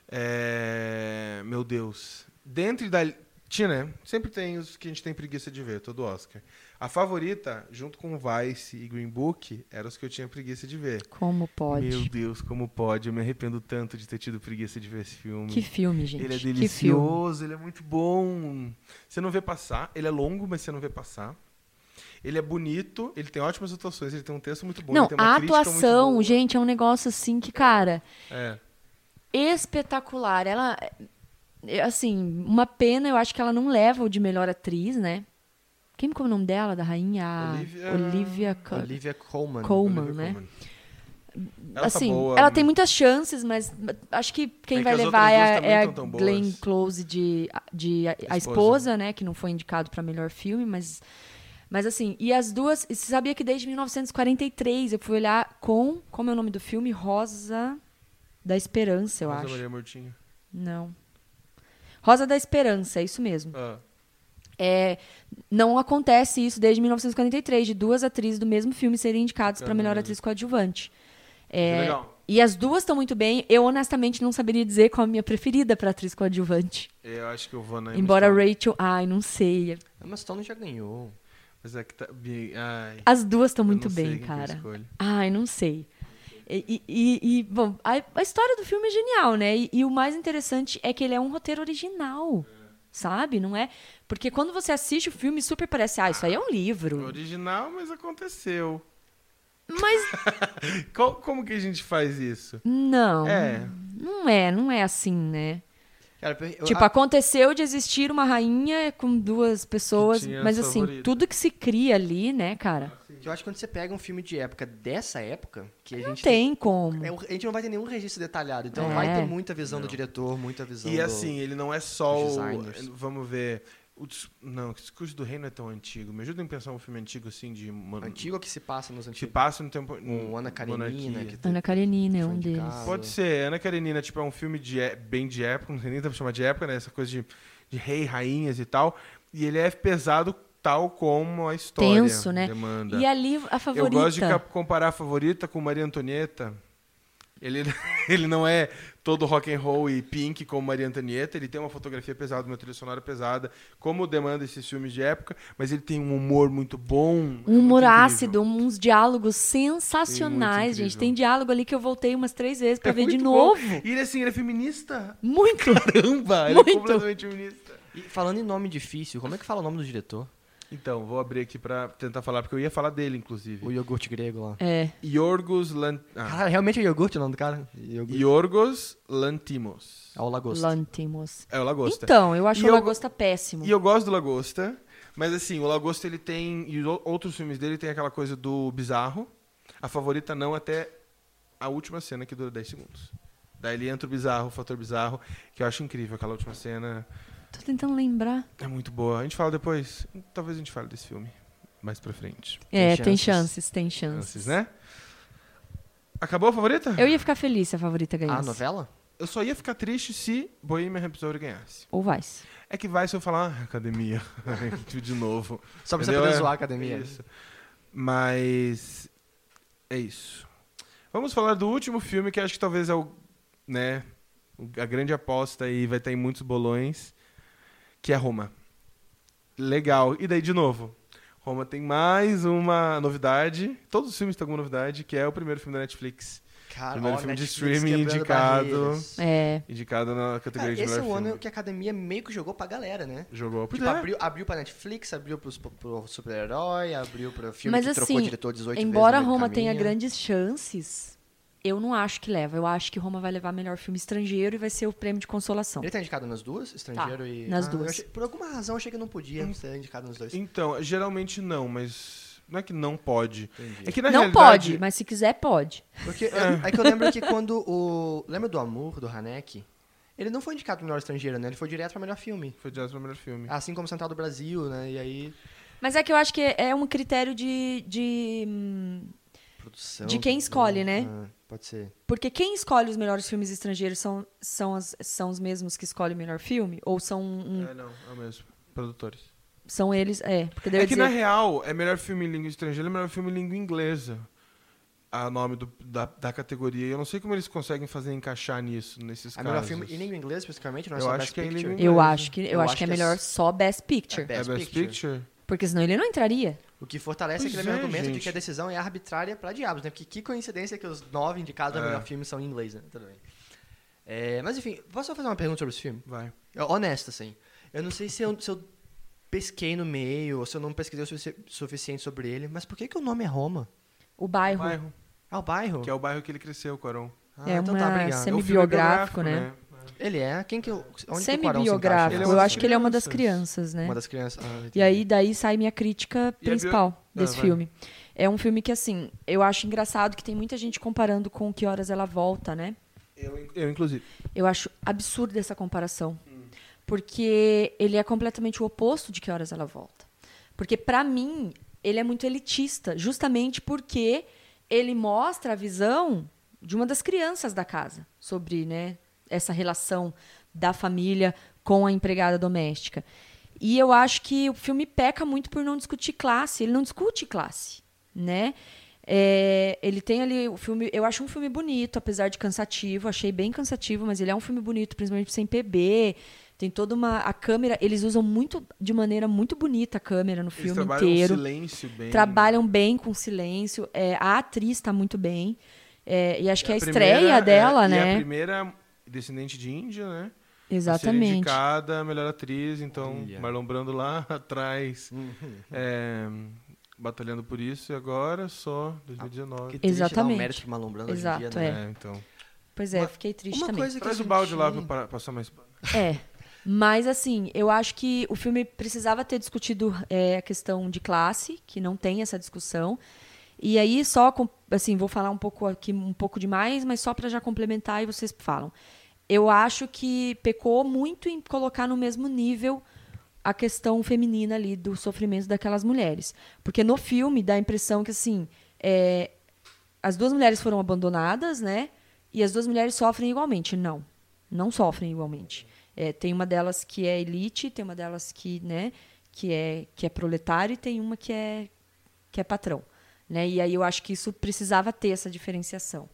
[SPEAKER 1] É, Meu Deus. Dentro da... Tinha, né? Sempre tem os que a gente tem preguiça de ver, todo Oscar. A Favorita, junto com Vice e Green Book, eram os que eu tinha preguiça de ver.
[SPEAKER 3] Como pode?
[SPEAKER 1] Meu Deus, como pode? Eu me arrependo tanto de ter tido preguiça de ver esse filme.
[SPEAKER 3] Que filme, gente.
[SPEAKER 1] Ele é
[SPEAKER 3] que filme.
[SPEAKER 1] delicioso, ele é muito bom. Você não vê passar. Ele é longo, mas você não vê passar. Ele é bonito, ele tem ótimas atuações, ele tem um texto muito bom.
[SPEAKER 3] Não,
[SPEAKER 1] ele tem uma
[SPEAKER 3] a
[SPEAKER 1] crítica muito
[SPEAKER 3] atuação,
[SPEAKER 1] boa.
[SPEAKER 3] gente, é um negócio assim que, cara,
[SPEAKER 1] É.
[SPEAKER 3] espetacular. Ela, é, assim, uma pena, eu acho que ela não leva o de melhor atriz, né? Quem como é o nome dela, da rainha? A
[SPEAKER 1] Olivia-
[SPEAKER 3] Olivia, Co-
[SPEAKER 2] Olivia Colman.
[SPEAKER 3] Colman,
[SPEAKER 1] Olivia
[SPEAKER 3] né?
[SPEAKER 1] Colman. Ela tá
[SPEAKER 3] assim,
[SPEAKER 1] boa.
[SPEAKER 3] ela tem muitas chances, mas mas acho que quem
[SPEAKER 1] É que
[SPEAKER 3] vai
[SPEAKER 1] as
[SPEAKER 3] levar
[SPEAKER 1] outras duas
[SPEAKER 3] é, a-
[SPEAKER 1] também
[SPEAKER 3] é a
[SPEAKER 1] tão tão boas.
[SPEAKER 3] Glenn Close de, de a, a
[SPEAKER 1] Esposa.
[SPEAKER 3] esposa, né, que não foi indicado para melhor filme, mas mas assim, e as duas, e você sabia que desde 1943 eu fui olhar com, como é o nome do filme? Rosa da Esperança, eu
[SPEAKER 1] Rosa
[SPEAKER 3] acho.
[SPEAKER 1] Maria Murtinho.
[SPEAKER 3] Não. Rosa da Esperança, é isso mesmo.
[SPEAKER 1] Ah,
[SPEAKER 3] É, não acontece isso desde 1943, de duas atrizes do mesmo filme serem indicadas para
[SPEAKER 1] Caramba.
[SPEAKER 3] melhor atriz coadjuvante.
[SPEAKER 1] que
[SPEAKER 3] É,
[SPEAKER 1] legal.
[SPEAKER 3] E as duas estão muito bem. Eu honestamente não saberia dizer qual a minha preferida pra atriz coadjuvante.
[SPEAKER 1] Eu acho que eu vou na Emma
[SPEAKER 3] Embora
[SPEAKER 1] Stone.
[SPEAKER 3] Rachel, ai, não sei.
[SPEAKER 2] Emma Stone já ganhou.
[SPEAKER 1] Mas é que tá... bi- Ai,
[SPEAKER 3] As duas estão
[SPEAKER 1] eu
[SPEAKER 3] Ah, muito
[SPEAKER 1] não sei
[SPEAKER 3] bem,
[SPEAKER 1] quem que é eu
[SPEAKER 3] cara.
[SPEAKER 1] escolho.
[SPEAKER 3] Ai, não sei. E, e- e- bom, a, a história do filme é genial, né? E, e o mais interessante é que ele é um roteiro original,
[SPEAKER 1] É.
[SPEAKER 3] sabe? Não é? Porque quando você assiste o filme, super parece, ah, isso aí é um livro.
[SPEAKER 1] Original, mas aconteceu.
[SPEAKER 3] Mas
[SPEAKER 1] Co- como que a gente faz isso?
[SPEAKER 3] não.
[SPEAKER 1] É.
[SPEAKER 3] Não é, não é assim, né?
[SPEAKER 2] Cara, eu-
[SPEAKER 3] tipo,
[SPEAKER 2] a-
[SPEAKER 3] aconteceu de existir uma rainha com duas pessoas,
[SPEAKER 1] Que tinha
[SPEAKER 3] mas assim,
[SPEAKER 1] favorita.
[SPEAKER 3] tudo que se cria ali, né, cara?
[SPEAKER 2] eu acho que quando você pega um filme de época dessa época, que a
[SPEAKER 3] Não
[SPEAKER 2] gente
[SPEAKER 3] tem como.
[SPEAKER 1] um
[SPEAKER 2] É, o- a gente não vai ter nenhum registro detalhado, então
[SPEAKER 3] É.
[SPEAKER 2] vai ter muita visão do diretor, muita visão
[SPEAKER 1] E
[SPEAKER 2] do...
[SPEAKER 1] assim, ele não é só
[SPEAKER 2] dos
[SPEAKER 1] o.
[SPEAKER 2] designers.
[SPEAKER 1] Vamos ver. O dis- Não, o discurso do rei não é tão antigo. Me ajuda a pensar um filme antigo assim de. mon-
[SPEAKER 2] Antigo que se passa nos
[SPEAKER 1] Que
[SPEAKER 2] antigos.
[SPEAKER 1] passa no tempo.
[SPEAKER 2] O Ana Karenina,
[SPEAKER 1] monarquia.
[SPEAKER 2] que
[SPEAKER 3] Ana Karenina é
[SPEAKER 2] Foi
[SPEAKER 3] um
[SPEAKER 2] indicado.
[SPEAKER 3] deles.
[SPEAKER 1] Pode ser. Ana Karenina, tipo, é um filme de, é- bem de época, não sei nem dá pra chamar de época, né? Essa coisa de, de rei, rainhas e tal. E ele é pesado tal como a história
[SPEAKER 3] Tenso, né?
[SPEAKER 1] demanda.
[SPEAKER 3] E ali a favorita.
[SPEAKER 1] Eu gosto de cap- comparar a favorita com Maria Antonieta. Ele, ele não é todo rock and roll e pink como Maria Antonieta, ele tem uma fotografia pesada, uma trilha sonora pesada, como demanda esses filmes de época, mas ele tem um humor muito bom.
[SPEAKER 3] Um humor
[SPEAKER 1] muito incrível.
[SPEAKER 3] ácido, uns diálogos sensacionais,
[SPEAKER 1] Sim, muito
[SPEAKER 3] gente. Tem
[SPEAKER 1] incrível.
[SPEAKER 3] diálogo ali que eu voltei umas três vezes pra
[SPEAKER 1] É
[SPEAKER 3] ver de
[SPEAKER 1] muito bom.
[SPEAKER 3] novo.
[SPEAKER 1] E ele assim, ele é feminista.
[SPEAKER 3] Muito!
[SPEAKER 1] Caramba, ele é
[SPEAKER 3] Muito.
[SPEAKER 1] completamente feminista.
[SPEAKER 2] E falando em nome difícil, como é que fala o nome do diretor?
[SPEAKER 1] Então, vou abrir aqui pra tentar falar, porque eu ia falar dele, inclusive.
[SPEAKER 2] O iogurte grego lá.
[SPEAKER 3] É.
[SPEAKER 1] Yorgos, Lan... ah,
[SPEAKER 2] Cara, realmente é iogurte o nome do cara? Iogurte.
[SPEAKER 1] Yorgos Lantimos.
[SPEAKER 2] É o lagosta.
[SPEAKER 3] Lantimos.
[SPEAKER 1] É o Lagosta.
[SPEAKER 3] Então, eu acho
[SPEAKER 1] E
[SPEAKER 3] o
[SPEAKER 1] eu-
[SPEAKER 3] Lagosta péssimo.
[SPEAKER 1] E eu gosto do Lagosta, mas assim, o Lagosta ele tem. E os ou- outros filmes dele tem aquela coisa do bizarro. A favorita não até a última cena que dura 10 segundos. Daí ele entra o bizarro, o fator bizarro, que eu acho incrível. Aquela última cena
[SPEAKER 3] Tô tentando lembrar.
[SPEAKER 1] é muito boa. A gente fala depois. Talvez a gente fale desse filme mais pra frente.
[SPEAKER 3] é, tem
[SPEAKER 2] chances.
[SPEAKER 3] chances, tem chances.
[SPEAKER 1] Antes, né? Acabou a favorita?
[SPEAKER 3] Eu ia ficar feliz se a favorita
[SPEAKER 2] A
[SPEAKER 3] ganhasse.
[SPEAKER 2] Ah, novela?
[SPEAKER 1] Eu só ia ficar triste se Bohemian Rhapsody ganhasse.
[SPEAKER 3] Ou Vice.
[SPEAKER 1] É que vai se eu falar "Ah, academia de novo.
[SPEAKER 2] Só pra Tá, você
[SPEAKER 1] Entendeu?
[SPEAKER 2] poder
[SPEAKER 1] É.
[SPEAKER 2] zoar a academia.
[SPEAKER 1] Isso. Mas é isso. Vamos falar do último filme que acho que talvez é o, né, a grande aposta e vai estar em muitos bolões, que é Roma. Legal. E daí de novo, Roma tem mais uma novidade. Todos os filmes têm alguma novidade, que é o primeiro filme da Netflix,
[SPEAKER 2] Cara,
[SPEAKER 1] Primeiro
[SPEAKER 2] ó,
[SPEAKER 1] filme de
[SPEAKER 2] Netflix
[SPEAKER 1] streaming
[SPEAKER 2] quebrando
[SPEAKER 1] indicado.
[SPEAKER 2] barreiras.
[SPEAKER 3] É.
[SPEAKER 1] indicado na
[SPEAKER 2] Cara,
[SPEAKER 1] categoria de
[SPEAKER 2] esse é
[SPEAKER 1] melhor
[SPEAKER 2] o ano
[SPEAKER 1] filme.
[SPEAKER 2] que a academia meio que jogou pra galera, né?
[SPEAKER 1] Jogou. Pois
[SPEAKER 2] Tipo,
[SPEAKER 1] é.
[SPEAKER 2] abriu, abriu pra Netflix, abriu pros, pro super-herói, abriu pra filme
[SPEAKER 3] Mas
[SPEAKER 2] que trocou
[SPEAKER 3] assim,
[SPEAKER 2] diretor 18 vezes no
[SPEAKER 3] Embora
[SPEAKER 2] meio do
[SPEAKER 3] Roma tenha
[SPEAKER 2] caminho.
[SPEAKER 3] grandes chances, eu não acho que leva. Eu acho que Roma vai levar melhor filme estrangeiro e vai ser o prêmio de consolação.
[SPEAKER 2] Ele tá indicado nas duas? Estrangeiro e.
[SPEAKER 3] Tá,
[SPEAKER 2] Ah,
[SPEAKER 3] nas
[SPEAKER 2] eu
[SPEAKER 3] duas. Hum.
[SPEAKER 2] achei- por alguma razão eu achei que não podia ser indicado nos dois.
[SPEAKER 1] Então, geralmente não, mas não é que não pode. É que na
[SPEAKER 3] Não
[SPEAKER 1] realidade,
[SPEAKER 3] pode, mas se quiser, pode.
[SPEAKER 2] Porque eu- é que eu lembro que quando o. Lembra do Amor, do Haneke? Ele não foi indicado pro melhor estrangeiro, né? Ele foi direto pra melhor filme.
[SPEAKER 1] Foi Jazz o melhor filme.
[SPEAKER 3] Ah,
[SPEAKER 2] Assim como Central do Brasil, né? E aí.
[SPEAKER 3] Mas é que eu acho que é um critério de. de, hum,
[SPEAKER 2] Produção.
[SPEAKER 3] De quem
[SPEAKER 2] tudo.
[SPEAKER 3] escolhe, né?
[SPEAKER 2] Ah, pode ser.
[SPEAKER 3] Porque quem escolhe os melhores filmes estrangeiros são, são, as- são os mesmos que escolhem o melhor filme? Ou são, um-
[SPEAKER 1] É, não, é o mesmo. Produtores.
[SPEAKER 3] são eles. É, porque
[SPEAKER 1] É
[SPEAKER 3] deve
[SPEAKER 1] que
[SPEAKER 3] dizer.
[SPEAKER 1] na real, é melhor filme em língua estrangeira, é melhor filme em língua inglesa. A nome do- da, da categoria. Eu não sei como eles conseguem fazer encaixar nisso, nesses
[SPEAKER 2] A
[SPEAKER 1] casos.
[SPEAKER 2] É melhor filme em língua inglesa, especificamente, não é
[SPEAKER 1] Eu
[SPEAKER 2] só
[SPEAKER 1] acho
[SPEAKER 2] Best
[SPEAKER 1] que é em
[SPEAKER 2] Picture.
[SPEAKER 1] língua
[SPEAKER 3] Eu
[SPEAKER 1] inglesa.
[SPEAKER 3] acho que, eu acho que é melhor só Best Picture.
[SPEAKER 1] É Best Picture?
[SPEAKER 3] Porque senão ele não entraria.
[SPEAKER 2] O que fortalece
[SPEAKER 1] Pois
[SPEAKER 2] aquele meu
[SPEAKER 1] é,
[SPEAKER 2] argumento de
[SPEAKER 1] gente.
[SPEAKER 2] que a decisão é arbitrária pra diabos, né? Porque que coincidência que os nove indicados ao
[SPEAKER 1] É.
[SPEAKER 2] melhor filme são em inglês, né? Tudo bem. É, mas enfim, posso só fazer uma pergunta sobre esse filme?
[SPEAKER 1] Vai.
[SPEAKER 2] Eu- Honesta, assim. Eu não sei se eu, se eu pesquei no meio ou se eu não pesquisei o sufici- suficiente sobre ele, mas por que, que o nome é Roma?
[SPEAKER 3] O bairro.
[SPEAKER 1] Bairro.
[SPEAKER 2] Ah, o bairro?
[SPEAKER 1] Que é o bairro que ele cresceu, Quaron.
[SPEAKER 2] Ah,
[SPEAKER 3] É
[SPEAKER 2] então
[SPEAKER 3] uma
[SPEAKER 2] tá, obrigado.
[SPEAKER 1] É um
[SPEAKER 3] semi-
[SPEAKER 1] filme
[SPEAKER 3] Semi-biográfico, né?
[SPEAKER 2] Ele é? Quem que eu... Onde que o Quarão se encaixa?
[SPEAKER 3] Semi-biográfico.
[SPEAKER 1] Ele é uma
[SPEAKER 3] Eu
[SPEAKER 1] das
[SPEAKER 3] acho que ele é uma das
[SPEAKER 1] crianças.
[SPEAKER 3] crianças, né?
[SPEAKER 2] Uma das crianças. Ah, entendi.
[SPEAKER 3] E aí daí sai minha crítica
[SPEAKER 1] E a
[SPEAKER 3] principal
[SPEAKER 1] bio-
[SPEAKER 3] desse
[SPEAKER 1] Ah, vai.
[SPEAKER 3] filme. É um filme que assim, eu acho engraçado que tem muita gente comparando com que horas ela volta, né?
[SPEAKER 1] Eu, eu, inclusive.
[SPEAKER 3] Eu acho absurda essa comparação. Porque ele é completamente o oposto de que horas ela volta. Porque pra mim, ele é muito elitista, justamente porque ele mostra a visão de uma das crianças da casa sobre, né, essa relação da família com a empregada doméstica. E eu acho que o filme peca muito por não discutir classe, ele não discute classe, né? É, ele tem ali o filme. Eu acho um filme bonito, apesar de cansativo. Achei bem cansativo, mas ele é um filme bonito, principalmente sem PB. Tem toda uma. A câmera. Eles usam muito de maneira muito bonita a câmera no
[SPEAKER 1] Eles
[SPEAKER 3] filme
[SPEAKER 1] trabalham
[SPEAKER 3] inteiro.
[SPEAKER 1] um silêncio bem.
[SPEAKER 3] Trabalham bem com silêncio. É, a atriz está muito bem. É, e acho que é a,
[SPEAKER 1] a
[SPEAKER 3] estreia
[SPEAKER 1] primeira- é,
[SPEAKER 3] dela,
[SPEAKER 1] e
[SPEAKER 3] né?
[SPEAKER 1] a primeira descendente de Índia, né? A ser
[SPEAKER 3] Exatamente.
[SPEAKER 1] indicada a melhor atriz, então
[SPEAKER 2] Olha. Uhum.
[SPEAKER 1] Marlon Brando lá atrás, é, batalhando por isso, e agora só 2019.
[SPEAKER 2] Que triste dar
[SPEAKER 3] Exatamente.
[SPEAKER 2] um mérito pro Malombrando hoje em
[SPEAKER 3] Exato,
[SPEAKER 2] dia, né?
[SPEAKER 3] é.
[SPEAKER 1] É, então.
[SPEAKER 3] Pois é,
[SPEAKER 2] Uma-
[SPEAKER 3] fiquei triste
[SPEAKER 2] Uma
[SPEAKER 3] também.
[SPEAKER 2] coisa que
[SPEAKER 1] Traz
[SPEAKER 2] eu
[SPEAKER 1] o balde lá pra
[SPEAKER 2] senti-
[SPEAKER 1] eu parar- passar mais.
[SPEAKER 3] É. Mas, assim, eu acho que o filme precisava ter discutido é, a questão de classe, que não tem essa discussão. E aí, só, com- assim, vou falar um pouco aqui, um pouco demais, mas só para já complementar e vocês falam. Eu acho que pecou muito em colocar no mesmo nível a questão feminina ali do sofrimento daquelas mulheres. Porque no filme dá a impressão que, assim, é, as duas mulheres foram abandonadas, né? E as duas mulheres sofrem igualmente. Não, não sofrem igualmente. É, tem uma delas que é elite, tem uma delas que, né, que é que é proletária e tem uma que é que é patrão, né? E aí eu acho que isso precisava ter essa diferenciação.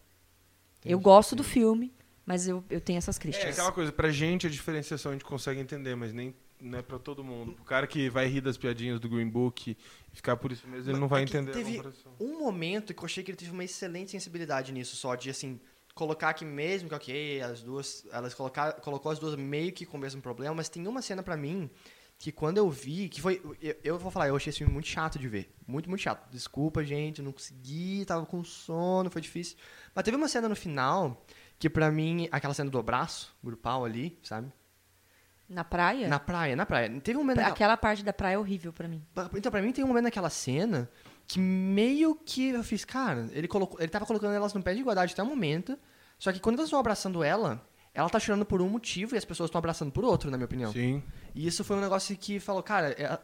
[SPEAKER 3] eu gosto do filme, mas eu, eu tenho essas
[SPEAKER 1] É
[SPEAKER 3] críticas.
[SPEAKER 1] aquela coisa, pra gente a diferenciação a gente consegue entender, mas nem não é pra todo mundo. O cara que vai rir das piadinhas do Green Book e ficar por isso mesmo, ele não vai
[SPEAKER 2] É que
[SPEAKER 1] entender
[SPEAKER 2] teve
[SPEAKER 1] a comparação.
[SPEAKER 2] um momento que eu achei que ele teve uma excelente sensibilidade nisso, só de assim colocar que mesmo que ok as duas elas colocar colocou as duas meio que com o mesmo problema, mas tem uma cena pra mim que quando eu vi que foi eu, eu vou falar eu achei esse filme muito chato de ver, muito muito chato. Desculpa gente, eu não consegui, tava com sono, foi difícil. Mas teve uma cena no final que pra mim aquela cena do abraço grupal ali, sabe?
[SPEAKER 3] Na praia?
[SPEAKER 2] Na praia, na praia. Teve um momento naquela-
[SPEAKER 3] Aquela parte da praia é horrível pra mim.
[SPEAKER 2] Pra- Então, pra mim, tem um momento naquela cena que meio que eu fiz, cara, ele, colocou, ele tava colocando elas no pé de igualdade até o momento, só que quando elas estão abraçando ela, ela tá chorando por um motivo e as pessoas estão abraçando por outro, na minha opinião.
[SPEAKER 1] Sim.
[SPEAKER 2] E isso foi um negócio que falou, cara, é-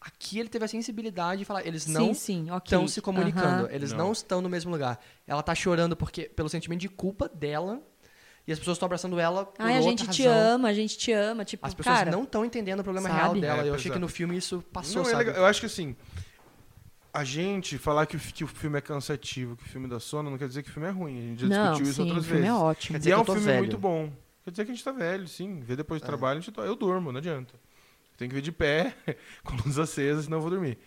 [SPEAKER 2] aqui ele teve a sensibilidade de falar, eles não
[SPEAKER 3] sim, sim, ok.
[SPEAKER 2] estão se comunicando,
[SPEAKER 3] Aham.
[SPEAKER 2] eles
[SPEAKER 1] Não.
[SPEAKER 2] não. estão no mesmo lugar. Ela tá chorando porque pelo sentimento de culpa dela e as pessoas estão abraçando ela por
[SPEAKER 3] Ai, a
[SPEAKER 2] outra
[SPEAKER 3] gente te
[SPEAKER 2] razão.
[SPEAKER 3] ama, a gente te ama, tipo,
[SPEAKER 2] As pessoas
[SPEAKER 3] cara,
[SPEAKER 2] não estão entendendo o problema
[SPEAKER 3] sabe?
[SPEAKER 2] real dela.
[SPEAKER 1] É,
[SPEAKER 2] eu achei
[SPEAKER 1] pois é.
[SPEAKER 2] que no filme isso passou,
[SPEAKER 1] Não, é
[SPEAKER 2] sabe?
[SPEAKER 1] legal. Eu acho que assim, a gente falar que o, fi- que o filme é cansativo, que o filme dá sono, não quer dizer que o filme é ruim. A gente já
[SPEAKER 3] não,
[SPEAKER 1] discutiu isso
[SPEAKER 3] sim,
[SPEAKER 1] outras
[SPEAKER 3] o filme
[SPEAKER 1] vezes.
[SPEAKER 3] é ótimo.
[SPEAKER 2] Quer
[SPEAKER 1] E
[SPEAKER 2] dizer
[SPEAKER 1] é
[SPEAKER 2] que
[SPEAKER 1] um
[SPEAKER 2] eu tô
[SPEAKER 1] filme
[SPEAKER 2] velho. É.
[SPEAKER 1] muito bom. Quer dizer que a gente tá velho, sim. Vê depois do trabalho, a gente, do- eu durmo, não adianta. Tem que ver de pé, com luz acesa, senão eu vou dormir.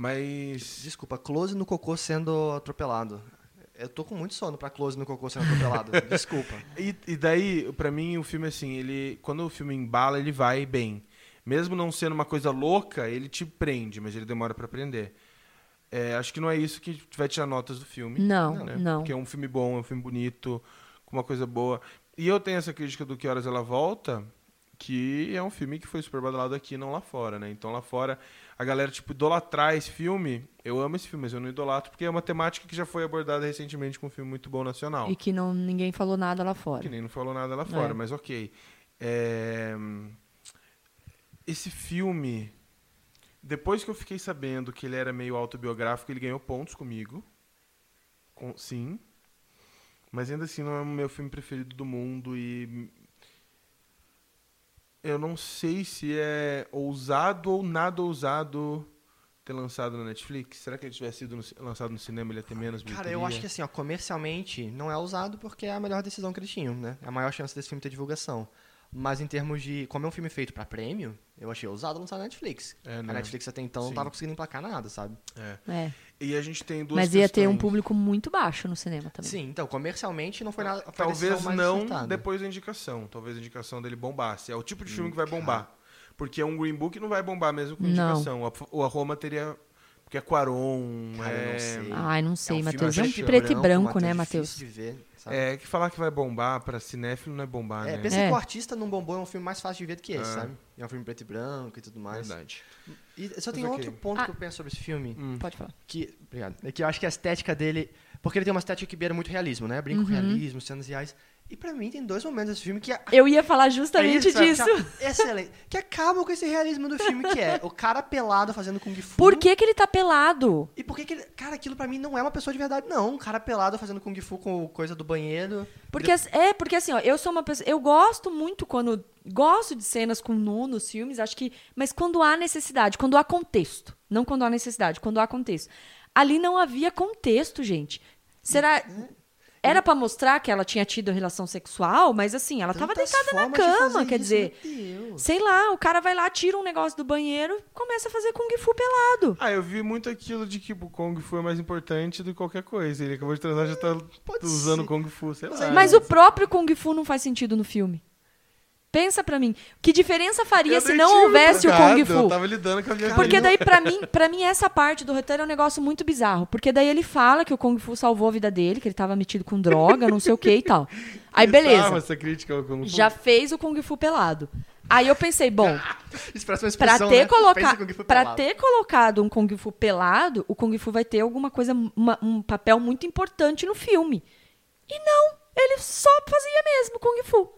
[SPEAKER 1] Mas.
[SPEAKER 2] Desculpa, Close no cocô sendo atropelado. Eu tô com muito sono pra Close no cocô sendo atropelado. Desculpa.
[SPEAKER 1] E, e daí, pra mim, o filme, assim, ele. Quando o filme embala, ele vai bem. Mesmo não sendo uma coisa louca, ele te prende, mas ele demora pra prender. É, acho que não é isso que vai tirar notas do filme.
[SPEAKER 3] Não,
[SPEAKER 1] né?
[SPEAKER 3] não.
[SPEAKER 1] Porque é um filme bom, é um filme bonito, com uma coisa boa. E eu tenho essa crítica do Que Horas Ela Volta, que é um filme que foi super badalado aqui, não lá fora, né? Então lá fora, a galera, tipo, idolatrar esse filme. Eu amo esse filme, mas eu não idolatro, porque é uma temática que já foi abordada recentemente com um filme muito bom nacional.
[SPEAKER 3] E que não, ninguém falou nada lá
[SPEAKER 1] Que
[SPEAKER 3] fora.
[SPEAKER 1] nem não falou nada lá fora,
[SPEAKER 3] É.
[SPEAKER 1] mas ok. É, hum, Esse filme, depois que eu fiquei sabendo que ele era meio autobiográfico, ele ganhou pontos comigo. Com- Sim. Mas ainda assim não é o meu filme preferido do mundo e. hum, Eu não sei se é ousado ou nada ousado ter lançado na Netflix. Será que ele tivesse sido no ci- lançado no cinema, ele ia ter menos
[SPEAKER 2] Cara, eu
[SPEAKER 1] bilheteria?
[SPEAKER 2] acho que assim, ó, comercialmente não é usado porque é a melhor decisão que eles tinham, né? É a maior chance desse filme ter divulgação. Mas em termos de. Como é um filme feito pra prêmio, eu achei ousado lançar na Netflix.
[SPEAKER 1] É, né?
[SPEAKER 2] A Netflix até então não
[SPEAKER 1] Sim.
[SPEAKER 2] tava conseguindo emplacar nada, sabe?
[SPEAKER 1] É.
[SPEAKER 3] É.
[SPEAKER 1] E a gente tem duas
[SPEAKER 3] Mas ia ter um
[SPEAKER 1] questões.
[SPEAKER 3] público muito baixo no cinema também.
[SPEAKER 2] Sim, então, comercialmente não foi nada. Foi a
[SPEAKER 1] Talvez
[SPEAKER 2] decisão mais
[SPEAKER 1] não
[SPEAKER 2] acertada.
[SPEAKER 1] depois da indicação. Talvez a indicação dele bombasse. É o tipo de filme que
[SPEAKER 2] Hum,
[SPEAKER 1] vai
[SPEAKER 2] tá.
[SPEAKER 1] bombar. Porque um Green Book não vai bombar mesmo com
[SPEAKER 3] Não.
[SPEAKER 1] indicação. A- Ou a Roma teria. Porque é Quaron.
[SPEAKER 2] Cara, eu
[SPEAKER 1] é...
[SPEAKER 2] não sei.
[SPEAKER 3] Ai, não
[SPEAKER 2] É
[SPEAKER 3] sei,
[SPEAKER 2] um
[SPEAKER 3] Matheus. É
[SPEAKER 2] filme
[SPEAKER 3] um
[SPEAKER 2] preto e
[SPEAKER 3] preto e branco, né,
[SPEAKER 2] Matheus?
[SPEAKER 3] Matheus?
[SPEAKER 2] difícil de ver, sabe?
[SPEAKER 1] É, que falar que vai bombar pra cinéfilo não é bombar,
[SPEAKER 2] tá. É,
[SPEAKER 1] né?
[SPEAKER 2] pensa
[SPEAKER 3] É.
[SPEAKER 2] que o artista não bombou é um filme mais fácil de ver do que esse,
[SPEAKER 1] É.
[SPEAKER 2] sabe? É um filme preto e branco e tudo mais.
[SPEAKER 1] Verdade.
[SPEAKER 2] E só tem um
[SPEAKER 1] Mas ok.
[SPEAKER 2] outro ponto
[SPEAKER 3] Ah.
[SPEAKER 2] que eu penso sobre esse filme,
[SPEAKER 3] Pode falar.
[SPEAKER 2] que, obrigado, é que eu acho que a estética dele, porque ele tem uma estética que beira muito realismo, né? Brinca
[SPEAKER 3] Uhum.
[SPEAKER 2] com realismo, cenas reais. E pra mim tem dois momentos desse filme que a-
[SPEAKER 3] Eu ia falar justamente
[SPEAKER 2] é isso,
[SPEAKER 3] disso.
[SPEAKER 2] sabe? Que a- excelente. Que acabam com esse realismo do filme que é o cara pelado fazendo kung fu.
[SPEAKER 3] Por que, que ele tá pelado?
[SPEAKER 2] E por que que ele- cara, aquilo pra mim não é uma pessoa de verdade, não. Um cara pelado fazendo kung fu com coisa do banheiro.
[SPEAKER 3] Porque, as- é, porque assim, ó, eu sou uma pessoa. Eu gosto muito quando. Gosto de cenas com nu nos filmes, acho que. Mas quando há necessidade, quando há contexto. Não quando há necessidade, quando há contexto. Ali não havia contexto, gente. Será.
[SPEAKER 2] É.
[SPEAKER 3] Era pra mostrar que ela tinha tido relação sexual, mas assim, ela tava
[SPEAKER 2] Tantas
[SPEAKER 3] deitada na
[SPEAKER 2] formas de fazer
[SPEAKER 3] cama, quer
[SPEAKER 2] isso, né?
[SPEAKER 3] dizer.
[SPEAKER 2] meu Deus.
[SPEAKER 3] Sei lá, o cara vai lá, tira um negócio do banheiro, começa a fazer kung fu pelado.
[SPEAKER 1] Ah, eu vi muito aquilo de que o Kong Fu é mais importante do que qualquer coisa. Ele acabou de transar já tá
[SPEAKER 2] Hum, Pode
[SPEAKER 1] usando
[SPEAKER 2] ser.
[SPEAKER 1] Kung Fu, sei lá.
[SPEAKER 3] Mas o próprio kung fu não faz sentido no filme. Pensa pra mim, que diferença faria
[SPEAKER 1] Eu
[SPEAKER 3] se
[SPEAKER 1] nem
[SPEAKER 3] não
[SPEAKER 1] tinha
[SPEAKER 3] houvesse o
[SPEAKER 1] ligado,
[SPEAKER 3] kung
[SPEAKER 1] Eu
[SPEAKER 3] fu?
[SPEAKER 1] tava lidando com a minha
[SPEAKER 3] Porque
[SPEAKER 1] vida.
[SPEAKER 3] daí, pra mim, pra mim, essa parte do roteiro é um negócio muito bizarro. Porque daí ele fala que o Kung Fu salvou a vida dele, que ele tava metido com droga, não sei o que e tal. Aí,
[SPEAKER 1] Sabe
[SPEAKER 3] beleza.
[SPEAKER 1] essa crítica ao Kung Fu.
[SPEAKER 3] Já fez o Kung Fu pelado. Aí eu pensei,
[SPEAKER 1] Ah,
[SPEAKER 3] bom,
[SPEAKER 2] Expressa uma
[SPEAKER 3] pra
[SPEAKER 2] expressão,
[SPEAKER 3] ter,
[SPEAKER 2] né?
[SPEAKER 3] coloca...
[SPEAKER 2] Pensa com o que foi
[SPEAKER 3] pra
[SPEAKER 2] falado.
[SPEAKER 3] ter colocado um Kung Fu pelado, o Kung Fu vai ter alguma coisa, uma- um papel muito importante no filme. E não, ele só fazia mesmo Kung Fu.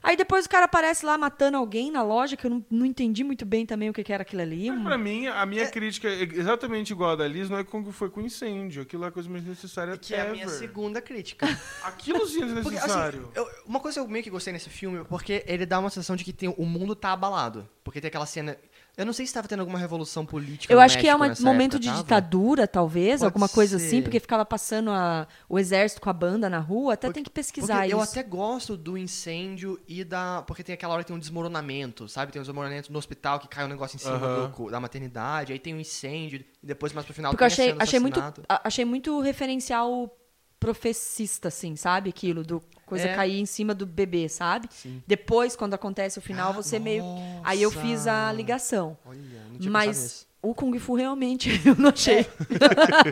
[SPEAKER 3] Aí depois o cara aparece lá matando alguém na loja, que eu não, não entendi muito bem também o que, que era aquilo ali.
[SPEAKER 1] Mas
[SPEAKER 3] um-
[SPEAKER 1] Pra mim, a minha crítica é exatamente igual a da Liz, não é Kung Fu, é com incêndio. Aquilo é a coisa mais necessária
[SPEAKER 2] Que é a minha
[SPEAKER 1] ever.
[SPEAKER 2] segunda crítica.
[SPEAKER 1] Aquilo sim é
[SPEAKER 2] Porque, assim,
[SPEAKER 1] desnecessário.
[SPEAKER 2] eu- uma coisa que eu meio que gostei nesse filme, é porque ele dá uma sensação de que tem, o mundo tá abalado. Porque tem aquela cena. Eu não sei se tava tendo alguma revolução política.
[SPEAKER 3] Eu
[SPEAKER 2] no
[SPEAKER 3] acho que é
[SPEAKER 2] México
[SPEAKER 3] um
[SPEAKER 2] nessa
[SPEAKER 3] momento
[SPEAKER 2] época,
[SPEAKER 3] de
[SPEAKER 2] tava?
[SPEAKER 3] ditadura, talvez,
[SPEAKER 2] Pode
[SPEAKER 3] alguma coisa
[SPEAKER 2] ser.
[SPEAKER 3] assim, porque ficava passando a- o exército com a banda na rua. Até
[SPEAKER 2] Porque-
[SPEAKER 3] tem que
[SPEAKER 2] Porque
[SPEAKER 3] pesquisar
[SPEAKER 2] eu
[SPEAKER 3] isso.
[SPEAKER 2] até gosto do incêndio e da. Porque tem aquela hora que tem um desmoronamento, sabe? Tem um desmoronamento no hospital que cai um negócio em cima
[SPEAKER 1] Aham.
[SPEAKER 2] do cu- da maternidade, aí tem um incêndio, e depois mais pro final
[SPEAKER 3] Porque
[SPEAKER 2] tem
[SPEAKER 3] eu
[SPEAKER 2] a
[SPEAKER 3] achei,
[SPEAKER 2] cena do
[SPEAKER 3] achei, muito,
[SPEAKER 2] assassinato.
[SPEAKER 3] a- achei muito referencial profecista, assim, sabe? Aquilo do coisa
[SPEAKER 2] É.
[SPEAKER 3] cair em cima do bebê, sabe?
[SPEAKER 2] Sim.
[SPEAKER 3] Depois, quando acontece o final,
[SPEAKER 2] Ah,
[SPEAKER 3] você meio. Aí eu fiz a
[SPEAKER 2] nossa.
[SPEAKER 3] ligação.
[SPEAKER 2] Olha, não tinha pensado nisso.
[SPEAKER 3] Mas o Kung Fu realmente eu não achei.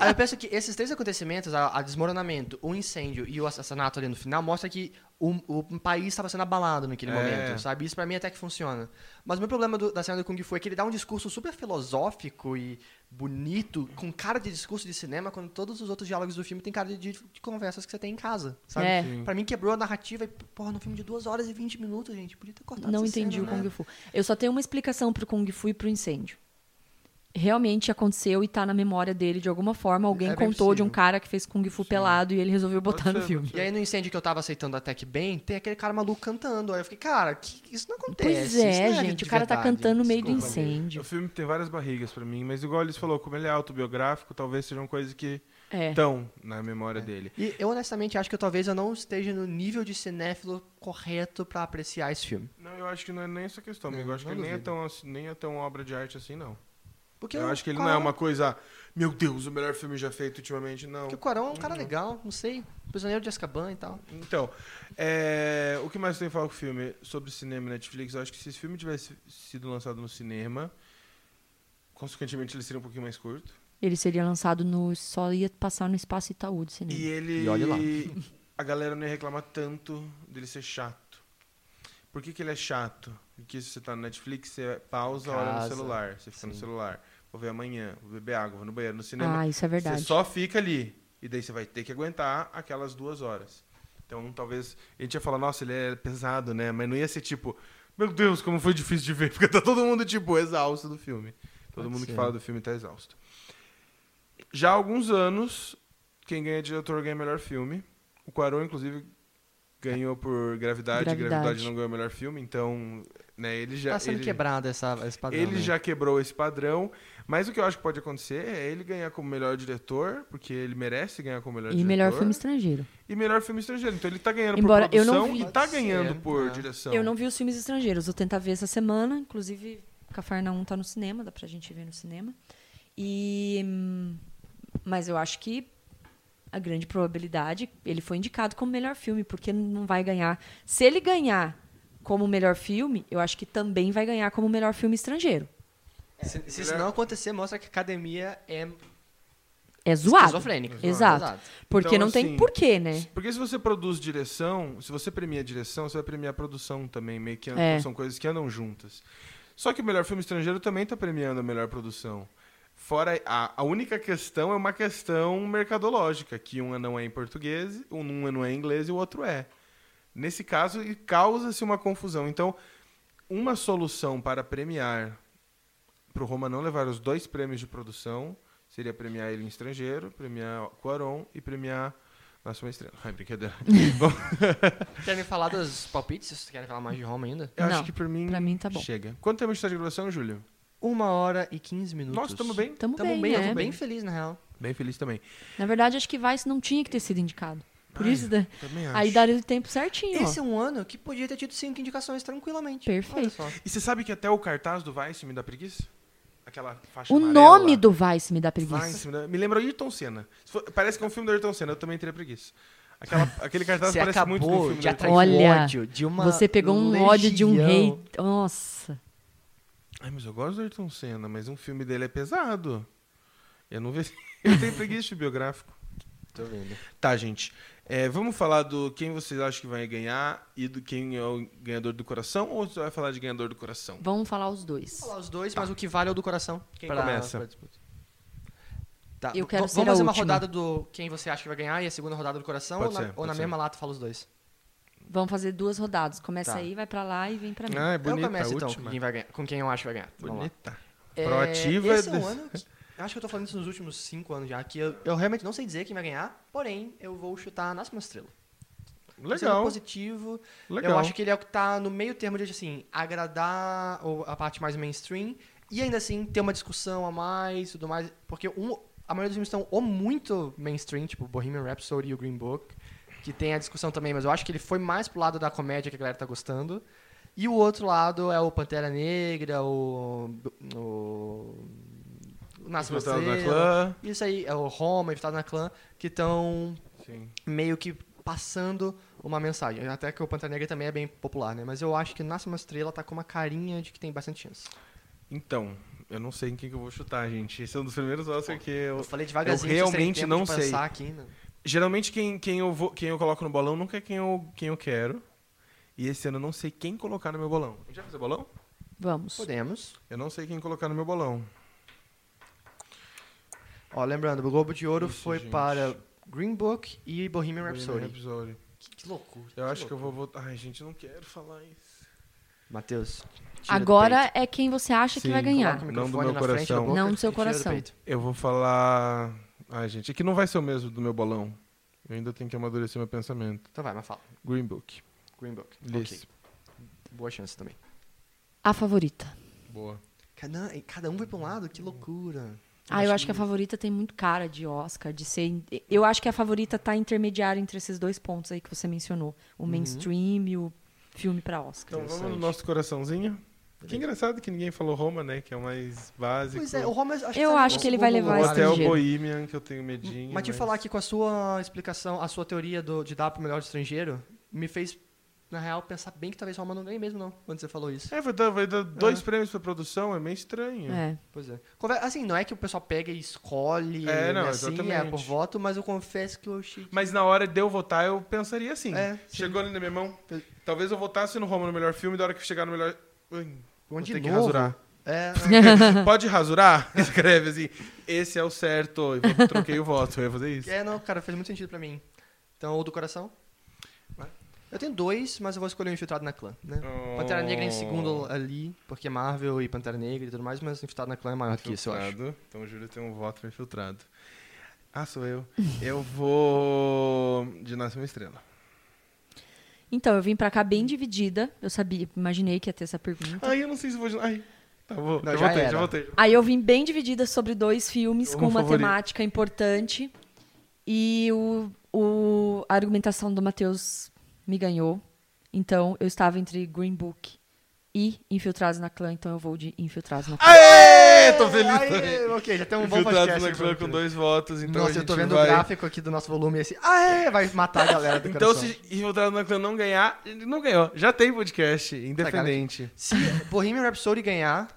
[SPEAKER 2] Aí eu penso que esses três acontecimentos, a, a desmoronamento, o incêndio e o assassinato ali no final, mostra que o, o país estava sendo abalado naquele
[SPEAKER 1] É.
[SPEAKER 2] momento, sabe? Isso pra mim é até que funciona. Mas o meu problema do- da cena do Kung Fu é que ele dá um discurso super filosófico e bonito, com cara de discurso de cinema, quando todos os outros diálogos do filme têm cara de, de- de conversas que você tem em casa, sabe?
[SPEAKER 3] É.
[SPEAKER 1] Sim.
[SPEAKER 2] Pra mim quebrou a narrativa e, porra, num filme de duas horas e 20 minutos, gente, podia ter cortado
[SPEAKER 3] Não
[SPEAKER 2] essa cena,
[SPEAKER 3] entendi o
[SPEAKER 2] né?
[SPEAKER 3] Kung Fu. Eu só tenho uma explicação pro Kung Fu e pro incêndio. Realmente aconteceu e tá na memória dele de alguma forma. Alguém
[SPEAKER 2] É bem
[SPEAKER 3] contou de um
[SPEAKER 2] possível.
[SPEAKER 3] cara que fez Kung Fu pelado e ele resolveu
[SPEAKER 1] Pode
[SPEAKER 3] botar no
[SPEAKER 1] ser,
[SPEAKER 3] filme.
[SPEAKER 1] pode
[SPEAKER 2] E aí no incêndio que eu tava aceitando até que bem, tem aquele cara maluco cantando. Aí eu fiquei, cara, que- isso não acontece.
[SPEAKER 3] Pois
[SPEAKER 2] isso não
[SPEAKER 3] é,
[SPEAKER 2] vida
[SPEAKER 3] gente,
[SPEAKER 2] de
[SPEAKER 3] o cara tá
[SPEAKER 2] verdade,
[SPEAKER 3] cantando no meio do
[SPEAKER 2] desculpa.
[SPEAKER 3] incêndio.
[SPEAKER 1] O filme tem várias barrigas pra mim, mas igual eles falou, como ele é autobiográfico, talvez sejam coisas que
[SPEAKER 3] É.
[SPEAKER 1] estão na memória dele.
[SPEAKER 2] E eu honestamente acho que eu, talvez eu não esteja no nível de cinéfilo correto pra apreciar esse filme.
[SPEAKER 1] Não, eu acho que não é nem essa questão, amigo.
[SPEAKER 2] Não,
[SPEAKER 1] Eu acho que
[SPEAKER 2] não
[SPEAKER 1] ele nem é,
[SPEAKER 2] duvido.
[SPEAKER 1] tão, assim- nem é tão obra de arte assim, não.
[SPEAKER 2] Porque
[SPEAKER 1] Eu,
[SPEAKER 2] o
[SPEAKER 1] acho que ele não
[SPEAKER 2] Cuarón-
[SPEAKER 1] é uma coisa, meu Deus, o melhor filme já feito ultimamente, não.
[SPEAKER 2] Porque o Quarão é um cara
[SPEAKER 1] Uhum.
[SPEAKER 2] legal, não sei. Prisioneiro de Azkaban e tal.
[SPEAKER 1] Então, é, o que mais tem que falar com o filme? Sobre cinema e Netflix, eu acho que se esse filme tivesse sido lançado no cinema, consequentemente ele seria um pouquinho mais curto.
[SPEAKER 3] Ele seria lançado no. Só ia passar no espaço Itaú do cinema.
[SPEAKER 1] E ele.
[SPEAKER 2] Hum. E olha lá.
[SPEAKER 1] A galera não ia reclamar tanto dele ser chato. Por que, que ele é chato? Porque se você tá no Netflix, você pausa, olha no
[SPEAKER 2] Casa.
[SPEAKER 1] celular. Você fica no
[SPEAKER 2] Sim.
[SPEAKER 1] celular. Vou ver amanhã, vou beber água, vou no banheiro, no cinema.
[SPEAKER 3] ah, isso é verdade.
[SPEAKER 1] né? Você só fica ali. E daí você vai ter que aguentar aquelas duas horas. Então, talvez. A gente ia falar, nossa, ele é pesado, né? Mas não ia ser tipo, meu Deus, como foi difícil de ver. Porque tá todo mundo, tipo, exausto do filme. Todo
[SPEAKER 2] Pode
[SPEAKER 1] mundo que
[SPEAKER 2] ser.
[SPEAKER 1] fala do filme tá exausto. Já há alguns anos, quem ganha diretor ganha melhor filme. O Quaron, inclusive, ganhou por gravidade. Gravidade,
[SPEAKER 3] Gravidade.
[SPEAKER 1] não ganhou melhor filme. Então, né, ele já.
[SPEAKER 2] Tá sendo
[SPEAKER 1] ele-
[SPEAKER 2] quebrada essa, esse padrão.
[SPEAKER 1] ele
[SPEAKER 2] né?
[SPEAKER 1] já quebrou esse padrão, mas o que eu acho que pode acontecer é ele ganhar como melhor diretor, porque ele merece ganhar como melhor
[SPEAKER 3] E
[SPEAKER 1] diretor.
[SPEAKER 3] melhor filme estrangeiro.
[SPEAKER 1] E melhor filme estrangeiro. Então ele tá ganhando
[SPEAKER 3] Embora
[SPEAKER 1] por
[SPEAKER 3] eu não
[SPEAKER 1] produção
[SPEAKER 3] vi-
[SPEAKER 1] e tá
[SPEAKER 2] Pode ser,
[SPEAKER 1] ganhando por
[SPEAKER 2] é.
[SPEAKER 1] direção.
[SPEAKER 3] Eu não vi os filmes estrangeiros. Vou tentar ver essa semana. Inclusive, Cafarnaum tá no cinema, dá pra gente ver no cinema. E. hum, Mas eu acho que a grande probabilidade, ele foi indicado como melhor filme, porque não vai ganhar. Se ele ganhar como melhor filme, eu acho que também vai ganhar como melhor filme estrangeiro.
[SPEAKER 2] Se, se
[SPEAKER 1] é
[SPEAKER 2] isso não acontecer, mostra que a academia é
[SPEAKER 3] É zoado.
[SPEAKER 2] esquizofrênica.
[SPEAKER 3] Exato. Porque
[SPEAKER 1] Então,
[SPEAKER 3] não
[SPEAKER 1] assim,
[SPEAKER 3] tem porquê, né?
[SPEAKER 1] Porque se você produz direção, se você premia direção, você vai premiar produção também, meio que andam-
[SPEAKER 3] É.
[SPEAKER 1] são coisas que andam juntas. Só que o melhor filme estrangeiro também tá premiando a melhor produção. Fora a, a única questão é uma questão mercadológica, que um não é em português, um não é em inglês e o outro é. Nesse caso, e causa-se uma confusão. Então, uma solução para premiar para o Roma não levar os dois prêmios de produção seria premiar ele em estrangeiro, premiar Cuaron e premiar Nossa uma estrela. Ai, brincadeira. Bom,
[SPEAKER 2] Querem falar dos palpites? Vocês querem falar mais de Roma ainda?
[SPEAKER 1] eu acho
[SPEAKER 3] Não,
[SPEAKER 1] que por mim,
[SPEAKER 3] Pra mim tá bom.
[SPEAKER 1] chega. Quanto tempo a gente tá de gravação, Júlio?
[SPEAKER 2] Uma hora e 15 minutos.
[SPEAKER 1] Nossa, estamos bem.
[SPEAKER 3] Tamo,
[SPEAKER 2] Tamo
[SPEAKER 3] bem,
[SPEAKER 2] bem,
[SPEAKER 3] né?
[SPEAKER 2] tamo bem feliz, na real.
[SPEAKER 1] Bem feliz também.
[SPEAKER 3] Na verdade, acho que Vice não tinha que ter sido indicado. Por
[SPEAKER 1] Ai,
[SPEAKER 3] isso, né?
[SPEAKER 1] Também acho.
[SPEAKER 3] aí daria o tempo certinho,
[SPEAKER 2] Esse
[SPEAKER 3] ó.
[SPEAKER 2] é um ano que podia ter tido cinco indicações tranquilamente.
[SPEAKER 3] Perfeito.
[SPEAKER 2] Olha só.
[SPEAKER 1] E você sabe que até o cartaz do Vice me dá preguiça? Aquela
[SPEAKER 2] um
[SPEAKER 1] faixa
[SPEAKER 3] O
[SPEAKER 1] amarela.
[SPEAKER 3] nome do Vice me dá
[SPEAKER 2] é
[SPEAKER 3] preguiça.
[SPEAKER 1] Vice me, dá... me lembra Ayrton Senna. Se for- Parece que é um filme do Ayrton Senna, eu também teria preguiça. Aquela- aquele cartaz
[SPEAKER 2] Você
[SPEAKER 1] parece muito com o
[SPEAKER 2] acabou
[SPEAKER 1] filme tá
[SPEAKER 2] de
[SPEAKER 1] do Ayrton
[SPEAKER 2] atrair um
[SPEAKER 1] Senna.
[SPEAKER 3] Olha,
[SPEAKER 2] ódio de uma
[SPEAKER 3] Você pegou um ódio de um rei.
[SPEAKER 2] legião.
[SPEAKER 3] Nossa.
[SPEAKER 1] Ai, mas eu gosto do Ayrton Senna, mas um filme dele é pesado. Eu não vejo. Eu tenho preguiça de biográfico.
[SPEAKER 2] Tô vendo.
[SPEAKER 1] Tá, gente. É, vamos falar do quem vocês acham que vai ganhar e do quem é o ganhador do coração, ou você vai falar de ganhador do coração?
[SPEAKER 3] Vamos falar os dois.
[SPEAKER 2] Vou falar os dois, mas o que vale é o do coração.
[SPEAKER 1] Quem começa?
[SPEAKER 2] disputa. Tá,
[SPEAKER 3] Eu
[SPEAKER 2] v-
[SPEAKER 3] quero
[SPEAKER 2] vamos
[SPEAKER 3] ser a
[SPEAKER 2] fazer uma
[SPEAKER 3] última.
[SPEAKER 2] rodada do quem você acha que vai ganhar e a segunda rodada do coração,
[SPEAKER 1] Pode
[SPEAKER 2] ou
[SPEAKER 1] ser,
[SPEAKER 2] na, ou
[SPEAKER 1] pode
[SPEAKER 2] na
[SPEAKER 1] ser.
[SPEAKER 2] mesma lata fala os dois.
[SPEAKER 3] Vamos fazer duas rodadas. Começa
[SPEAKER 2] Tá.
[SPEAKER 3] aí, vai pra lá e vem pra mim.
[SPEAKER 1] Ah, é
[SPEAKER 2] eu
[SPEAKER 1] bonita
[SPEAKER 2] começo
[SPEAKER 1] a
[SPEAKER 2] então
[SPEAKER 1] última.
[SPEAKER 2] com quem, vai ganhar, com quem eu acho que vai ganhar. Vamos lá.
[SPEAKER 1] Bonita. Proativa
[SPEAKER 2] É, esse é um
[SPEAKER 1] des-
[SPEAKER 2] ano que- Acho que eu tô falando isso nos últimos cinco anos já, que eu, eu realmente não sei dizer quem vai ganhar, porém, eu vou chutar Nasce uma Estrela. Esse é um
[SPEAKER 1] Legal,
[SPEAKER 2] positivo.
[SPEAKER 1] legal.
[SPEAKER 2] Eu acho que ele é o que tá no meio termo de, assim, agradar o- a parte mais mainstream e ainda assim ter uma discussão a mais e tudo mais. Porque um, a maioria dos filmes estão ou muito mainstream, tipo Bohemian Rhapsody e o Green Book, que tem a discussão também, mas eu acho que ele foi mais pro lado da comédia que a galera tá gostando. E o outro lado é o Pantera Negra, o. O. o Nasce uma
[SPEAKER 1] Infiltrado na
[SPEAKER 2] Estrela.
[SPEAKER 1] clã.
[SPEAKER 2] Isso aí, é o Roma, Infiltrado na Clã, que estão
[SPEAKER 1] Sim.
[SPEAKER 2] meio que passando uma mensagem. Até que o Pantera Negra também é bem popular, né? Mas eu acho que Nasce Uma Estrela tá com uma carinha de que tem bastante chance.
[SPEAKER 1] Então, eu não sei em quem que eu vou chutar, gente. Esse é um dos primeiros Oscar que eu.
[SPEAKER 2] Eu falei devagarzinho,
[SPEAKER 1] eu
[SPEAKER 2] vocês terem
[SPEAKER 1] realmente
[SPEAKER 2] tempo
[SPEAKER 1] não
[SPEAKER 2] de
[SPEAKER 1] sei.
[SPEAKER 2] pensar Aqui, né?
[SPEAKER 1] Geralmente quem, quem, eu vou, quem eu coloco no bolão nunca é quem eu, quem eu quero. E esse ano eu não sei quem colocar no meu bolão. A gente vai fazer bolão?
[SPEAKER 3] Vamos.
[SPEAKER 2] Podemos.
[SPEAKER 1] Eu não sei quem colocar no meu bolão.
[SPEAKER 2] Ó, lembrando, o Globo de Ouro
[SPEAKER 1] Isso,
[SPEAKER 2] foi
[SPEAKER 1] gente.
[SPEAKER 2] para Green Book e Bohemian Rhapsody.
[SPEAKER 1] Bohemian Rhapsody.
[SPEAKER 2] Que, que loucura.
[SPEAKER 1] Eu acho que eu vou votar. Ai, gente, eu não quero falar isso.
[SPEAKER 2] Matheus, tira do
[SPEAKER 3] Agora
[SPEAKER 2] peito.
[SPEAKER 3] é quem você acha
[SPEAKER 1] Sim,
[SPEAKER 3] que vai ganhar.
[SPEAKER 2] Coloca o
[SPEAKER 1] Não do
[SPEAKER 2] microfone
[SPEAKER 1] meu
[SPEAKER 2] na frente da
[SPEAKER 1] coração.
[SPEAKER 2] boca
[SPEAKER 3] Não do seu
[SPEAKER 2] e tira
[SPEAKER 3] coração.
[SPEAKER 2] peito.
[SPEAKER 1] Eu vou falar. Ai, gente, é que não vai ser o mesmo do meu bolão. Eu ainda tenho que amadurecer meu pensamento.
[SPEAKER 2] Então vai, mas fala.
[SPEAKER 1] Green Book.
[SPEAKER 2] Green Book.
[SPEAKER 1] Liz.
[SPEAKER 2] Ok. Boa chance também.
[SPEAKER 3] A favorita.
[SPEAKER 1] Boa.
[SPEAKER 2] Cada, cada um foi pra um lado? Que loucura.
[SPEAKER 3] Ah, eu acho que a favorita tem muito cara de Oscar, de ser. Eu acho que a favorita tá intermediária entre esses dois pontos aí que você mencionou: o
[SPEAKER 2] Uhum.
[SPEAKER 3] mainstream e o filme pra Oscar.
[SPEAKER 1] Então vamos no
[SPEAKER 2] Interessante.
[SPEAKER 1] nosso coraçãozinho. Que engraçado que ninguém falou Roma, né? Que é o mais básico.
[SPEAKER 2] Pois é, o Homer... Acho
[SPEAKER 3] Eu
[SPEAKER 2] tá
[SPEAKER 3] acho
[SPEAKER 2] no
[SPEAKER 3] que ele vai
[SPEAKER 2] segundo
[SPEAKER 3] levar
[SPEAKER 1] Ou
[SPEAKER 3] esse
[SPEAKER 2] lugar.
[SPEAKER 1] até o
[SPEAKER 3] estrangeiro.
[SPEAKER 1] Bohemian, que eu tenho medinho.
[SPEAKER 2] Mas te falar que com a sua explicação, a sua teoria do, de dar pro melhor estrangeiro, me fez, na real, pensar bem que talvez Roma não ganhe mesmo, não, quando você falou isso.
[SPEAKER 1] É, vai dar, vai dar dois prêmios pra produção, é meio estranho.
[SPEAKER 3] É.
[SPEAKER 2] Pois é. Conver- Assim, não é que o pessoal pega e escolhe,
[SPEAKER 1] É, não,
[SPEAKER 2] né, assim, é
[SPEAKER 1] exatamente.
[SPEAKER 2] por voto, mas eu confesso que eu achei...
[SPEAKER 1] Mas na hora de eu votar, eu pensaria assim.
[SPEAKER 2] É, sim.
[SPEAKER 1] Chegou ali na minha mão.
[SPEAKER 2] Pe-
[SPEAKER 1] Talvez eu votasse no Roma no melhor filme, da hora que chegar no melhor. Ui, vou
[SPEAKER 2] Onde
[SPEAKER 1] ter que
[SPEAKER 2] novo?
[SPEAKER 1] rasurar.
[SPEAKER 2] É,
[SPEAKER 1] Pode rasurar? Escreve assim. Esse é o certo. E vou- troquei o voto. Eu ia fazer isso.
[SPEAKER 2] é, não, cara, fez muito sentido pra mim. Então, o do coração?
[SPEAKER 1] Vai.
[SPEAKER 2] Eu tenho dois, mas eu vou escolher o Infiltrado na Clã, né?
[SPEAKER 1] Oh.
[SPEAKER 2] Pantera Negra em segundo ali, porque é Marvel e Pantera Negra e tudo mais, mas Infiltrado na Clã é maior que isso, eu acho.
[SPEAKER 1] Infiltrado. Então o Júlio tem um voto pra infiltrado. Ah, sou eu. Eu vou. De Nasce uma Estrela.
[SPEAKER 3] Então, eu vim pra cá bem dividida. Eu sabia, imaginei que ia ter essa pergunta.
[SPEAKER 1] Ai, eu não sei se vou. de- Ai. Tá, vou.
[SPEAKER 2] Então-
[SPEAKER 1] já,
[SPEAKER 2] Não, já
[SPEAKER 1] votei,
[SPEAKER 2] era.
[SPEAKER 1] já votei.
[SPEAKER 3] Aí eu vim bem dividida sobre dois filmes
[SPEAKER 1] Uma
[SPEAKER 3] com uma
[SPEAKER 1] favorita.
[SPEAKER 3] temática importante. E o, o- a argumentação do Matheus me ganhou. Então, eu estava entre Green Book e Infiltrados na Clã. Então, eu vou de Infiltrados
[SPEAKER 1] Ah,
[SPEAKER 3] na Clã.
[SPEAKER 1] Aê! Tô feliz. também.
[SPEAKER 2] Aê, ok, já tem um bom podcast.
[SPEAKER 1] Infiltrados na
[SPEAKER 2] aqui,
[SPEAKER 1] clã
[SPEAKER 2] vamos
[SPEAKER 1] com
[SPEAKER 2] ver.
[SPEAKER 1] dois votos, então a
[SPEAKER 2] Nossa,
[SPEAKER 1] gente
[SPEAKER 2] eu tô vendo
[SPEAKER 1] vai...
[SPEAKER 2] o gráfico aqui do nosso volume esse. Ah, é, vai matar a galera do
[SPEAKER 1] Então,
[SPEAKER 2] coração.
[SPEAKER 1] se Infiltrados na clã não ganhar, ele não ganhou. Já tem podcast,
[SPEAKER 2] Tá,
[SPEAKER 1] independente.
[SPEAKER 2] se Bohemian Rhapsody ganhar,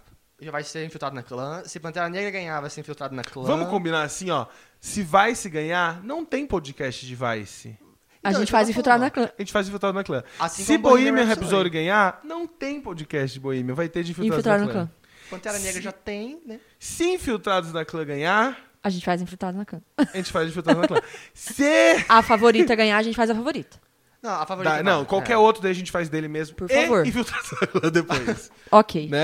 [SPEAKER 2] já vai ser infiltrado na clã. Se Pantera Negra ganhar, vai ser infiltrado na clã.
[SPEAKER 1] Vamos combinar assim, ó. Se Vice ganhar, não tem podcast de Vice.
[SPEAKER 3] A
[SPEAKER 2] Então,
[SPEAKER 3] gente
[SPEAKER 2] eu
[SPEAKER 1] tá
[SPEAKER 3] faz
[SPEAKER 2] tô
[SPEAKER 3] Infiltrados na
[SPEAKER 2] falando.
[SPEAKER 3] Clã.
[SPEAKER 1] A gente faz Infiltrado na Clã.
[SPEAKER 2] Assim
[SPEAKER 1] Se
[SPEAKER 2] como Bohemian
[SPEAKER 1] Bohemian
[SPEAKER 2] Rhapsody.
[SPEAKER 1] Rhapsody ganhar, não tem podcast de Bohemian. Vai ter de Infiltrados
[SPEAKER 3] Infiltrados
[SPEAKER 1] na
[SPEAKER 3] na
[SPEAKER 1] clã.
[SPEAKER 3] Clã.
[SPEAKER 2] Pantera Negra já tem, né?
[SPEAKER 1] Se Infiltrados na Clã ganhar,
[SPEAKER 3] A gente faz Infiltrados na Clã.
[SPEAKER 1] a gente faz Infiltrados na Clã. Se...
[SPEAKER 3] A favorita ganhar, a gente faz a favorita.
[SPEAKER 2] Não, a favorita.
[SPEAKER 1] Dá-
[SPEAKER 2] é
[SPEAKER 1] não,
[SPEAKER 2] Marvel.
[SPEAKER 1] qualquer
[SPEAKER 2] É.
[SPEAKER 1] outro daí a gente faz dele mesmo.
[SPEAKER 3] Por
[SPEAKER 1] E
[SPEAKER 3] favor.
[SPEAKER 1] Infiltrados na Clã depois.
[SPEAKER 3] Ok,
[SPEAKER 1] Né?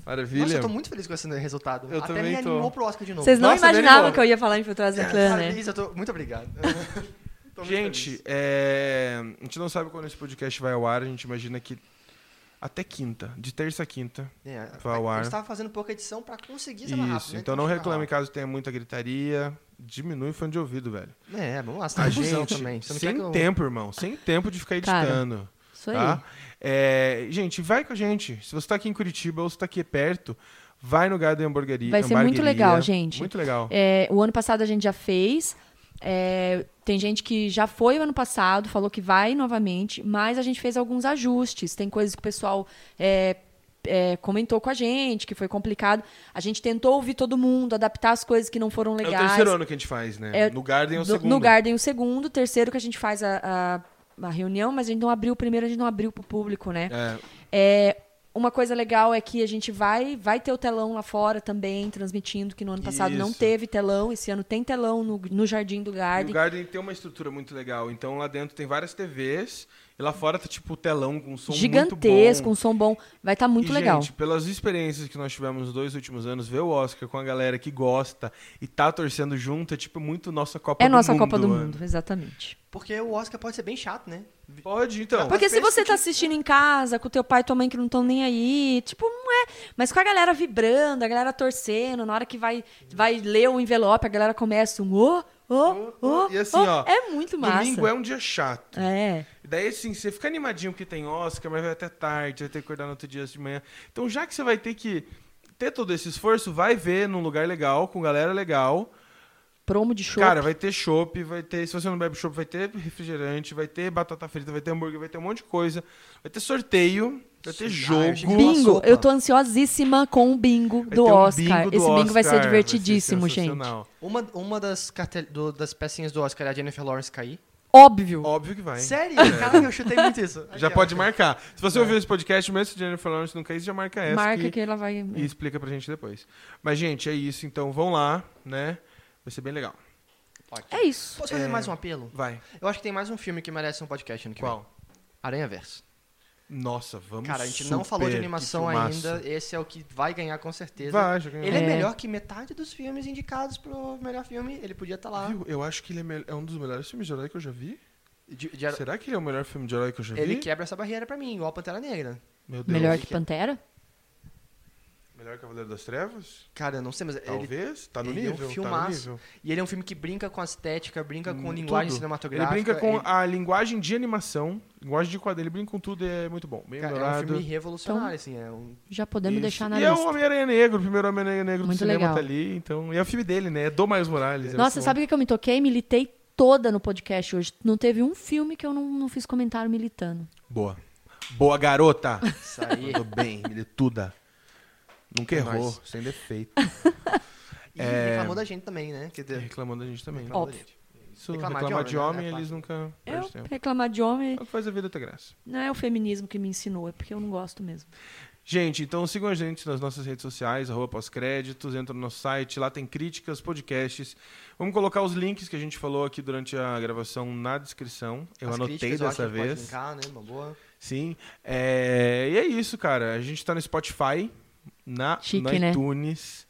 [SPEAKER 1] Maravilha.
[SPEAKER 2] Nossa, eu tô muito feliz com esse resultado.
[SPEAKER 1] Eu
[SPEAKER 2] Até
[SPEAKER 1] também
[SPEAKER 2] me
[SPEAKER 1] tô.
[SPEAKER 2] animou pro Oscar de novo.
[SPEAKER 3] Vocês não
[SPEAKER 1] Nossa,
[SPEAKER 3] imaginavam
[SPEAKER 1] Daniel. Tá
[SPEAKER 3] que eu ia falar Infiltrados na Clã, né?
[SPEAKER 2] Parabéns, eu tô- Muito obrigado. Tô muito
[SPEAKER 1] Gente,
[SPEAKER 2] feliz.
[SPEAKER 1] é, a gente não sabe quando esse podcast vai ao ar, a gente imagina que até quinta, de terça a quinta.
[SPEAKER 2] É,
[SPEAKER 1] vai ao
[SPEAKER 2] a
[SPEAKER 1] ar. é né?
[SPEAKER 2] gente tava fazendo pouca edição pra conseguir essa né?
[SPEAKER 1] então Isso, então não reclame caso tenha muita gritaria, diminui o fone de ouvido, velho.
[SPEAKER 2] É, vamos lá, você tá
[SPEAKER 1] A
[SPEAKER 2] na fusão
[SPEAKER 1] gente,
[SPEAKER 2] também. Você não
[SPEAKER 1] sem
[SPEAKER 2] quer que eu-
[SPEAKER 1] tempo, irmão. Sem tempo de ficar
[SPEAKER 3] Cara,
[SPEAKER 1] editando.
[SPEAKER 3] Isso aí.
[SPEAKER 1] Tá? É, gente, vai com a gente. Se você tá aqui em Curitiba ou se tá aqui perto, vai no Garden Hamburgueria.
[SPEAKER 3] Vai ser muito
[SPEAKER 1] Hamburgueria.
[SPEAKER 3] legal, gente.
[SPEAKER 1] Muito legal.
[SPEAKER 3] É, o ano passado a gente já fez. É, tem gente que já foi o ano passado, falou que vai novamente, mas a gente fez alguns ajustes. Tem coisas que o pessoal é, é, comentou com a gente, que foi complicado. A gente tentou ouvir todo mundo, adaptar as coisas que não foram
[SPEAKER 1] É
[SPEAKER 3] legais.
[SPEAKER 1] o terceiro ano que a gente faz, né?
[SPEAKER 3] É,
[SPEAKER 1] no Garden é o
[SPEAKER 3] Do-
[SPEAKER 1] segundo.
[SPEAKER 3] No Garden, o segundo. Terceiro que a gente faz a, a, a reunião, mas a gente não abriu. O primeiro a gente não abriu pro público, né?
[SPEAKER 1] É,
[SPEAKER 3] É, uma coisa legal é que a gente vai vai ter o telão lá fora também, transmitindo, que no ano passado não
[SPEAKER 1] Isso.
[SPEAKER 3] teve telão. Esse ano tem telão no, no Jardim
[SPEAKER 1] E
[SPEAKER 3] do
[SPEAKER 1] o
[SPEAKER 3] Garden.
[SPEAKER 1] Garden tem uma estrutura muito legal. Então lá dentro tem várias TVs e lá fora tá tipo telão com som
[SPEAKER 3] Gigantesco,
[SPEAKER 1] muito
[SPEAKER 3] um
[SPEAKER 1] bom.
[SPEAKER 3] som bom. Vai estar muito
[SPEAKER 1] e,
[SPEAKER 3] legal.
[SPEAKER 1] Gente, pelas experiências que nós tivemos nos dois últimos anos, ver o Oscar com a galera que gosta e tá torcendo junto é tipo muito nossa Copa
[SPEAKER 3] é
[SPEAKER 1] do
[SPEAKER 3] nossa
[SPEAKER 1] Mundo.
[SPEAKER 3] Copa do
[SPEAKER 1] né?
[SPEAKER 3] Mundo, exatamente.
[SPEAKER 2] Porque o Oscar pode ser bem chato, né?
[SPEAKER 1] Pode, então.
[SPEAKER 3] Porque se
[SPEAKER 2] festa
[SPEAKER 3] você tá assistindo em casa, com teu pai e tua mãe que não estão nem aí, tipo, não é. Mas com a galera vibrando, a galera torcendo, na hora que vai, vai ler o envelope, a galera começa um ô, ô, ô.
[SPEAKER 1] E assim,
[SPEAKER 3] ô.
[SPEAKER 1] ó,
[SPEAKER 3] É muito massa.
[SPEAKER 1] Domingo é um dia chato.
[SPEAKER 3] É.
[SPEAKER 1] Daí, assim, você fica animadinho porque tem Oscar, mas vai até tarde, vai ter que acordar no outro dia de manhã. Então, já que você vai ter que ter todo esse esforço, vai ver num lugar legal, com galera legal.
[SPEAKER 3] Promo de show.
[SPEAKER 1] Cara, vai ter chopp, vai ter. Se você não bebe chopp, vai ter refrigerante, vai ter batata frita, vai ter hambúrguer, vai ter um monte de coisa. Vai ter sorteio, vai ter
[SPEAKER 2] Ah, eu achei
[SPEAKER 1] jogo.
[SPEAKER 2] que- uma
[SPEAKER 3] Bingo,
[SPEAKER 2] sopa.
[SPEAKER 3] eu tô ansiosíssima com o bingo
[SPEAKER 1] vai
[SPEAKER 3] do
[SPEAKER 1] ter um
[SPEAKER 3] Oscar.
[SPEAKER 1] bingo do
[SPEAKER 3] Esse bingo vai
[SPEAKER 1] Oscar,
[SPEAKER 3] ser divertidíssimo, gente.
[SPEAKER 1] sensacional.
[SPEAKER 2] Uma, uma das, cartel- do- das pecinhas do Oscar é a Jennifer Lawrence cair.
[SPEAKER 3] Óbvio.
[SPEAKER 1] Óbvio que vai.
[SPEAKER 2] Sério? Cara, eu chutei muito isso.
[SPEAKER 1] Já
[SPEAKER 2] Aqui, ó.
[SPEAKER 1] pode marcar. Se você ouviu esse podcast, mesmo se Jennifer Lawrence não cair, já marca essa.
[SPEAKER 3] Marca
[SPEAKER 1] que-
[SPEAKER 3] que... ela vai.
[SPEAKER 1] E explica pra gente depois. Mas, gente, é isso. Então vão lá, né? Vai ser bem legal.
[SPEAKER 2] Ótimo.
[SPEAKER 3] É isso.
[SPEAKER 2] Posso fazer mais um apelo?
[SPEAKER 1] Vai.
[SPEAKER 2] Eu acho que tem mais um filme que merece um podcast ano que vem.
[SPEAKER 1] Qual?
[SPEAKER 2] Aranha Verso.
[SPEAKER 1] Nossa, vamos
[SPEAKER 2] Cara, a gente não falou de
[SPEAKER 1] super,
[SPEAKER 2] animação
[SPEAKER 1] que filmaço.
[SPEAKER 2] ainda. Esse é o que vai ganhar com certeza.
[SPEAKER 1] Vai, já ganhou.
[SPEAKER 2] Ele é.
[SPEAKER 3] É.
[SPEAKER 2] melhor que metade dos filmes indicados pro melhor filme. Ele podia estar tá lá.
[SPEAKER 1] Viu? Eu acho que ele é, me- é um dos melhores filmes de herói que eu já vi.
[SPEAKER 2] De- de-
[SPEAKER 1] Será que ele é o melhor filme de herói que eu já
[SPEAKER 2] ele é
[SPEAKER 1] vi?
[SPEAKER 2] quebra essa barreira pra mim, igual a Pantera Negra.
[SPEAKER 1] Meu Deus. é?
[SPEAKER 3] Melhor que Pantera?
[SPEAKER 1] Melhor Cavaleiro das Trevas?
[SPEAKER 2] Cara, eu não sei, mas ele.
[SPEAKER 1] Talvez. tá no
[SPEAKER 2] ele é um
[SPEAKER 1] nível. tá no
[SPEAKER 2] filmaço.
[SPEAKER 1] nível.
[SPEAKER 2] E ele é um filme que brinca com a estética, brinca com
[SPEAKER 1] Hum,
[SPEAKER 2] linguagem
[SPEAKER 1] tudo. Ele
[SPEAKER 2] cinematográfica.
[SPEAKER 1] brinca com
[SPEAKER 2] ele-
[SPEAKER 1] a linguagem de animação, linguagem de quadrinho. Ele brinca com tudo e é muito bom. Bem
[SPEAKER 2] Cara, é um
[SPEAKER 1] melhorado.
[SPEAKER 2] filme
[SPEAKER 3] Então?
[SPEAKER 2] revolucionário, assim. É um...
[SPEAKER 3] Já podemos
[SPEAKER 1] Isso.
[SPEAKER 3] deixar na
[SPEAKER 1] E
[SPEAKER 3] lista.
[SPEAKER 1] é o Homem-Aranha Negro, o primeiro Homem-Aranha Negro do
[SPEAKER 3] Muito
[SPEAKER 1] cinema
[SPEAKER 3] legal.
[SPEAKER 1] tá ali. Então, e é o filme dele, né? É do Miles Morales. é
[SPEAKER 3] Nossa,
[SPEAKER 1] muito
[SPEAKER 3] sabe o que que eu me toquei? Militei toda no podcast hoje. Não teve um filme que eu não, não fiz comentário militando.
[SPEAKER 1] bom. Boa. Boa, garota.
[SPEAKER 2] Isso aí.
[SPEAKER 1] Mandou bem, milituda. Nunca
[SPEAKER 2] É
[SPEAKER 1] errou,
[SPEAKER 2] nóis.
[SPEAKER 1] sem defeito.
[SPEAKER 2] E
[SPEAKER 1] É.
[SPEAKER 2] reclamou da gente também, né? Quer
[SPEAKER 1] E
[SPEAKER 2] dizer,
[SPEAKER 1] reclamando da gente também. né?
[SPEAKER 2] reclamou da
[SPEAKER 3] Óbvio.
[SPEAKER 2] gente.
[SPEAKER 1] Isso,
[SPEAKER 2] Reclamar
[SPEAKER 1] reclamar,
[SPEAKER 2] de
[SPEAKER 1] de
[SPEAKER 2] homem, né?
[SPEAKER 1] homem, eles nunca
[SPEAKER 3] Eu
[SPEAKER 1] perdem tempo.
[SPEAKER 3] reclamar de homem
[SPEAKER 1] É o que faz a vida ter graça.
[SPEAKER 3] não é o feminismo que me ensinou, é porque eu não gosto mesmo.
[SPEAKER 1] Gente, então sigam a gente nas nossas redes sociais, arroba pós-créditos, entra no nosso site, lá tem críticas, podcasts. Vamos colocar os links que a gente falou aqui durante a gravação na descrição. Eu
[SPEAKER 2] as
[SPEAKER 1] anotei
[SPEAKER 2] críticas, eu acho
[SPEAKER 1] dessa
[SPEAKER 2] que a gente
[SPEAKER 1] vez.
[SPEAKER 2] Pode brincar, né? Uma boa.
[SPEAKER 1] Sim. É, E é isso, cara. A gente tá no Spotify, na,
[SPEAKER 3] Chique,
[SPEAKER 1] na
[SPEAKER 3] né?
[SPEAKER 1] iTunes.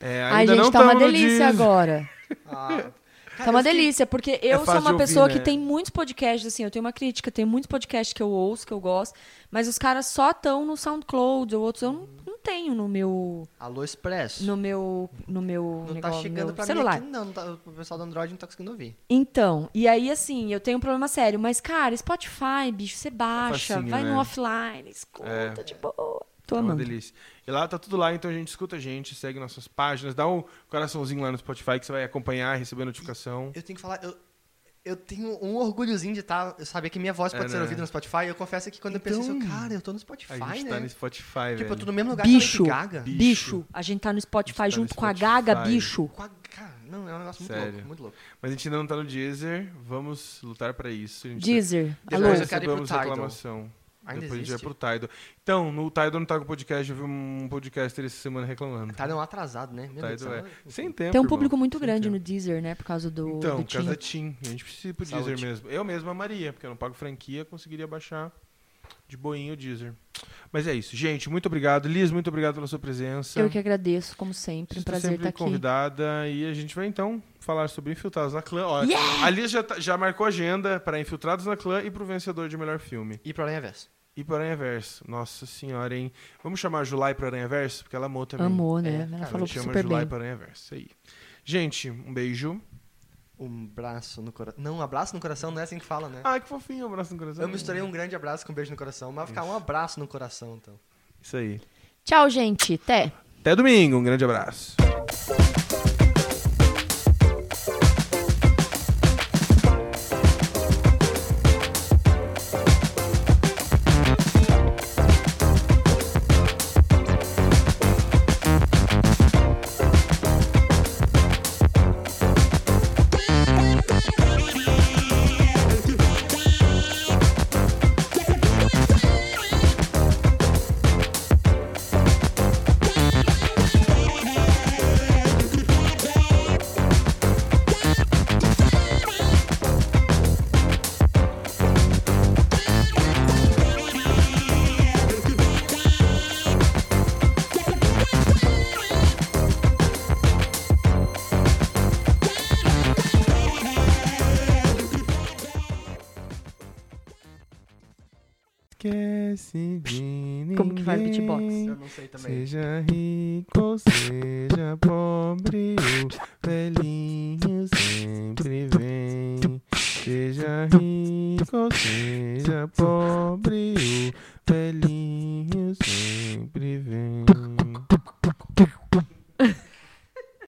[SPEAKER 1] É,
[SPEAKER 3] Ai,
[SPEAKER 1] ainda
[SPEAKER 3] gente,
[SPEAKER 1] não
[SPEAKER 3] tá uma
[SPEAKER 1] tamo no
[SPEAKER 3] delícia
[SPEAKER 1] Deezer.
[SPEAKER 3] agora.
[SPEAKER 2] Ah,
[SPEAKER 3] tá uma delícia, porque eu sou
[SPEAKER 1] fácil de
[SPEAKER 3] uma
[SPEAKER 1] ouvir,
[SPEAKER 3] pessoa
[SPEAKER 1] né?
[SPEAKER 3] que tem muitos podcasts, assim, eu tenho uma crítica, tem muitos podcasts que eu ouço, que eu gosto, mas os caras só estão no SoundCloud, ou outros eu não, não tenho no meu.
[SPEAKER 2] Alô Expresso.
[SPEAKER 3] No meu. No meu
[SPEAKER 2] Não tá
[SPEAKER 3] negócio,
[SPEAKER 2] chegando
[SPEAKER 3] meu
[SPEAKER 2] pra
[SPEAKER 3] celular.
[SPEAKER 2] mim aqui, não. não tá- o pessoal do Android não tá conseguindo ouvir.
[SPEAKER 3] Então, e aí, assim, eu tenho um problema sério, mas, cara, Spotify, bicho, você baixa,
[SPEAKER 1] facinho,
[SPEAKER 3] vai
[SPEAKER 1] né?
[SPEAKER 3] no offline, escuta
[SPEAKER 1] É.
[SPEAKER 3] de boa. Tô
[SPEAKER 1] É uma
[SPEAKER 3] amando.
[SPEAKER 1] delícia. E lá tá tudo lá, então a gente escuta a gente, segue nossas páginas, dá um coraçãozinho lá no Spotify que você vai acompanhar, receber notificação.
[SPEAKER 2] Eu tenho que falar, eu, eu tenho um orgulhozinho de tá, eu saber que minha voz pode
[SPEAKER 1] É,
[SPEAKER 2] ser
[SPEAKER 1] né?
[SPEAKER 2] ouvida no Spotify. Eu confesso que quando eu pensei, assim,
[SPEAKER 1] Então,
[SPEAKER 2] cara, eu tô no
[SPEAKER 1] A
[SPEAKER 2] Spotify,
[SPEAKER 1] gente
[SPEAKER 2] né?
[SPEAKER 1] tá no Spotify,
[SPEAKER 2] tipo,
[SPEAKER 1] velho.
[SPEAKER 2] eu tô no mesmo lugar
[SPEAKER 3] Bicho.
[SPEAKER 2] que a Lady Gaga.
[SPEAKER 1] Bicho.
[SPEAKER 3] Bicho, a gente tá no Spotify
[SPEAKER 1] A gente tá
[SPEAKER 3] junto
[SPEAKER 1] no
[SPEAKER 3] com a
[SPEAKER 1] Spotify.
[SPEAKER 3] Gaga, bicho.
[SPEAKER 2] Com a- Cara, não, é um negócio muito
[SPEAKER 1] Sério.
[SPEAKER 2] louco, muito louco.
[SPEAKER 1] Mas a gente ainda não tá no Deezer, vamos lutar pra isso. A gente
[SPEAKER 3] Deezer,
[SPEAKER 1] Depois
[SPEAKER 3] alô.
[SPEAKER 2] Depois eu quero ir pro
[SPEAKER 1] recebemos
[SPEAKER 2] Tidal.
[SPEAKER 1] reclamação.
[SPEAKER 2] Ainda
[SPEAKER 1] Depois a gente
[SPEAKER 2] existe?
[SPEAKER 1] vai pro Tidal. Então, no Tidal não tá com podcast, eu vi um podcaster essa semana reclamando.
[SPEAKER 2] Tá não atrasado, né? Meu Deus do
[SPEAKER 1] Tidal
[SPEAKER 2] céu.
[SPEAKER 1] é. Sem tempo,
[SPEAKER 3] Tem um
[SPEAKER 1] irmão,
[SPEAKER 3] público muito
[SPEAKER 1] sem
[SPEAKER 3] grande
[SPEAKER 1] tempo.
[SPEAKER 3] no Deezer, né, por causa do,
[SPEAKER 1] Então,
[SPEAKER 3] do
[SPEAKER 1] por causa
[SPEAKER 3] Tim.
[SPEAKER 1] da Tim. A gente precisa ir pro
[SPEAKER 2] Saúde.
[SPEAKER 1] Deezer mesmo. Eu mesmo amaria, porque eu não pago franquia, conseguiria baixar de boinho o Deezer. Mas é isso. Gente, muito obrigado. Liz, muito obrigado pela sua presença.
[SPEAKER 3] Eu que agradeço, como sempre.
[SPEAKER 1] Você
[SPEAKER 3] Um
[SPEAKER 1] está
[SPEAKER 3] prazer
[SPEAKER 1] sempre
[SPEAKER 3] estar aqui.
[SPEAKER 1] convidada e a gente vai então falar sobre Infiltrados na Clã. Ó, A Liz já, tá- já marcou agenda para Infiltrados na Clã e pro vencedor de melhor filme.
[SPEAKER 2] E é pro Aranha Verso.
[SPEAKER 1] E pro Aranha Verso. Nossa senhora, hein? Vamos chamar a Julai pro Aranha Verso? Porque ela amou também.
[SPEAKER 3] Amou,
[SPEAKER 2] É,
[SPEAKER 3] né?
[SPEAKER 2] cara,
[SPEAKER 3] Ela
[SPEAKER 1] Ela
[SPEAKER 3] falou
[SPEAKER 1] chama
[SPEAKER 3] super
[SPEAKER 1] Julai
[SPEAKER 3] bem.
[SPEAKER 1] para Aranha Verso. Aí. Gente, um beijo.
[SPEAKER 2] Um abraço no coração. Não, um abraço no coração não é assim que fala, né?
[SPEAKER 1] Ai, que fofinho, um abraço no coração.
[SPEAKER 2] Eu misturei um grande abraço com um beijo no coração, mas vai ficar um abraço no coração, então.
[SPEAKER 1] Isso aí.
[SPEAKER 3] Tchau, gente. Até.
[SPEAKER 1] Até domingo, um grande abraço. Esquece de
[SPEAKER 3] Como que faz beatbox?
[SPEAKER 1] ninguém.
[SPEAKER 2] Eu não sei também.
[SPEAKER 1] Seja rico ou seja pobre, o velhinho sempre vem. Seja rico ou seja pobre, o velhinho sempre vem.